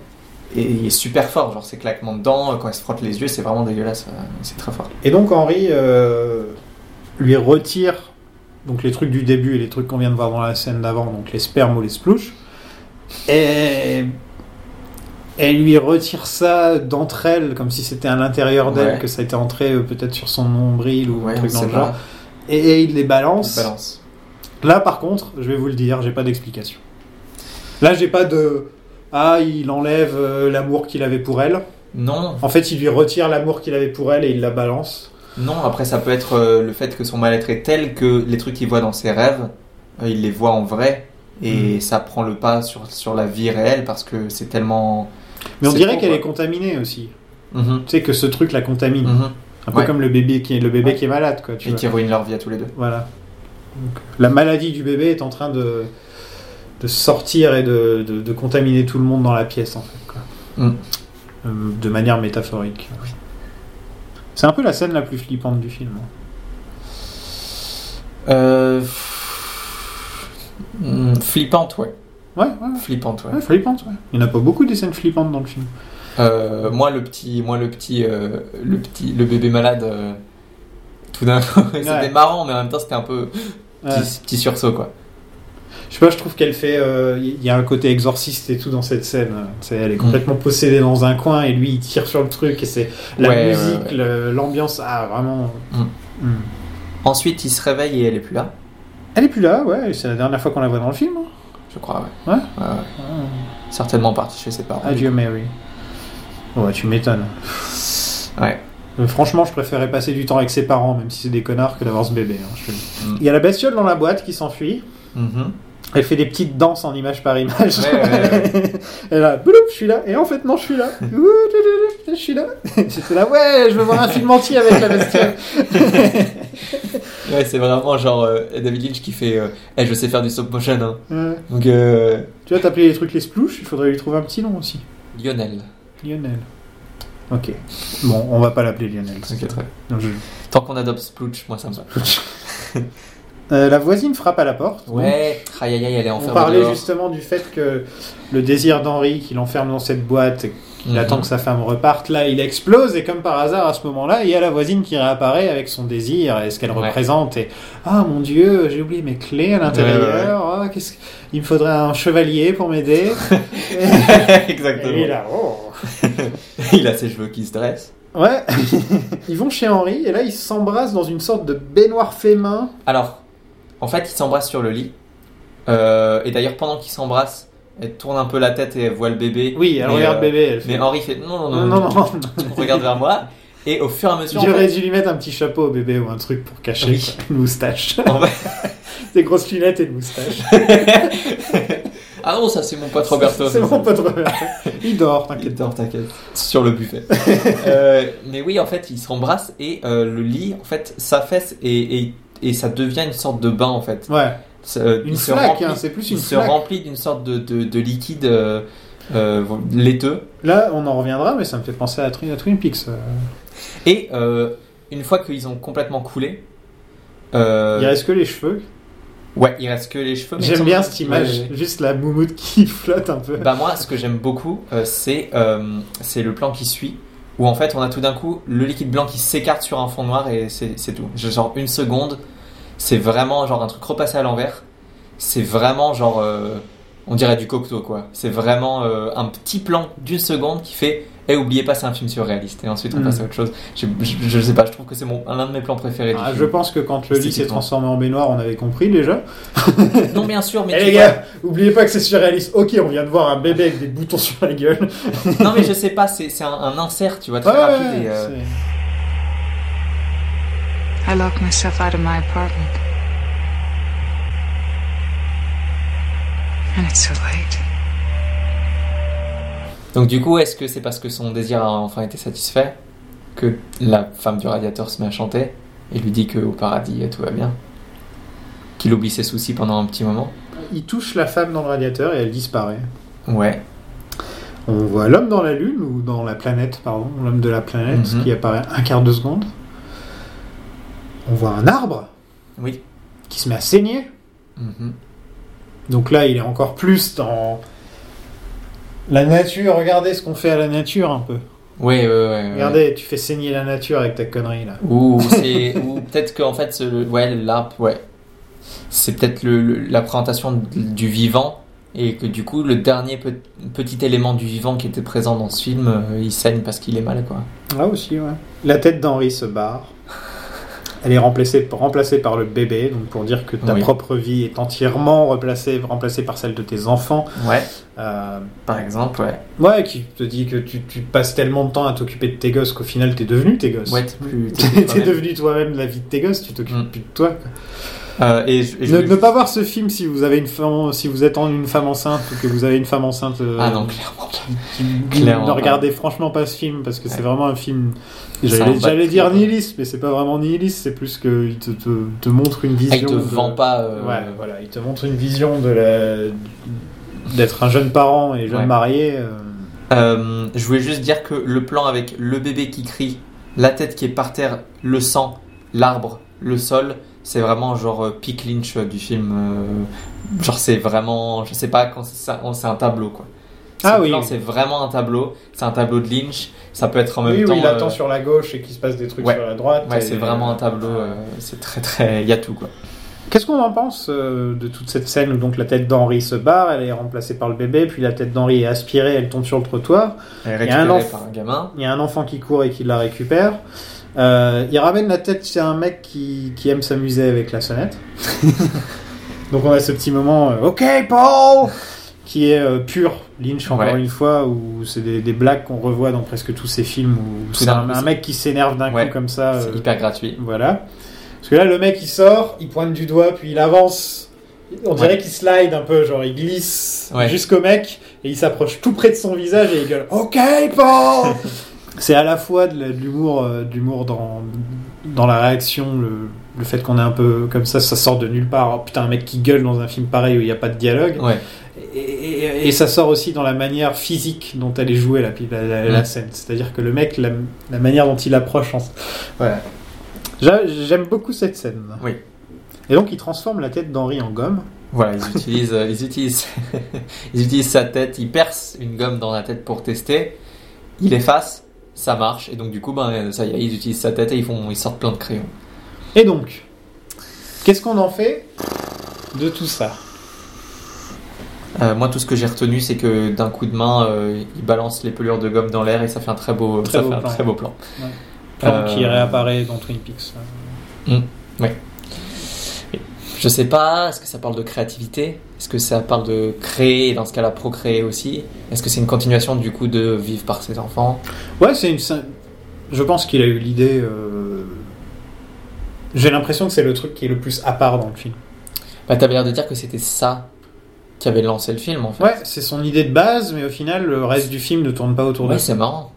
est, il est super fort, genre ses claquements de dents, euh, quand elle se frotte les yeux, c'est vraiment dégueulasse, euh, c'est très fort. Et donc, Henri euh, lui retire donc les trucs du début et les trucs qu'on vient de voir dans la scène d'avant, donc les spermes ou les splouches. Et elle lui retire ça d'entre elles, comme si c'était à l'intérieur d'elle, Ouais. que ça était entré euh, peut-être sur son nombril ou un Ouais, truc on dans sait le genre. pas, Et, et il les on balance. se balance. Là, par contre, je vais vous le dire, j'ai pas d'explication. Là, j'ai pas de. Ah, il enlève euh, l'amour qu'il avait pour elle. Non. En fait, il lui retire l'amour qu'il avait pour elle et il la balance. Non, après ça peut être euh, le fait que son mal-être est tel que les trucs qu'il voit dans ses rêves, euh, il les voit en vrai et Hmm. ça prend le pas sur, sur la vie réelle parce que c'est tellement... Mais on c'est dirait con, qu'elle quoi. est contaminée aussi. Mhm, Tu sais que ce truc la contamine. mhm. Un peu Ouais. comme le bébé qui est le bébé qui est malade quoi. Tu Et vois. qui ruinent leur vie à tous les deux. Voilà. Donc, la maladie du bébé est en train de, de sortir et de, de- de contaminer tout le monde dans la pièce, en fait. quoi. Mm. Euh, De manière métaphorique. Ah C'est un peu la scène la plus flippante du film. hein. Euh... pff, hmm, Flippante, ouais. Ouais, ouais, Flippante, ouais. ouais, flippante, ouais. Il n'y en a pas beaucoup des scènes flippantes dans le film. Euh, moi, le petit, moi, le petit, euh, le petit, le bébé malade. euh, tout d'un coup, Ouais. c'était marrant, mais en même temps, c'était un peu Ouais. petit, petit sursaut, quoi. Je sais pas, je trouve qu'elle fait. euh, Il y a un côté exorciste et tout dans cette scène. hein. Tu sais, Mm. elle est complètement possédée dans un coin et lui il tire sur le truc et c'est la Ouais, ouais, musique, ouais. le- l'ambiance. Ah, vraiment. Mm. Ensuite, il se réveille et elle est plus là, Elle est plus là, ouais, c'est la dernière fois qu'on la voit dans le film. hein. je crois. Ouais. Ouais. Ah. Certainement partie chez ses parents. Adieu Mary. Ouais, tu m'étonnes. Ouais. Euh, franchement, je préférais passer du temps avec ses parents, même si c'est des connards, que d'avoir ce bébé. hein, je te le dis. Mm. Il y a la bestiole dans la boîte qui s'enfuit. Mhm. Elle fait des petites danses en image par image. Ouais, ouais, Elle est là, bloup, je suis là. Et en fait, non, je suis là. Ouh, dou, dou, dou, je suis là. J'étais là, ouais, je veux voir un film entier avec la bestiole. Ouais, c'est vraiment genre euh, David Lynch qui fait. euh, Eh, je sais faire du stop motion. Hein. Euh, Donc euh, tu vois, t'appelais les trucs les splouches, il faudrait lui trouver un petit nom aussi. Lionel. Lionel. Ok. Bon, on va pas l'appeler Lionel. c'est Ok, très bien. Non, je- Tant qu'on adopte Splooch, moi ça me va. Euh, la voisine frappe à la porte. Ouais. Aïe aïe aïe, elle est On enfermée. parlait dehors. justement du fait que le désir d'Henri, qu'il enferme dans cette boîte, qu'il Mhm. attend que sa femme reparte, là il explose et comme par hasard à ce moment-là, il y a la voisine qui réapparaît avec son désir et ce qu'elle Ouais. représente et ah mon dieu, j'ai oublié mes clés à l'intérieur, Ouais, ouais, Ah, qu'est-ce que- il me faudrait un chevalier pour m'aider. et, Exactement. et là, oh. il a ses cheveux qui se dressent. Ouais, ils vont chez Henri et là ils s'embrassent dans une sorte de baignoire fait-main. Alors, en fait, ils s'embrassent sur le lit. Euh, et d'ailleurs, pendant qu'ils s'embrassent, elle tourne un peu la tête et elle voit le bébé. Oui, elle Mais, regarde euh, bébé, elle fait. Mais Henri fait non, non, non, non, non, non. regarde vers moi. Et au fur et à mesure, en J'aurais fait, dû lui mettre un petit chapeau au bébé ou un truc pour cacher Oui. une moustache. en Des grosses lunettes et une moustache. fait- ah non, ça c'est mon pote Roberto. C'est ça, mon ça. pote Roberto. Il dort, Il t'inquiète. dort, t'inquiète. Sur le buffet. Euh, mais oui, en fait, ils s'embrassent et euh, le lit, en fait, s'affaisse et, et, et ça devient une sorte de bain, en fait. Ouais, Ça, euh, une il se flaque, remplit- hein, c'est plus une il se flaque. remplit d'une sorte de, de, de liquide euh, euh, laiteux. Là, on en reviendra, mais ça me fait penser à, Twi- à Twin Peaks. euh. Et euh, une fois qu'ils ont complètement coulé, euh, Il reste que les cheveux. ouais, il reste que les cheveux. mais il J'aime semble- bien cette image, Ouais, ouais, juste la moumoute qui flotte un peu. ouais. Bah moi, ce que j'aime beaucoup, euh, c'est euh, c'est le plan qui suit, où en fait, on a tout d'un coup le liquide blanc qui s'écarte sur un fond noir et c'est c'est tout. Je- Genre une seconde, c'est vraiment genre un truc repassé à l'envers. C'est vraiment genre, euh, on dirait du cocteau quoi. C'est vraiment euh, un petit plan d'une seconde qui fait. Et oubliez pas, c'est un film surréaliste. Et ensuite, on Mm. passe à autre chose. Je, je, je sais pas, je trouve que c'est mon- l'un de mes plans préférés. du Ah, film. je pense que quand le lit s'est Esthétiquement. transformé en baignoire, on avait compris déjà. Non, bien sûr, mais Eh tu les vois- gars, oubliez pas que c'est surréaliste. Ok, on vient de voir un bébé avec des boutons sur la gueule. Non, mais je sais pas, c'est c'est un, un insert, tu vois, très Ouais, rapide. ouais, et, euh, c'est- I locked myself out of my apartment. And it's so late. Donc, du coup, est-ce que c'est parce que son désir a enfin été satisfait que la femme du radiateur se met à chanter et lui dit qu'au paradis tout va bien Qu'il oublie ses soucis pendant un petit moment Il touche la femme dans le radiateur et elle disparaît. Ouais. On voit l'homme dans la Lune, ou dans la planète, pardon, l'homme de la planète, Mhm. qui apparaît un quart de seconde. On voit un arbre Oui. qui se met à saigner. Mhm. Donc là, il est encore plus dans la nature. Regardez ce qu'on fait à la nature un peu. Ouais, ouais, ouais. ouais. Regardez, tu fais saigner la nature avec ta connerie là. Ou, c'est- ou peut-être qu'en fait, ce- ouais, l'arbre, ouais. C'est peut-être le- le- la présentation du vivant et que du coup, le dernier pe- petit élément du vivant qui était présent dans ce film, euh, il saigne parce qu'il est mal, quoi. Là aussi, ouais. La tête d'Henri se barre. Elle est remplacée, remplacée par le bébé, donc pour dire que ta Oui. propre vie est entièrement remplacée, remplacée par celle de tes enfants. Ouais, Euh, par exemple, ouais. ouais, qui te dit que tu, tu passes tellement de temps à t'occuper de tes gosses qu'au final t'es devenu tes gosses. Ouais, t'es plus. t'es plus T'es toi-même. devenu toi-même la vie de tes gosses, tu t'occupes Mm. plus de toi. Euh, et je- et je Ne, voulais- ne pas voir ce film si vous avez une femme, si vous êtes en- une femme enceinte ou que vous avez une femme enceinte. euh, Ah non, clairement. Clairement ne pas. regardez franchement pas ce film parce que c'est Ouais. vraiment un film. Ça en J'allais bat j'allais plus, dire ouais. nihiliste, mais c'est pas vraiment nihiliste, c'est plus qu'il te, te, te montre une vision. Ah, il te de- vend pas. euh, Ouais, voilà, il te montre une vision de la- d'être un jeune parent et jeune Ouais. marié. euh, Euh, je voulais juste dire que le plan avec le bébé qui crie, la tête qui est par terre, le sang, l'arbre, le sol, c'est vraiment genre euh, Pick Lynch euh, du film. euh, genre c'est vraiment, je sais pas, quand c'est ça, on- c'est un tableau quoi. Ah Ce oui. plan, C'est vraiment un tableau. C'est un tableau de Lynch. Ça peut être en même oui, temps. oui, il euh, attend sur la gauche et qu'il se passe des trucs ouais. sur la droite. Ouais, et- c'est vraiment un tableau. euh, c'est très très. Il y a tout quoi. Qu'est-ce qu'on en pense euh, de toute cette scène où donc la tête d'Henri se barre, elle est remplacée par le bébé, puis la tête d'Henri est aspirée, elle tombe sur le trottoir. Elle est Il y a un récupérée enf- par un gamin. Il y a un enfant qui court et qui la récupère. Euh, il ramène la tête chez un mec qui, qui aime s'amuser avec la sonnette. Donc on a ce petit moment, euh, ok Paul, qui est euh, pur Lynch encore Ouais. une fois, où c'est des, des blagues qu'on revoit dans presque tous ces films où Tout c'est d'un un, coup, un c'est- mec qui s'énerve d'un Ouais. coup comme ça. euh, C'est hyper gratuit. voilà. Parce que là, le mec, il sort, il pointe du doigt, puis il avance. On dirait Ouais. qu'il slide un peu, genre il glisse Ouais. jusqu'au mec et il s'approche tout près de son visage et il gueule OK, Paul C'est à la fois de la- de l'humour euh, de l'humour dans, dans la réaction, le, le fait qu'on est un peu comme ça, ça sort de nulle part. Oh, putain, un mec qui gueule dans un film pareil où il n'y a pas de dialogue. Ouais. Et, et- et ça sort aussi dans la manière physique dont elle est jouée la, la, la- la Mm. scène. C'est-à-dire que le mec, la, la manière dont il approche, en... voilà. J'a- J'aime beaucoup cette scène. Oui. Et donc il transforme la tête d'Henri en gomme. Voilà, ils utilisent, euh, ils utilisent, ils utilisent sa tête, ils percent une gomme dans la tête pour tester, ils efface, ça marche, et donc du coup, ben, ça y est, ils utilisent sa tête et ils, font, ils sortent plein de crayons. Et donc, qu'est-ce qu'on en fait de tout ça Euh, moi, tout ce que j'ai retenu, c'est que d'un coup de main, euh, ils balancent les pelures de gomme dans l'air et ça fait un très beau, Très ça beau fait un plan. très beau plan. Ouais. Euh, Qui réapparaît dans Twin Peaks. Je sais pas, est-ce que ça parle de créativité Est-ce que ça parle de créer, et dans ce cas-là, procréer aussi Est-ce que c'est une continuation du coup de vivre par ses enfants Ouais, c'est une. scène- Je pense qu'il a eu l'idée. euh, J'ai l'impression que c'est le truc qui est le plus à part dans le film. Bah, t'avais l'air de dire que c'était ça qui avait lancé le film en fait. Ouais, c'est son idée de base, mais au final, le reste du film ne tourne pas autour Ouais, de c'est marrant.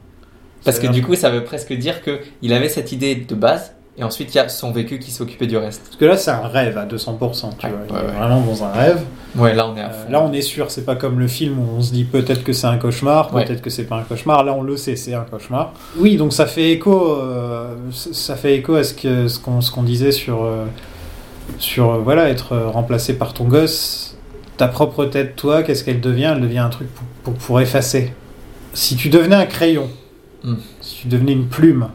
Parce que bien. du coup, ça veut presque dire que il avait cette idée de base, et ensuite il y a son vécu qui s'occupait du reste. Parce que là, c'est un rêve à 200%, tu Ouais, vois. ouais, Il est ouais. Ah, vraiment dans un rêve. Ouais, là on est à Euh, fond. là, on est sûr, c'est pas comme le film où on se dit peut-être que c'est un cauchemar, Ouais. peut-être que c'est pas un cauchemar. Là, on le sait, c'est un cauchemar. Oui, donc ça fait écho, euh, c- ça fait écho à ce que ce qu'on ce qu'on disait sur euh, sur euh, voilà être euh, remplacé par ton gosse, ta propre tête, toi, qu'est-ce qu'elle devient Elle devient un truc pour, pour, pour effacer. Si tu devenais un crayon, Hmm. si tu devenais une plume,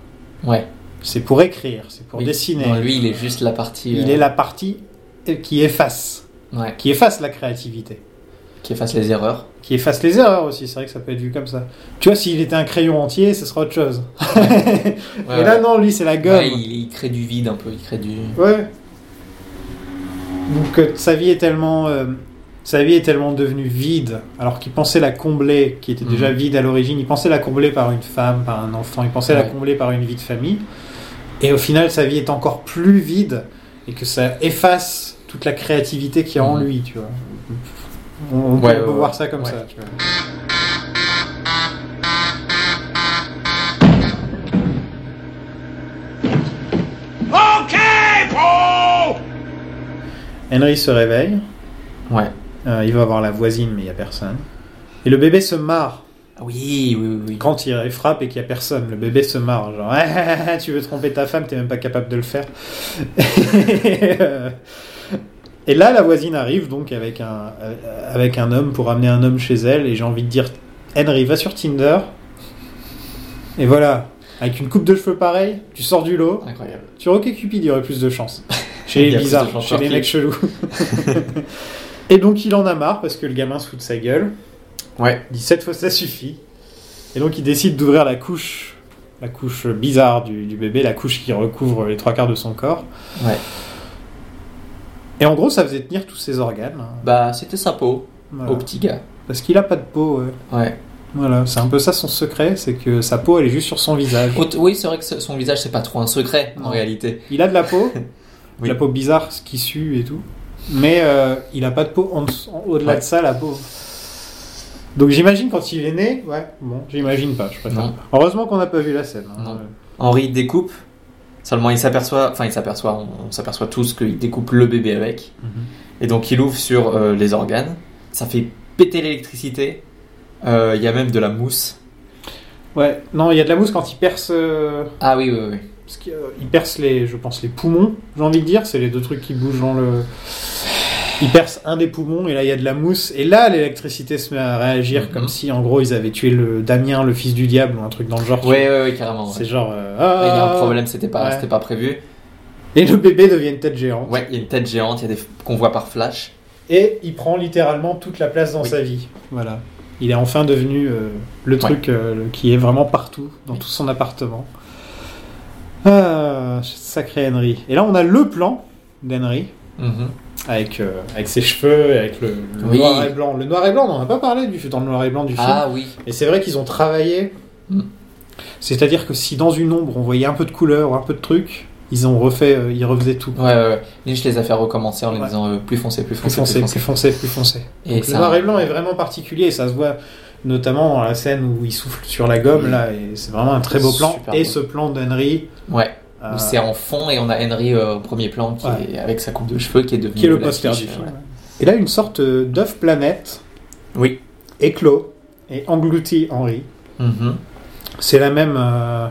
Ouais. c'est pour écrire, c'est pour Oui. dessiner. Non, lui, il est juste la partie. Il euh, est la partie qui efface, Ouais. qui efface la créativité Qui efface les erreurs. qui efface les erreurs aussi. C'est vrai que ça peut être vu comme ça. Tu vois, s'il était un crayon entier, ce serait autre chose. Ouais, Mais là, ouais. non, lui, c'est la gomme. Ouais, Ouais. il, il crée du vide un peu. Il crée du. Donc, euh, sa vie est tellement. euh, sa vie est tellement devenue vide, alors qu'il pensait la combler, qui était déjà Mhm. vide à l'origine, il pensait la combler par une femme, par un enfant, il pensait la Ouais. combler par une vie de famille. Et au final, sa vie est encore plus vide, et que ça efface toute la créativité qu'il y a en Mhm. lui, tu vois. On, on peut- Ouais, on peut ouais, voir ouais. ça comme Ouais. ça, tu vois. Okay, Paul! Henry se réveille. Ouais. Euh, il va voir la voisine, mais il n'y a personne. Et le bébé se marre. Ah Oui, oui, oui. oui. Quand il il frappe et qu'il n'y a personne, le bébé se marre. Genre, Ah, ah, ah, ah, tu veux tromper ta femme, t'es même pas capable de le faire. et, euh, et là, la voisine arrive donc avec un, euh, avec un homme pour amener un homme chez elle. Et j'ai envie de dire Henry, va sur Tinder. Et voilà, avec une coupe de cheveux pareille, tu sors du lot. Incroyable. Sur OkCupid, il y aurait plus de chance. Chez Il y les a plus de bizarres, chances chez les par mecs chelous. et donc il en a marre parce que le gamin se fout de sa gueule. Ouais. Il dit cette fois ça suffit. Et donc il décide d'ouvrir la couche la couche bizarre du, du bébé, la couche qui recouvre les trois quarts de son corps. Ouais. Et en gros, ça faisait tenir tous ses organes. hein. Bah, c'était sa peau, Voilà. au petit gars. Parce qu'il a pas de peau. ouais. Ouais. Voilà, c'est un peu ça son secret, c'est que sa peau elle est juste sur son visage. Autre- Oui, c'est vrai que ce- son visage, c'est pas trop un secret en Non. réalité. Il a de la peau, de Oui. la peau bizarre, ce qui sue et tout, mais euh, il a pas de peau en dessous- en- au-delà de ça, la peau. Donc j'imagine quand il est né, ouais, bon, j'imagine pas, je préfère. Non. pas. Heureusement qu'on n'a pas vu la scène. hein. Non. Henri découpe, seulement il s'aperçoit, enfin il s'aperçoit, on, on s'aperçoit tous qu'il découpe le bébé avec. Mhm. Et donc il ouvre sur euh, les organes, ça fait péter l'électricité, Euh, il y a même de la mousse. Ouais, non, il y a de la mousse quand il perce, euh, Ah oui, oui, oui. parce qu'il, euh, il perce les, je pense les poumons, j'ai envie de dire, c'est les deux trucs qui bougent dans le. Il perce un des poumons et là il y a de la mousse et là l'électricité se met à réagir Mhm. comme si en gros ils avaient tué le Damien, le fils du diable ou un truc dans le genre. tu Ouais, ouais, ouais, carrément. ouais. C'est genre. euh, Ouais, Il y a ah. un problème, c'était pas, Ouais. c'était pas prévu. Et le bébé devient une tête géante. Ouais, il y a une tête géante, il y a des qu'on voit par flash. Et il prend littéralement toute la place dans sa vie. Voilà. Il est enfin devenu euh, le truc euh, le- qui est vraiment partout, dans tout son appartement. Ah, sacré Henry. Et là, on a le plan d'Henry, Mhm. avec, euh, avec ses cheveux, et avec le, le Oui. noir et blanc. Le noir et blanc, on n'en a pas parlé du, dans le noir et blanc du film. Ah oui. Et c'est vrai qu'ils ont travaillé. Mm. C'est-à-dire que si dans une ombre on voyait un peu de couleur ou un peu de truc, ils ont refait, euh, ils refaisaient tout. Ouais, ouais, ouais. Lynch les a fait recommencer en lui Ouais. disant euh, plus foncé, plus Plus foncé, foncé, plus foncé, plus foncé. Et Le ça- noir et blanc est vraiment particulier et ça se voit notamment dans la scène où il souffle sur la gomme Oui. là et c'est vraiment un très beau plan. Super et beau. ce plan d'Henry Ouais. euh, Où c'est en fond et on a Henry euh, au premier plan qui Ouais. est- avec sa coupe de cheveux qui est devenu qui est le la poster fiche, du film. ouais. Et là une sorte d'œuf planète Oui. éclos et englouti Henry. Mhm. C'est la même euh,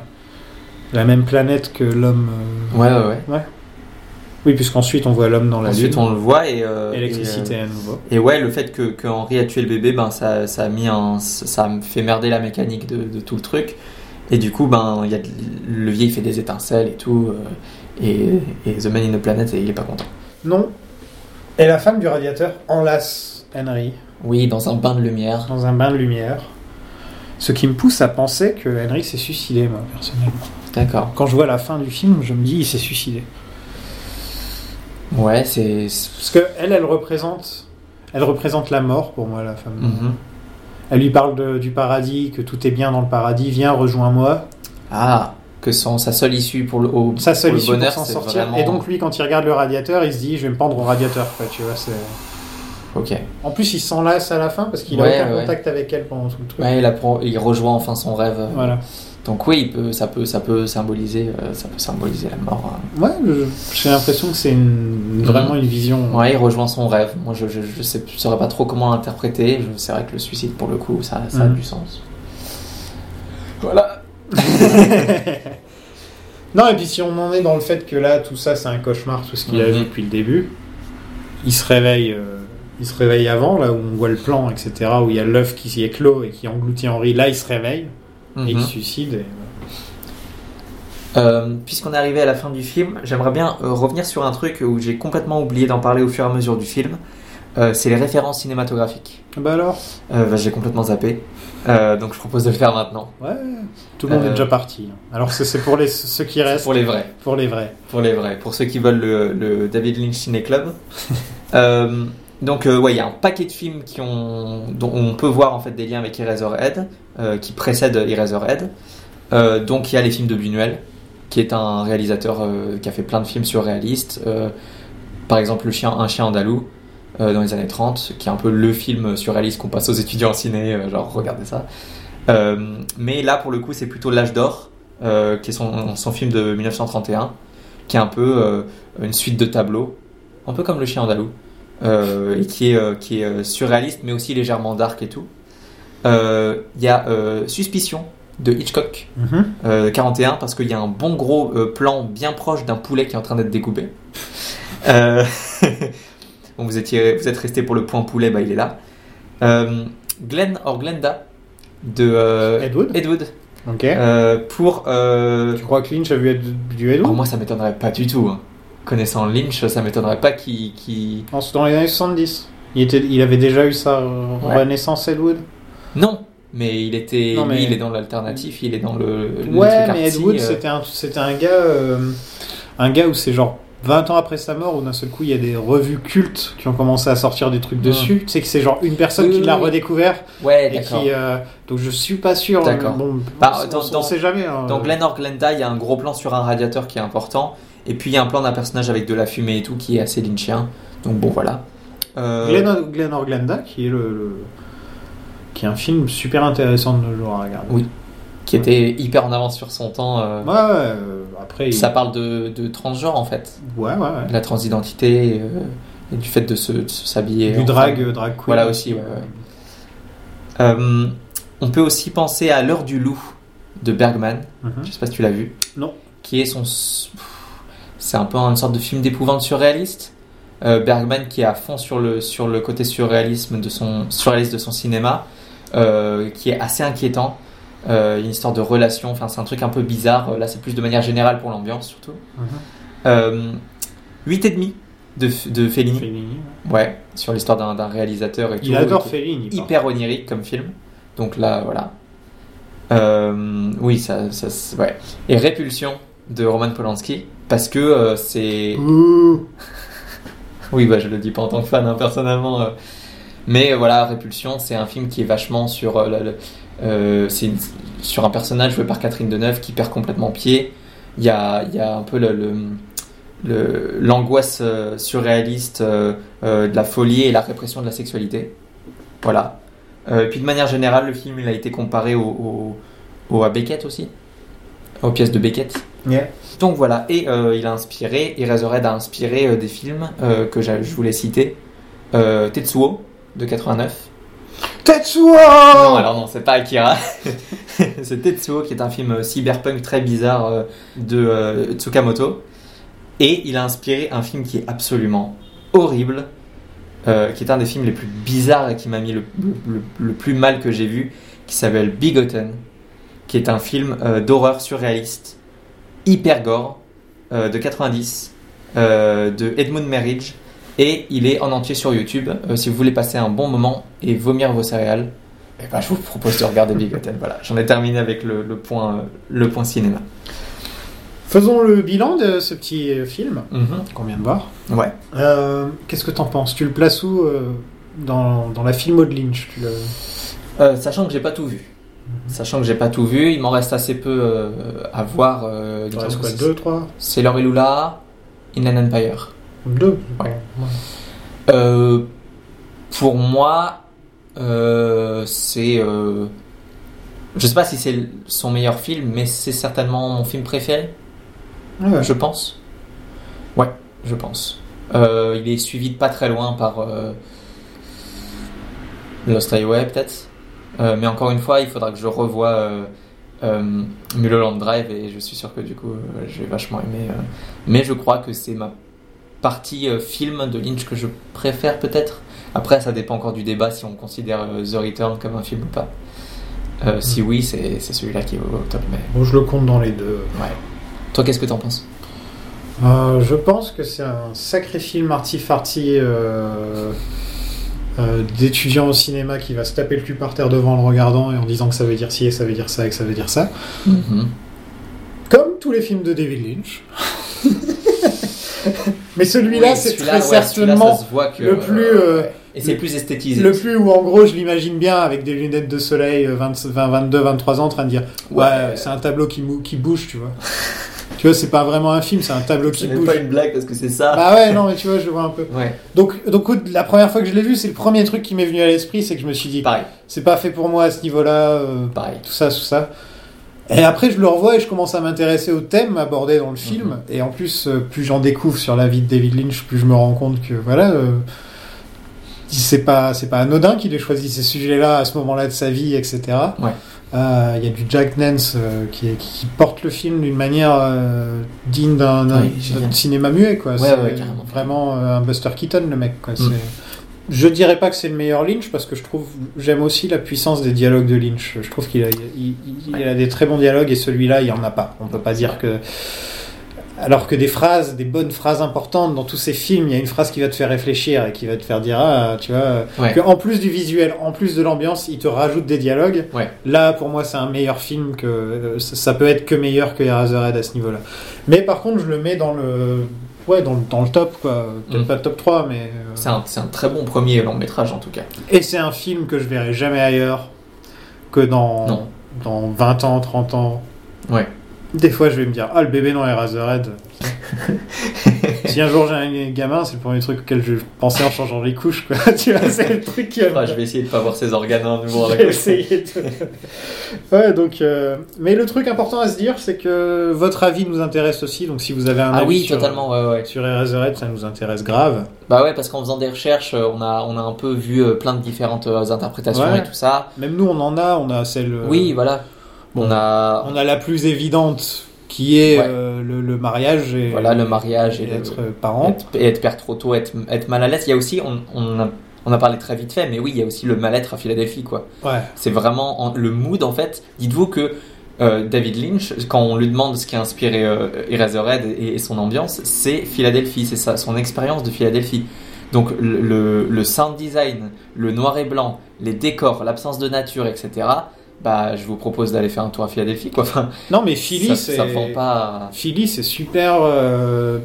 la même planète que l'homme. euh, Ouais, ouais, ouais. Oui puisqu'ensuite on voit l'homme dans la Ensuite, lune. on le voit et. euh, Électricité à nouveau. Et, euh, et ouais, le fait que, que Henri a tué le bébé, ben, ça, ça a mis un, ça a fait merder la mécanique de, de tout le truc. Et du coup, ben, il y a de- le vieil fait des étincelles et tout. euh, et, et The Man in the Planet, il est pas content. Non. Et la femme du radiateur enlace Henry Oui, dans un bain de lumière. dans un bain de lumière. Ce qui me pousse à penser que Henry s'est suicidé, moi, personnellement. D'accord. Quand je vois la fin du film, je me dis, il s'est suicidé. Ouais, c'est. c'est- Parce que elle, elle représente, elle représente la mort pour moi, la femme. Mhm. Elle lui parle de- du paradis, que tout est bien dans le paradis, viens, rejoins-moi. Ah, que son, sa seule issue pour le, au, Sa seule pour le issue pour bonheur, s'en c'est sortir. vraiment- Et donc lui, quand il regarde le radiateur, il se dit, je vais me pendre au radiateur, quoi, tu vois. c'est- Ok. En plus, il s'enlace à la fin parce qu'il a Ouais, aucun ouais. contact avec elle pendant tout le truc. Ouais, il, apprend- il rejoint enfin son rêve. euh, Voilà. Donc oui, il peut, ça peut, ça peut symboliser, euh, ça peut symboliser la mort. hein. Ouais, je- j'ai l'impression que c'est une- vraiment une vision. Mm. Ouais, il rejoint son rêve. Moi, je, je, je sais, je saurais pas trop comment l'interpréter. Je- C'est vrai que le suicide, pour le coup, ça, ça a Mhm. du sens. Voilà. Non, et puis si on en est dans le fait que là, tout ça, c'est un cauchemar, tout ce qu'il a Mhm. vu depuis le début, il se réveille, euh, il se réveille avant, là où on voit le plan, etc., où il y a l'œuf qui s'y éclot et qui engloutit Henri, là, il se réveille et Mhm. il se suicide. et- Euh, Puisqu'on est arrivé à la fin du film, j'aimerais bien euh, revenir sur un truc où j'ai complètement oublié d'en parler au fur et à mesure du film. Euh, c'est les références cinématographiques. Ah Bah alors Euh, bah, j'ai complètement zappé. Euh, donc je propose de le faire maintenant. Ouais, tout le monde Euh. est déjà parti. hein. Alors c'est c'est pour les, ceux qui restent, Pour les vrais. pour les vrais. Pour les vrais, pour ceux qui veulent le, le David Lynch Ciné Club. Euh, donc, euh, ouais, il y a un paquet de films qui ont, dont on peut voir en fait des liens avec Eraserhead, euh, qui précèdent Eraserhead. Euh, donc, il y a les films de Buñuel, qui est un réalisateur euh, qui a fait plein de films surréalistes. Euh, par exemple, le chien, Un chien andalou, euh, dans les années 30, qui est un peu le film surréaliste qu'on passe aux étudiants en ciné, euh, genre, regardez ça. Euh, mais là, pour le coup, c'est plutôt L'Âge d'Or, euh, qui est son, son film de 1931 qui est un peu euh, une suite de tableaux, un peu comme le chien andalou, euh, et qui est, euh, qui est euh, surréaliste mais aussi légèrement dark et tout. Euh, Il y a euh, Suspicion de Hitchcock Mhm. euh, 41 parce qu'il y a un bon gros euh, plan bien proche d'un poulet qui est en train d'être découpé. Euh, bon, vous, étiez, vous êtes resté pour le point poulet, bah, il est là. Euh, Glenn or Glenda de euh, Ed Wood. Ed Wood, Ok. euh, pour euh, tu crois que Lynch a vu Ed- du Ed Wood alors Oh, moi, ça m'étonnerait pas du tout. hein. Connaissant Lynch, ça m'étonnerait pas qu'il. qu'il- En- Dans les années 70 il, était, il avait déjà eu sa euh, Ouais. renaissance Ed Wood Non Mais il était, Non, mais- lui, il est dans l'alternatif, il est dans le. le Ouais, truc mais Ed artsy, Wood, euh, c'était un, c'était un gars, euh, un gars où c'est genre 20 ans après sa mort, où d'un seul coup il y a des revues cultes qui ont commencé à sortir des trucs dessus. Tu sais que c'est genre une personne Oui, qui oui, l'a oui. redécouvert Ouais, et d'accord. qui. euh, donc je suis pas sûr. D'accord. Bon, Bah, on, dans- on dans- sait jamais. hein. Dans Glenor Glenda, il y a un gros plan sur un radiateur qui est important, et puis il y a un plan d'un personnage avec de la fumée et tout qui est assez lynchien. Donc bon, voilà. Euh, Glen, Glen or Glenda, qui est le, le- qui est un film super intéressant de nos jours à regarder. Oui. qui était hyper en avance sur son temps. euh, Ouais, ouais, euh, après. il- Ça parle de, de transgenre en fait, Ouais, ouais, ouais. de la transidentité euh, et du fait de se de se s'habiller. Du en drag, femme. euh, drag queen. Voilà aussi, ouais, ouais. Euh, on peut aussi penser à L'heure du loup de Bergman. Mhm. Je sais pas si tu l'as vu. Non. Qui est son. C'est un peu une sorte de film d'épouvante surréaliste. Euh, Bergman qui est à fond sur le, sur le côté surréalisme de son, surréaliste de son cinéma, euh, qui est assez inquiétant. Euh, une histoire de relation, enfin, c'est un truc un peu bizarre. Euh, Là, c'est plus de manière générale pour l'ambiance, surtout. Mhm. Euh, 8 et demi de, de Fellini, Fellini, ouais. ouais, sur l'histoire d'un d'un réalisateur et tout. Il adore qui- Fellini. par hyper onirique comme film. Donc là, voilà. Euh, oui, ça, ça c'est- ouais. Et Répulsion de Roman Polanski parce que euh, c'est. oui, bah je le dis pas en tant que fan hein, personnellement, euh. mais euh, voilà, Répulsion, c'est un film qui est vachement sur euh, la- le- euh, c'est une- sur un personnage joué par Catherine Deneuve qui perd complètement pied. Il y a, il y a un peu le- le le- l'angoisse euh, surréaliste euh, euh, de la folie et la répression de la sexualité. Voilà. Euh, et puis de manière générale, le film il a été comparé au, au- au- à Beckett aussi, aux pièces de Beckett. Yeah. Donc voilà, et euh, il a inspiré, Eraserhead a inspiré euh, des films euh, que j'a- je voulais citer. Euh, Tetsuo de 89. Tetsuo Non, alors non, c'est pas Akira. Oh c'est Tetsuo qui est un film euh, cyberpunk très bizarre euh, de euh, Tsukamoto. Et il a inspiré un film qui est absolument horrible, euh, qui est un des films les plus bizarres et qui m'a mis le, le- le plus mal que j'ai vu, qui s'appelle Bigotten, qui est un film euh, d'horreur surréaliste, hyper gore, euh, de 90, euh, de Edmund Merridge. Et il est en entier sur YouTube. Euh, si vous voulez passer un bon moment et vomir vos céréales, eh ben, je vous propose de regarder Bigotten. Voilà, j'en ai terminé avec le, le point, euh, le point cinéma. Faisons le bilan de ce petit euh, film Mm-hmm. qu'on vient de voir. Ouais. Euh, Qu'est-ce que t'en penses Tu le places où euh, dans, dans la filmo de Lynch tu le... Euh, sachant que j'ai pas tout vu. Sachant que j'ai pas tout vu, il m'en reste assez peu euh, à voir. euh, Il dans reste ce- quoi 2, 3 C'est Laure et Lula, Inland Empire. 2 Ouais. Euh, pour moi, euh, c'est. euh, je sais pas si c'est le- son meilleur film, mais c'est certainement mon film préféré, je pense. Ouais, je pense. Euh, il est suivi de pas très loin par euh, Lost Highway, peut-être. Euh, mais encore une fois, il faudra que je revoie euh, euh, Mulholland Drive et je suis sûr que du coup, euh, j'ai vachement aimé. euh. mais je crois que c'est ma partie euh, film de Lynch que je préfère peut-être. Après, ça dépend encore du débat si on considère euh, The Return comme un film ou pas. Euh, Si oui, c'est c'est celui-là qui est au, au top. Mais Bon, je le compte dans les deux. ouais. Toi, qu'est-ce que t'en penses Euh, je pense que c'est un sacré film artifarti euh, euh, d'étudiants au cinéma qui va se taper le cul par terre devant en le regardant et en disant que ça veut dire ci et ça veut dire ça et que ça veut dire ça. Mm-hmm. Comme tous les films de David Lynch. Mais celui-là, Oui, c'est celui-là, très ouais, celui-là, certainement ça se voit que, le euh, plus, euh, et c'est le- plus esthétisé. le plus où, en gros, je l'imagine bien avec des lunettes de soleil, euh, 20, 20, 22, 23 ans, en train de dire Ouais, Ouais. c'est un tableau qui, mou- qui bouge, tu vois. tu vois, c'est pas vraiment un film, c'est un tableau qui C'est même bouge. pas une blague parce que c'est ça. Bah ouais, non, mais tu vois, je vois un peu. Ouais, Donc, donc la première fois que je l'ai vu, c'est le premier truc qui m'est venu à l'esprit, c'est que je me suis dit pareil, C'est pas fait pour moi à ce niveau-là. euh, pareil. tout ça, tout ça. Et après, je le revois et je commence à m'intéresser au thème abordé dans le film. Mhm. Et en plus, euh, plus j'en découvre sur la vie de David Lynch, plus je me rends compte que voilà, euh, c'est pas c'est pas anodin qu'il ait choisi ces sujets-là à ce moment-là de sa vie, etc. Ouais. Euh, Il y a du Jack Nance euh, qui, qui porte le film d'une manière euh, digne d'un d'un- Oui, génial. d'un cinéma muet, quoi. Ouais, C'est ouais, carrément. vraiment euh, un Buster Keaton, le mec, quoi. Mm. C'est- Je dirais pas que c'est le meilleur Lynch parce que je trouve, j'aime aussi la puissance des dialogues de Lynch. Je trouve qu'il a, il, il- il a des très bons dialogues et celui-là, il y en a pas. On peut pas dire que. Alors que des phrases, des bonnes phrases importantes dans tous ces films, il y a une phrase qui va te faire réfléchir et qui va te faire dire, ah, tu vois, Ouais. que en plus du visuel, en plus de l'ambiance, il te rajoute des dialogues. Ouais. Là, pour moi, c'est un meilleur film que euh, ça ça peut être que meilleur que Eraserhead à ce niveau-là. Mais par contre, je le mets dans le ouais dans le, dans le top quoi, peut-être Mm. pas top 3 mais euh, C'est un, c'est un très bon premier long métrage en tout cas. et c'est un film que je verrai jamais ailleurs que dans Non. dans 20 ans, 30 ans. Ouais. Des fois, je vais me dire ah le bébé dans Eraserhead. si un jour j'ai un gamin, c'est le premier truc auquel je pensais en changeant les couches quoi. tu vois, c'est le truc qui va me- Ah, je vais essayer de pas voir ses organes à nouveau à la J'ai gauche. essayé de- ouais, donc. euh, Mais le truc important à se dire, c'est que votre avis nous intéresse aussi. Donc, si vous avez un Ah avis oui, sur, totalement, ouais, ouais. sur Eraserhead, ça nous intéresse grave. Bah ouais, parce qu'en faisant des recherches, euh, on a, on a un peu vu euh, plein de différentes euh, interprétations Ouais. et tout ça. Même nous, on en a. On a celle. euh, Oui, voilà. bon, on a, On a la plus évidente, qui est Ouais. euh, le, le mariage et Voilà, le mariage et le- être parent. être, et être père trop tôt, être, être mal à l'aise. Il y a aussi, on, on, a, on a parlé très vite fait, mais oui, il y a aussi le mal-être à Philadelphie, quoi. Ouais. C'est vraiment en- le mood, en fait. Dites-vous que euh, David Lynch, quand on lui demande ce qui a inspiré euh, Eraserhead et, et son ambiance, c'est Philadelphie, c'est ça, son expérience de Philadelphie. Donc le- le, le sound design, le noir et blanc, les décors, l'absence de nature, etc. Bah, je vous propose d'aller faire un tour à Philadelphie, quoi. Enfin, Non, mais Philly, ça, ça c'est- vend pas. Philly, c'est super. euh,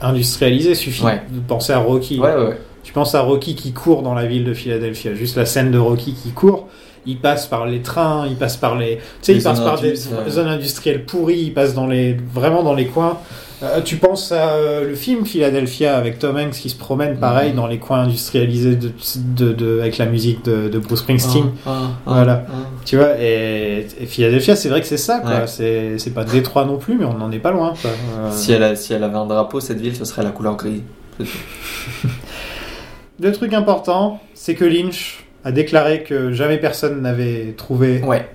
Industrialisé, suffit Ouais. de penser à Rocky. Ouais, ouais, ouais. Tu penses à Rocky qui court dans la ville de Philadelphie, juste la scène de Rocky qui court. Il passe par les trains, il passe par les, tu sais, Les il passe zones par des indus, ouais. zones industrielles pourries, il passe dans les, vraiment dans les coins. Euh, tu penses à euh, le film Philadelphia avec Tom Hanks qui se promène pareil Mhm. dans les coins industrialisés de, de, de- avec la musique de, de Bruce Springsteen. Un, un, un, Voilà. un. Tu vois, et, et Philadelphia, c'est vrai que c'est ça, quoi. Ah. Ouais. C'est, c'est pas Détroit non plus, mais on n'en est pas loin, quoi. Euh, Si elle, a- si elle avait un drapeau, cette ville, ce serait la couleur grise. Le truc important, c'est que Lynch a déclaré que jamais personne n'avait trouvé Ouais,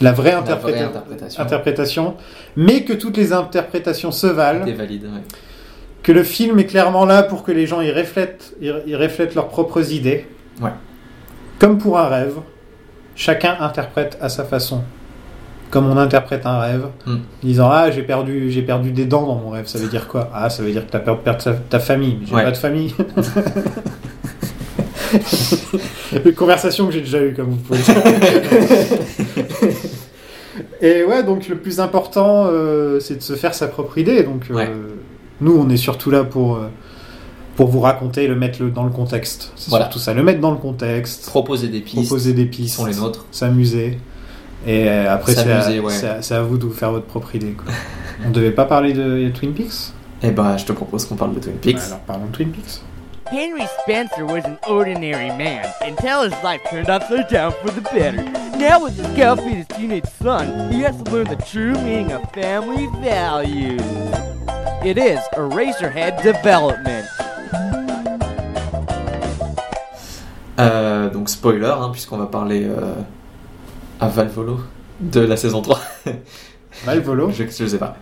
la vraie, la interpréta- vraie interprétation. interprétation, mais que toutes les interprétations se valent, C'était valide, ouais. que le film est clairement là pour que les gens y reflètent, y, y reflètent leurs propres idées. Ouais. Comme pour un rêve, chacun interprète à sa façon. Comme on interprète un rêve, Mm. disant ah j'ai perdu j'ai perdu des dents dans mon rêve, ça veut dire quoi Ah ça veut dire que t'as peur de perdre ta, ta famille. Mais J'ai Ouais. pas de famille. Une conversation que j'ai déjà eue comme vous pouvez. le savoir. Et ouais, donc le plus important, euh, c'est de se faire sa propre idée. Donc euh, Ouais. nous, on est surtout là pour, euh, pour vous raconter, le mettre le- dans le contexte. C'est Voilà. surtout ça, le mettre dans le contexte, Proposer des pistes proposer des qui pistes, sont les nôtres. s'amuser. Et euh, après, c'est à, S'amuser, ouais. c'est à- c'est à vous de vous faire votre propre idée. quoi. on devait pas parler de Twin Peaks Bah, Eh ben, je te propose qu'on parle de Twin Peaks. Alors parlons de Twin Peaks. Henry Spencer was an ordinary man until his life turned upside down for the better. Now, with his girlfriend and his teenage son, he has to learn the true meaning of family values. It is Eraserhead Development. Euh, donc, spoiler, hein, puisqu'on va parler euh, à Valvolo de la saison 3. Valvolo je, je sais pas.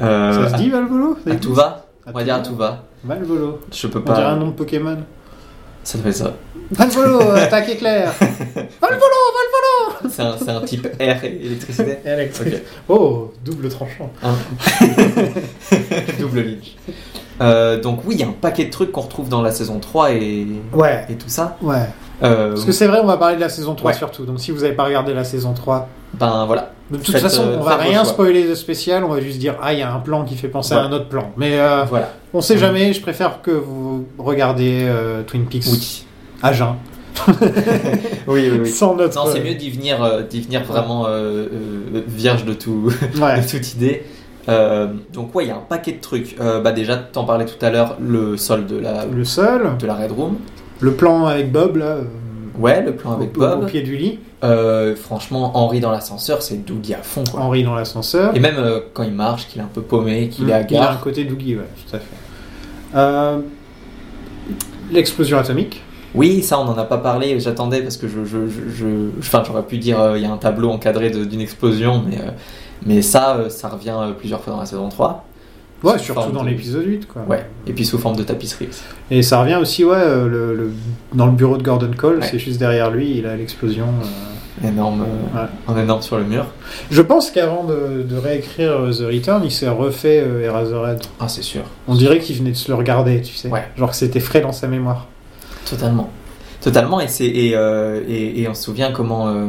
Euh, Oh. Ça se à- dit Valvolo à, tout va On va tout dire à va. tout va. Valvolo. Je peux On dirait un pas. nom de Pokémon. Ça fait ça. Valvolo, euh, attaque éclair Valvolo, C'est un, c'est un type air et électricité. Valvolo Ok. Oh, double tranchant. Hein. Double Lynch. Euh, donc, oui, il y a un paquet de trucs qu'on retrouve dans la saison 3 et, Ouais, et tout ça. ouais. Euh, Parce que c'est vrai, on va parler de la saison 3 Ouais. surtout. Donc si vous n'avez pas regardé la saison 3, ben voilà. de toute Faites, façon, euh, on va faites vos rien choix. spoiler de spécial. On va juste dire, ah, il y a un plan qui fait penser à Voilà. un autre plan. Mais euh, Voilà. on sait Oui. jamais, je préfère que vous regardiez euh, Twin Peaks Oui. à jeun. Oui, oui, Sans notre. Non, c'est mieux d'y venir, euh, d'y venir vraiment euh, euh, vierge de, tout, Ouais. de toute idée. Euh, donc ouais, il y a un paquet de trucs. Euh, bah déjà, t'en parlais tout à l'heure, le sol de la, Le seul, de la Red Room. le plan avec Bob, là, euh, Ouais, le plan avec au- au Bob. pied du lit, Euh, franchement, Henri dans l'ascenseur, c'est Dougie à fond, quoi. Henri dans l'ascenseur. Et même euh, quand il marche, qu'il est un peu paumé, qu'il est à Il a un gare. côté Doogie, Mm. ouais, tout à fait. Euh, L'explosion atomique. Oui, ça, on n'en a pas parlé. J'attendais parce que je, je, je, je- enfin, j'aurais pu dire euh, il y a un tableau encadré de- d'une explosion, mais euh, mais ça, euh, ça revient euh, plusieurs fois dans la saison 3. Ouais, Sous surtout forme dans de- l'épisode 8, quoi. Ouais. Et puis sous forme de tapisserie. aussi. Et ça revient aussi, ouais, euh, le, le- dans le bureau de Gordon Cole, Ouais. c'est juste derrière lui, il a l'explosion. euh. énorme, euh, en énorme sur le mur. Je pense qu'avant de, de réécrire euh, The Return, il s'est refait euh, Eraserhead. Ah, c'est sûr. On dirait qu'il venait de se le regarder, tu sais. Genre que c'était frais dans sa mémoire. Totalement. Totalement, et, c'est, et, euh, et, et on se souvient comment euh,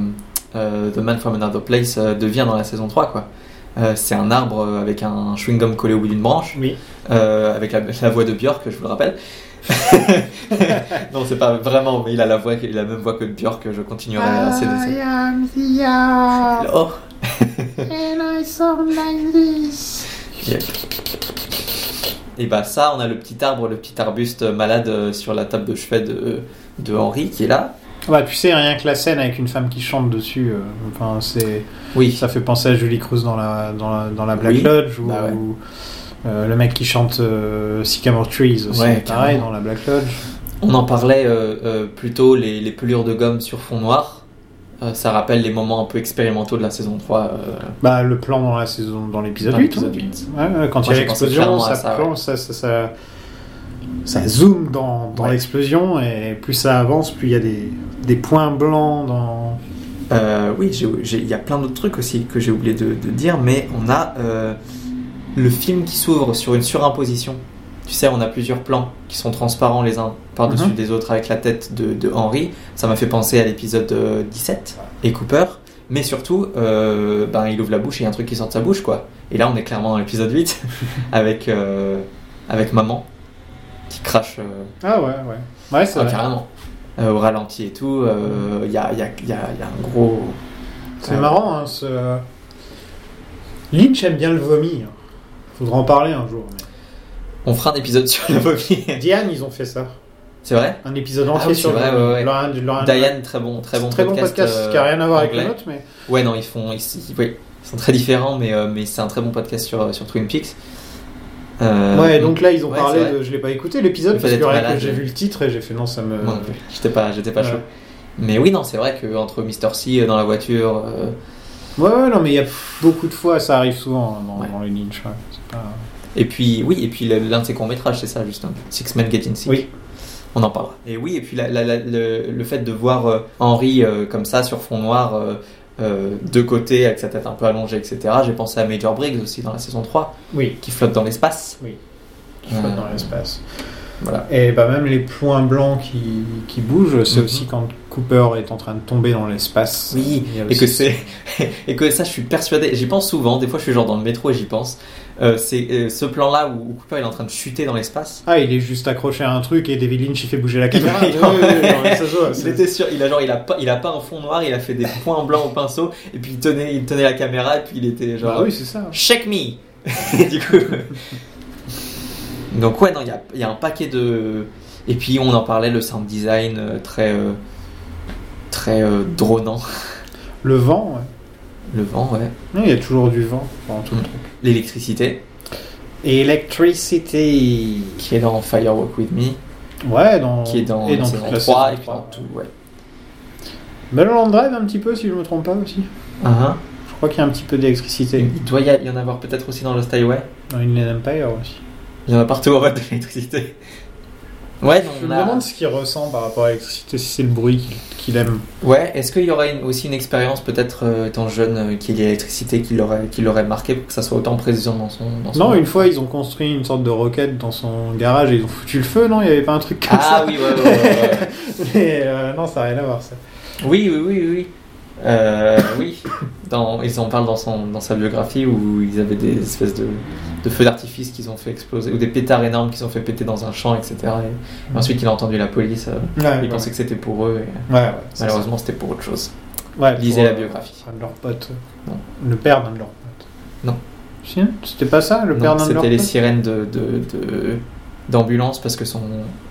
euh, The Man from Another Place euh, devient dans la saison 3. Quoi. Euh, c'est un arbre euh, avec un chewing-gum collé au bout d'une branche, Euh, avec la, la voix de Björk, je vous le rappelle. non, c'est pas vraiment, mais il a la, voix, il a la même voix que Björk, je continuerai à c'est- c'est- am the Ah, art, Oh. and I sound like this. Et bah ça, on a le petit arbre, le petit arbuste malade euh, sur la table de chevet de, de Henri qui est là. Ouais, tu sais, rien que la scène avec une femme qui chante dessus, euh, enfin, c'est. Oui. Ça fait penser à Julie Cruz dans la, dans la, dans la Black Oui. Bah Lodge, ou euh, le mec qui chante euh, Sycamore Trees aussi, Ouais, pareil, carrément. dans la Black Lodge. On en parlait euh, euh, plutôt, les, les pelures de gomme sur fond noir. Euh, ça rappelle les moments un peu expérimentaux de la saison 3. euh, Bah, le plan dans la saison, dans l'épisode Dans 8. l'épisode hein. huit. Ouais, ouais, quand Moi, il y a j'ai pensé l'explosion, clairement ça, à ça, plonge, ça, ça, ça- ça zoome dans, dans l'explosion, et plus ça avance, plus il y a des, des points blancs dans. Euh, oui, j'ai- j'ai- il y a plein d'autres trucs aussi que j'ai oublié de, de dire, mais on a euh, le film qui s'ouvre sur une surimposition. Tu sais, on a plusieurs plans qui sont transparents les uns par-dessus Mhm. des autres avec la tête de, de Henry. Ça m'a fait penser à l'épisode euh, 17 et Cooper. Mais surtout, euh, ben, il ouvre la bouche et il y a un truc qui sort de sa bouche, quoi. Et là, on est clairement dans l'épisode 8 avec, euh, avec maman qui crache. euh, Ah ouais, ouais. Ouais, c'est ah, vrai. carrément. Euh, au ralenti et tout, euh, il y, a, il y a- il y a- il y a un gros. Ah, C'est marrant, hein, ce... Lynch aime bien le vomi. hein. Faudra en parler un jour. On fera un épisode sur le vomi. Diane, ils ont fait ça. C'est vrai Un épisode Ah entier oui, c'est sur le vrai, vomi. ouais, ouais. Leur un- leur un- Diane, très bon, très bon Très bon podcast. podcast, euh, qui a rien à voir avec anglais. le nôtre, mais- Ouais, non, ils font. Ils, ils- oui, ils sont très différents, mais, euh, mais c'est un très bon podcast sur, sur Twin Peaks. Euh, ouais, donc là, ils ont ouais, c'est parlé vrai. de. Je l'ai pas écouté l'épisode Il parce fallait que, être rien que malade. j'ai vu le titre et j'ai fait non, ça me. Euh, Moi non plus. J'étais pas, j'étais pas Ouais. chaud. Mais oui, non, c'est vrai qu'entre Mister C euh, dans la voiture. euh, Ouais, ouais, non, mais il y a beaucoup de fois, ça arrive souvent hein, dans, dans les Lynch. ouais. C'est pas- Et puis, oui, et puis le- l'un de ses courts-métrages, c'est ça, justement. Six Men Getting Sick. Oui. On en parlera. Et oui, et puis la- la- la- le, le fait de voir euh, Henry euh, comme ça, sur fond noir, euh, euh, de côté, avec sa tête un peu allongée, etc. J'ai pensé à Major Briggs aussi dans la saison 3. Oui. Qui flotte dans l'espace. Oui. Qui flotte dans l'espace. Voilà. Et bah, même les points blancs qui, qui bougent, c'est aussi quand Cooper est en train de tomber dans l'espace. Oui, Il y a et aussi que c'est et que ça je suis persuadé j'y pense souvent des fois je suis genre dans le métro et j'y pense Euh, c'est euh, ce plan là où Cooper il est en train de chuter dans l'espace Ah, il est juste accroché à un truc et David Lynch il fait bouger la caméra. Il- Ouais, ouais, ouais, non, mais ça se voit, il Ah, c'est- était sûr, il a genre, il a pas, il a pas un fond noir, il a fait des points blancs au pinceau, et puis il tenait, il tenait la caméra, et puis il était genre. Bah oui, c'est ça. Check me. du coup. Donc ouais, non, il y a, il y a un paquet de. Et puis on en parlait, le sound design euh, très, euh, très euh, dronant. Le vent, ouais. Le vent, ouais. Non, il y a toujours du vent pendant tout le Mm. L'électricité. Electricity. Qui est dans Firewalk With Me. Ouais, dans. Qui est dans, et dans saison toute la 3, et saison puis dans tout, ouais. Mulholland Drive un petit peu, si je me trompe pas aussi. Ah, ah. Je crois qu'il y a un petit peu d'électricité. Il doit y a- il y en avoir peut-être aussi dans Lost Highway. Dans Inland Empire aussi. Il y en a partout en fait de l'électricité. Ouais, donc Je on me a- demande ce qu'il ressent par rapport à l'électricité, si c'est le bruit qu'il- qu'il aime. Ouais, est-ce qu'il y aurait une- aussi une expérience, peut-être euh, étant jeune, euh, qu'il y ait l'électricité qui l'aurait qui l'aurait marqué pour que ça soit autant présent dans son. Dans son- Non, une fois ils ont construit une sorte de roquette dans son garage et ils ont foutu le feu, non Il n'y avait pas un truc comme ça Ah oui, ouais, ouais, ouais, ouais. Mais euh, non, ça n'a rien à voir ça. oui, oui, oui, oui. Euh, oui, dans, ils en parlent dans, son, dans sa biographie où ils avaient des espèces de, de feux d'artifice qu'ils ont fait exploser, ou des pétards énormes qu'ils ont fait péter dans un champ, etc. Et, et ensuite, il a entendu la police, euh, Mmh. Ah, Ouais, il ouais. pensait que c'était pour eux, et Ouais, ouais, c'est malheureusement, c'était pour autre chose. Ouais, Lisez pour, la euh, biographie. Un de leurs potes. Non. Le père d'un de leurs potes. Non. Si, C'était pas ça, le Non, père d'un de leurs C'était les potes sirènes de, de- de- d'ambulance parce que son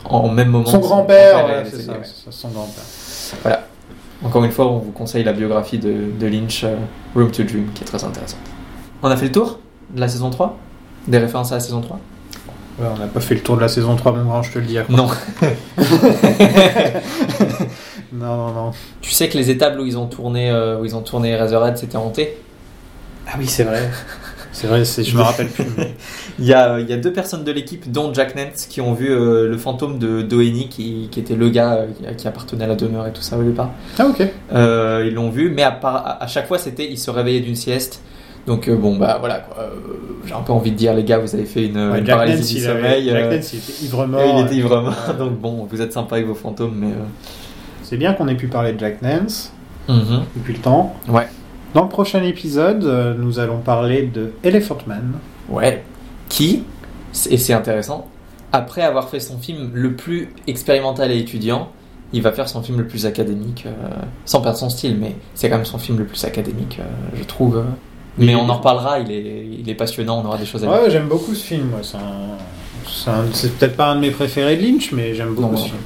en- en même moment Son grand-père, grand-père ouais, est c'est décédé, ça, ouais. c'est ça, son grand-père. Voilà. Encore une fois, on vous conseille la biographie de, de Lynch, euh, Room to Dream, qui est très intéressante. On a fait le tour de la saison 3 Des références à la saison 3 Ouais, on n'a pas fait le tour de la saison 3, mon grand, je te le dis. à quoi. Non. non, non, non. Tu sais que les étables où ils ont tourné, euh, où ils ont tourné Razorhead, c'était hanté Ah oui, c'est vrai. C'est vrai, c'est- je me rappelle plus. il, y a, euh, il y a deux personnes de l'équipe, dont Jack Nance, qui ont vu euh, le fantôme de Doheny, qui, qui était le gars euh, qui- qui appartenait à la demeure et tout ça au départ. Ah, ok. Euh, ils l'ont vu, mais à, part- à- à chaque fois, c'était il se réveillait d'une sieste. Donc euh, bon bah voilà quoi. Euh, j'ai un peu envie de dire les gars vous avez fait une, Ouais, une Jack paralysie Nance, du il avait- sommeil. Jack euh, Nance, il était ivre-mort. et il était ivre-mort. donc bon vous êtes sympa avec vos fantômes mais euh, C'est bien qu'on ait pu parler de Jack Nance Mhm. depuis le temps. Ouais. Dans le prochain épisode, euh, nous allons parler de Elephant Man. ouais qui c'est- et c'est intéressant après avoir fait son film le plus expérimental et étudiant il va faire son film le plus académique euh, sans perdre son style mais c'est quand même son film le plus académique euh, je trouve. euh. Mais on en reparlera il est il est passionnant on aura des choses à dire. Ouais, j'aime beaucoup ce film. moi, C'est un- c'est un- c'est peut-être pas un de mes préférés de Lynch, mais j'aime beaucoup Non, ce non. film.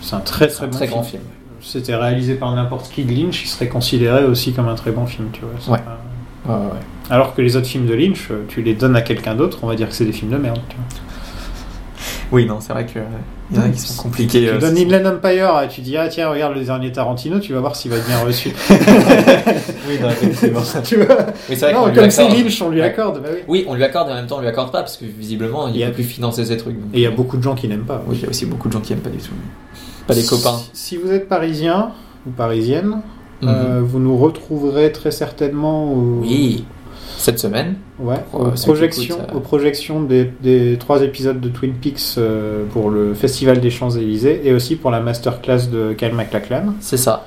C'est un très très, un bon très film. grand film. C'était réalisé par n'importe qui de Lynch, il serait considéré aussi comme un très bon film, tu vois. c'est Ouais. pas- Ouais, ouais, ouais. Alors que les autres films de Lynch, euh, tu les donnes à quelqu'un d'autre, on va dire que c'est des films de merde. Tu, vois. Oui, non, c'est vrai que euh, il y en a qui sont compliqués. Tu euh, donnes c'est- Inland Empire, et tu dis ah tiens regarde le dernier Tarantino, tu vas voir s'il va être bien reçu. Oui, non, effectivement. tu vois Oui, c'est vrai qu'on non, lui comme c'est accorde. Lynch, on lui Ouais. accorde. Bah oui. Oui, on lui accorde et en même temps on lui accorde pas parce que visiblement il, Il y a- peut plus financer ses trucs. donc- Et il y a beaucoup de gens qui n'aiment pas. Oui, il y a aussi beaucoup de gens qui aiment pas du tout. Pas des copains. Mhm. Si, si vous êtes parisien ou parisienne, euh, vous nous retrouverez très certainement au- Oui. Cette semaine, Ouais, Pour, aux, euh, ceux qui projections, écoutent, euh, aux projections des, des trois épisodes de Twin Peaks euh, pour le Festival des Champs-Élysées et aussi pour la masterclass de Kyle MacLachlan. c'est ça.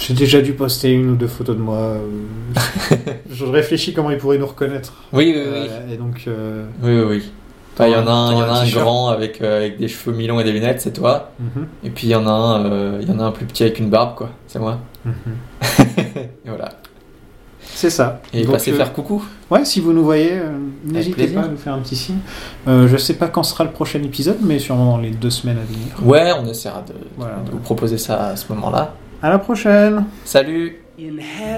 J'ai déjà dû poster une ou deux photos de moi. euh, je réfléchis comment ils pourraient nous reconnaître. Oui, oui, oui. Euh, et donc, euh, Oui, oui, oui. Bah, Il y en a un, il y en T'auras un a un t-shirt. grand avec, euh, avec des cheveux mi-longs et des lunettes, c'est toi. mhm, Et puis il y en a un, euh, il y en a un plus petit avec une barbe, quoi. C'est moi. mhm. Et voilà. c'est ça. Et Donc, passez euh, faire coucou. Ouais, si vous nous voyez, euh, n'hésitez plaisir. pas à nous faire un petit signe. Euh, je sais pas quand sera le prochain épisode, mais sûrement dans les deux semaines à venir. Ouais, on essaiera de, de Voilà. vous proposer ça à ce moment-là. À la prochaine. Salut. In hell.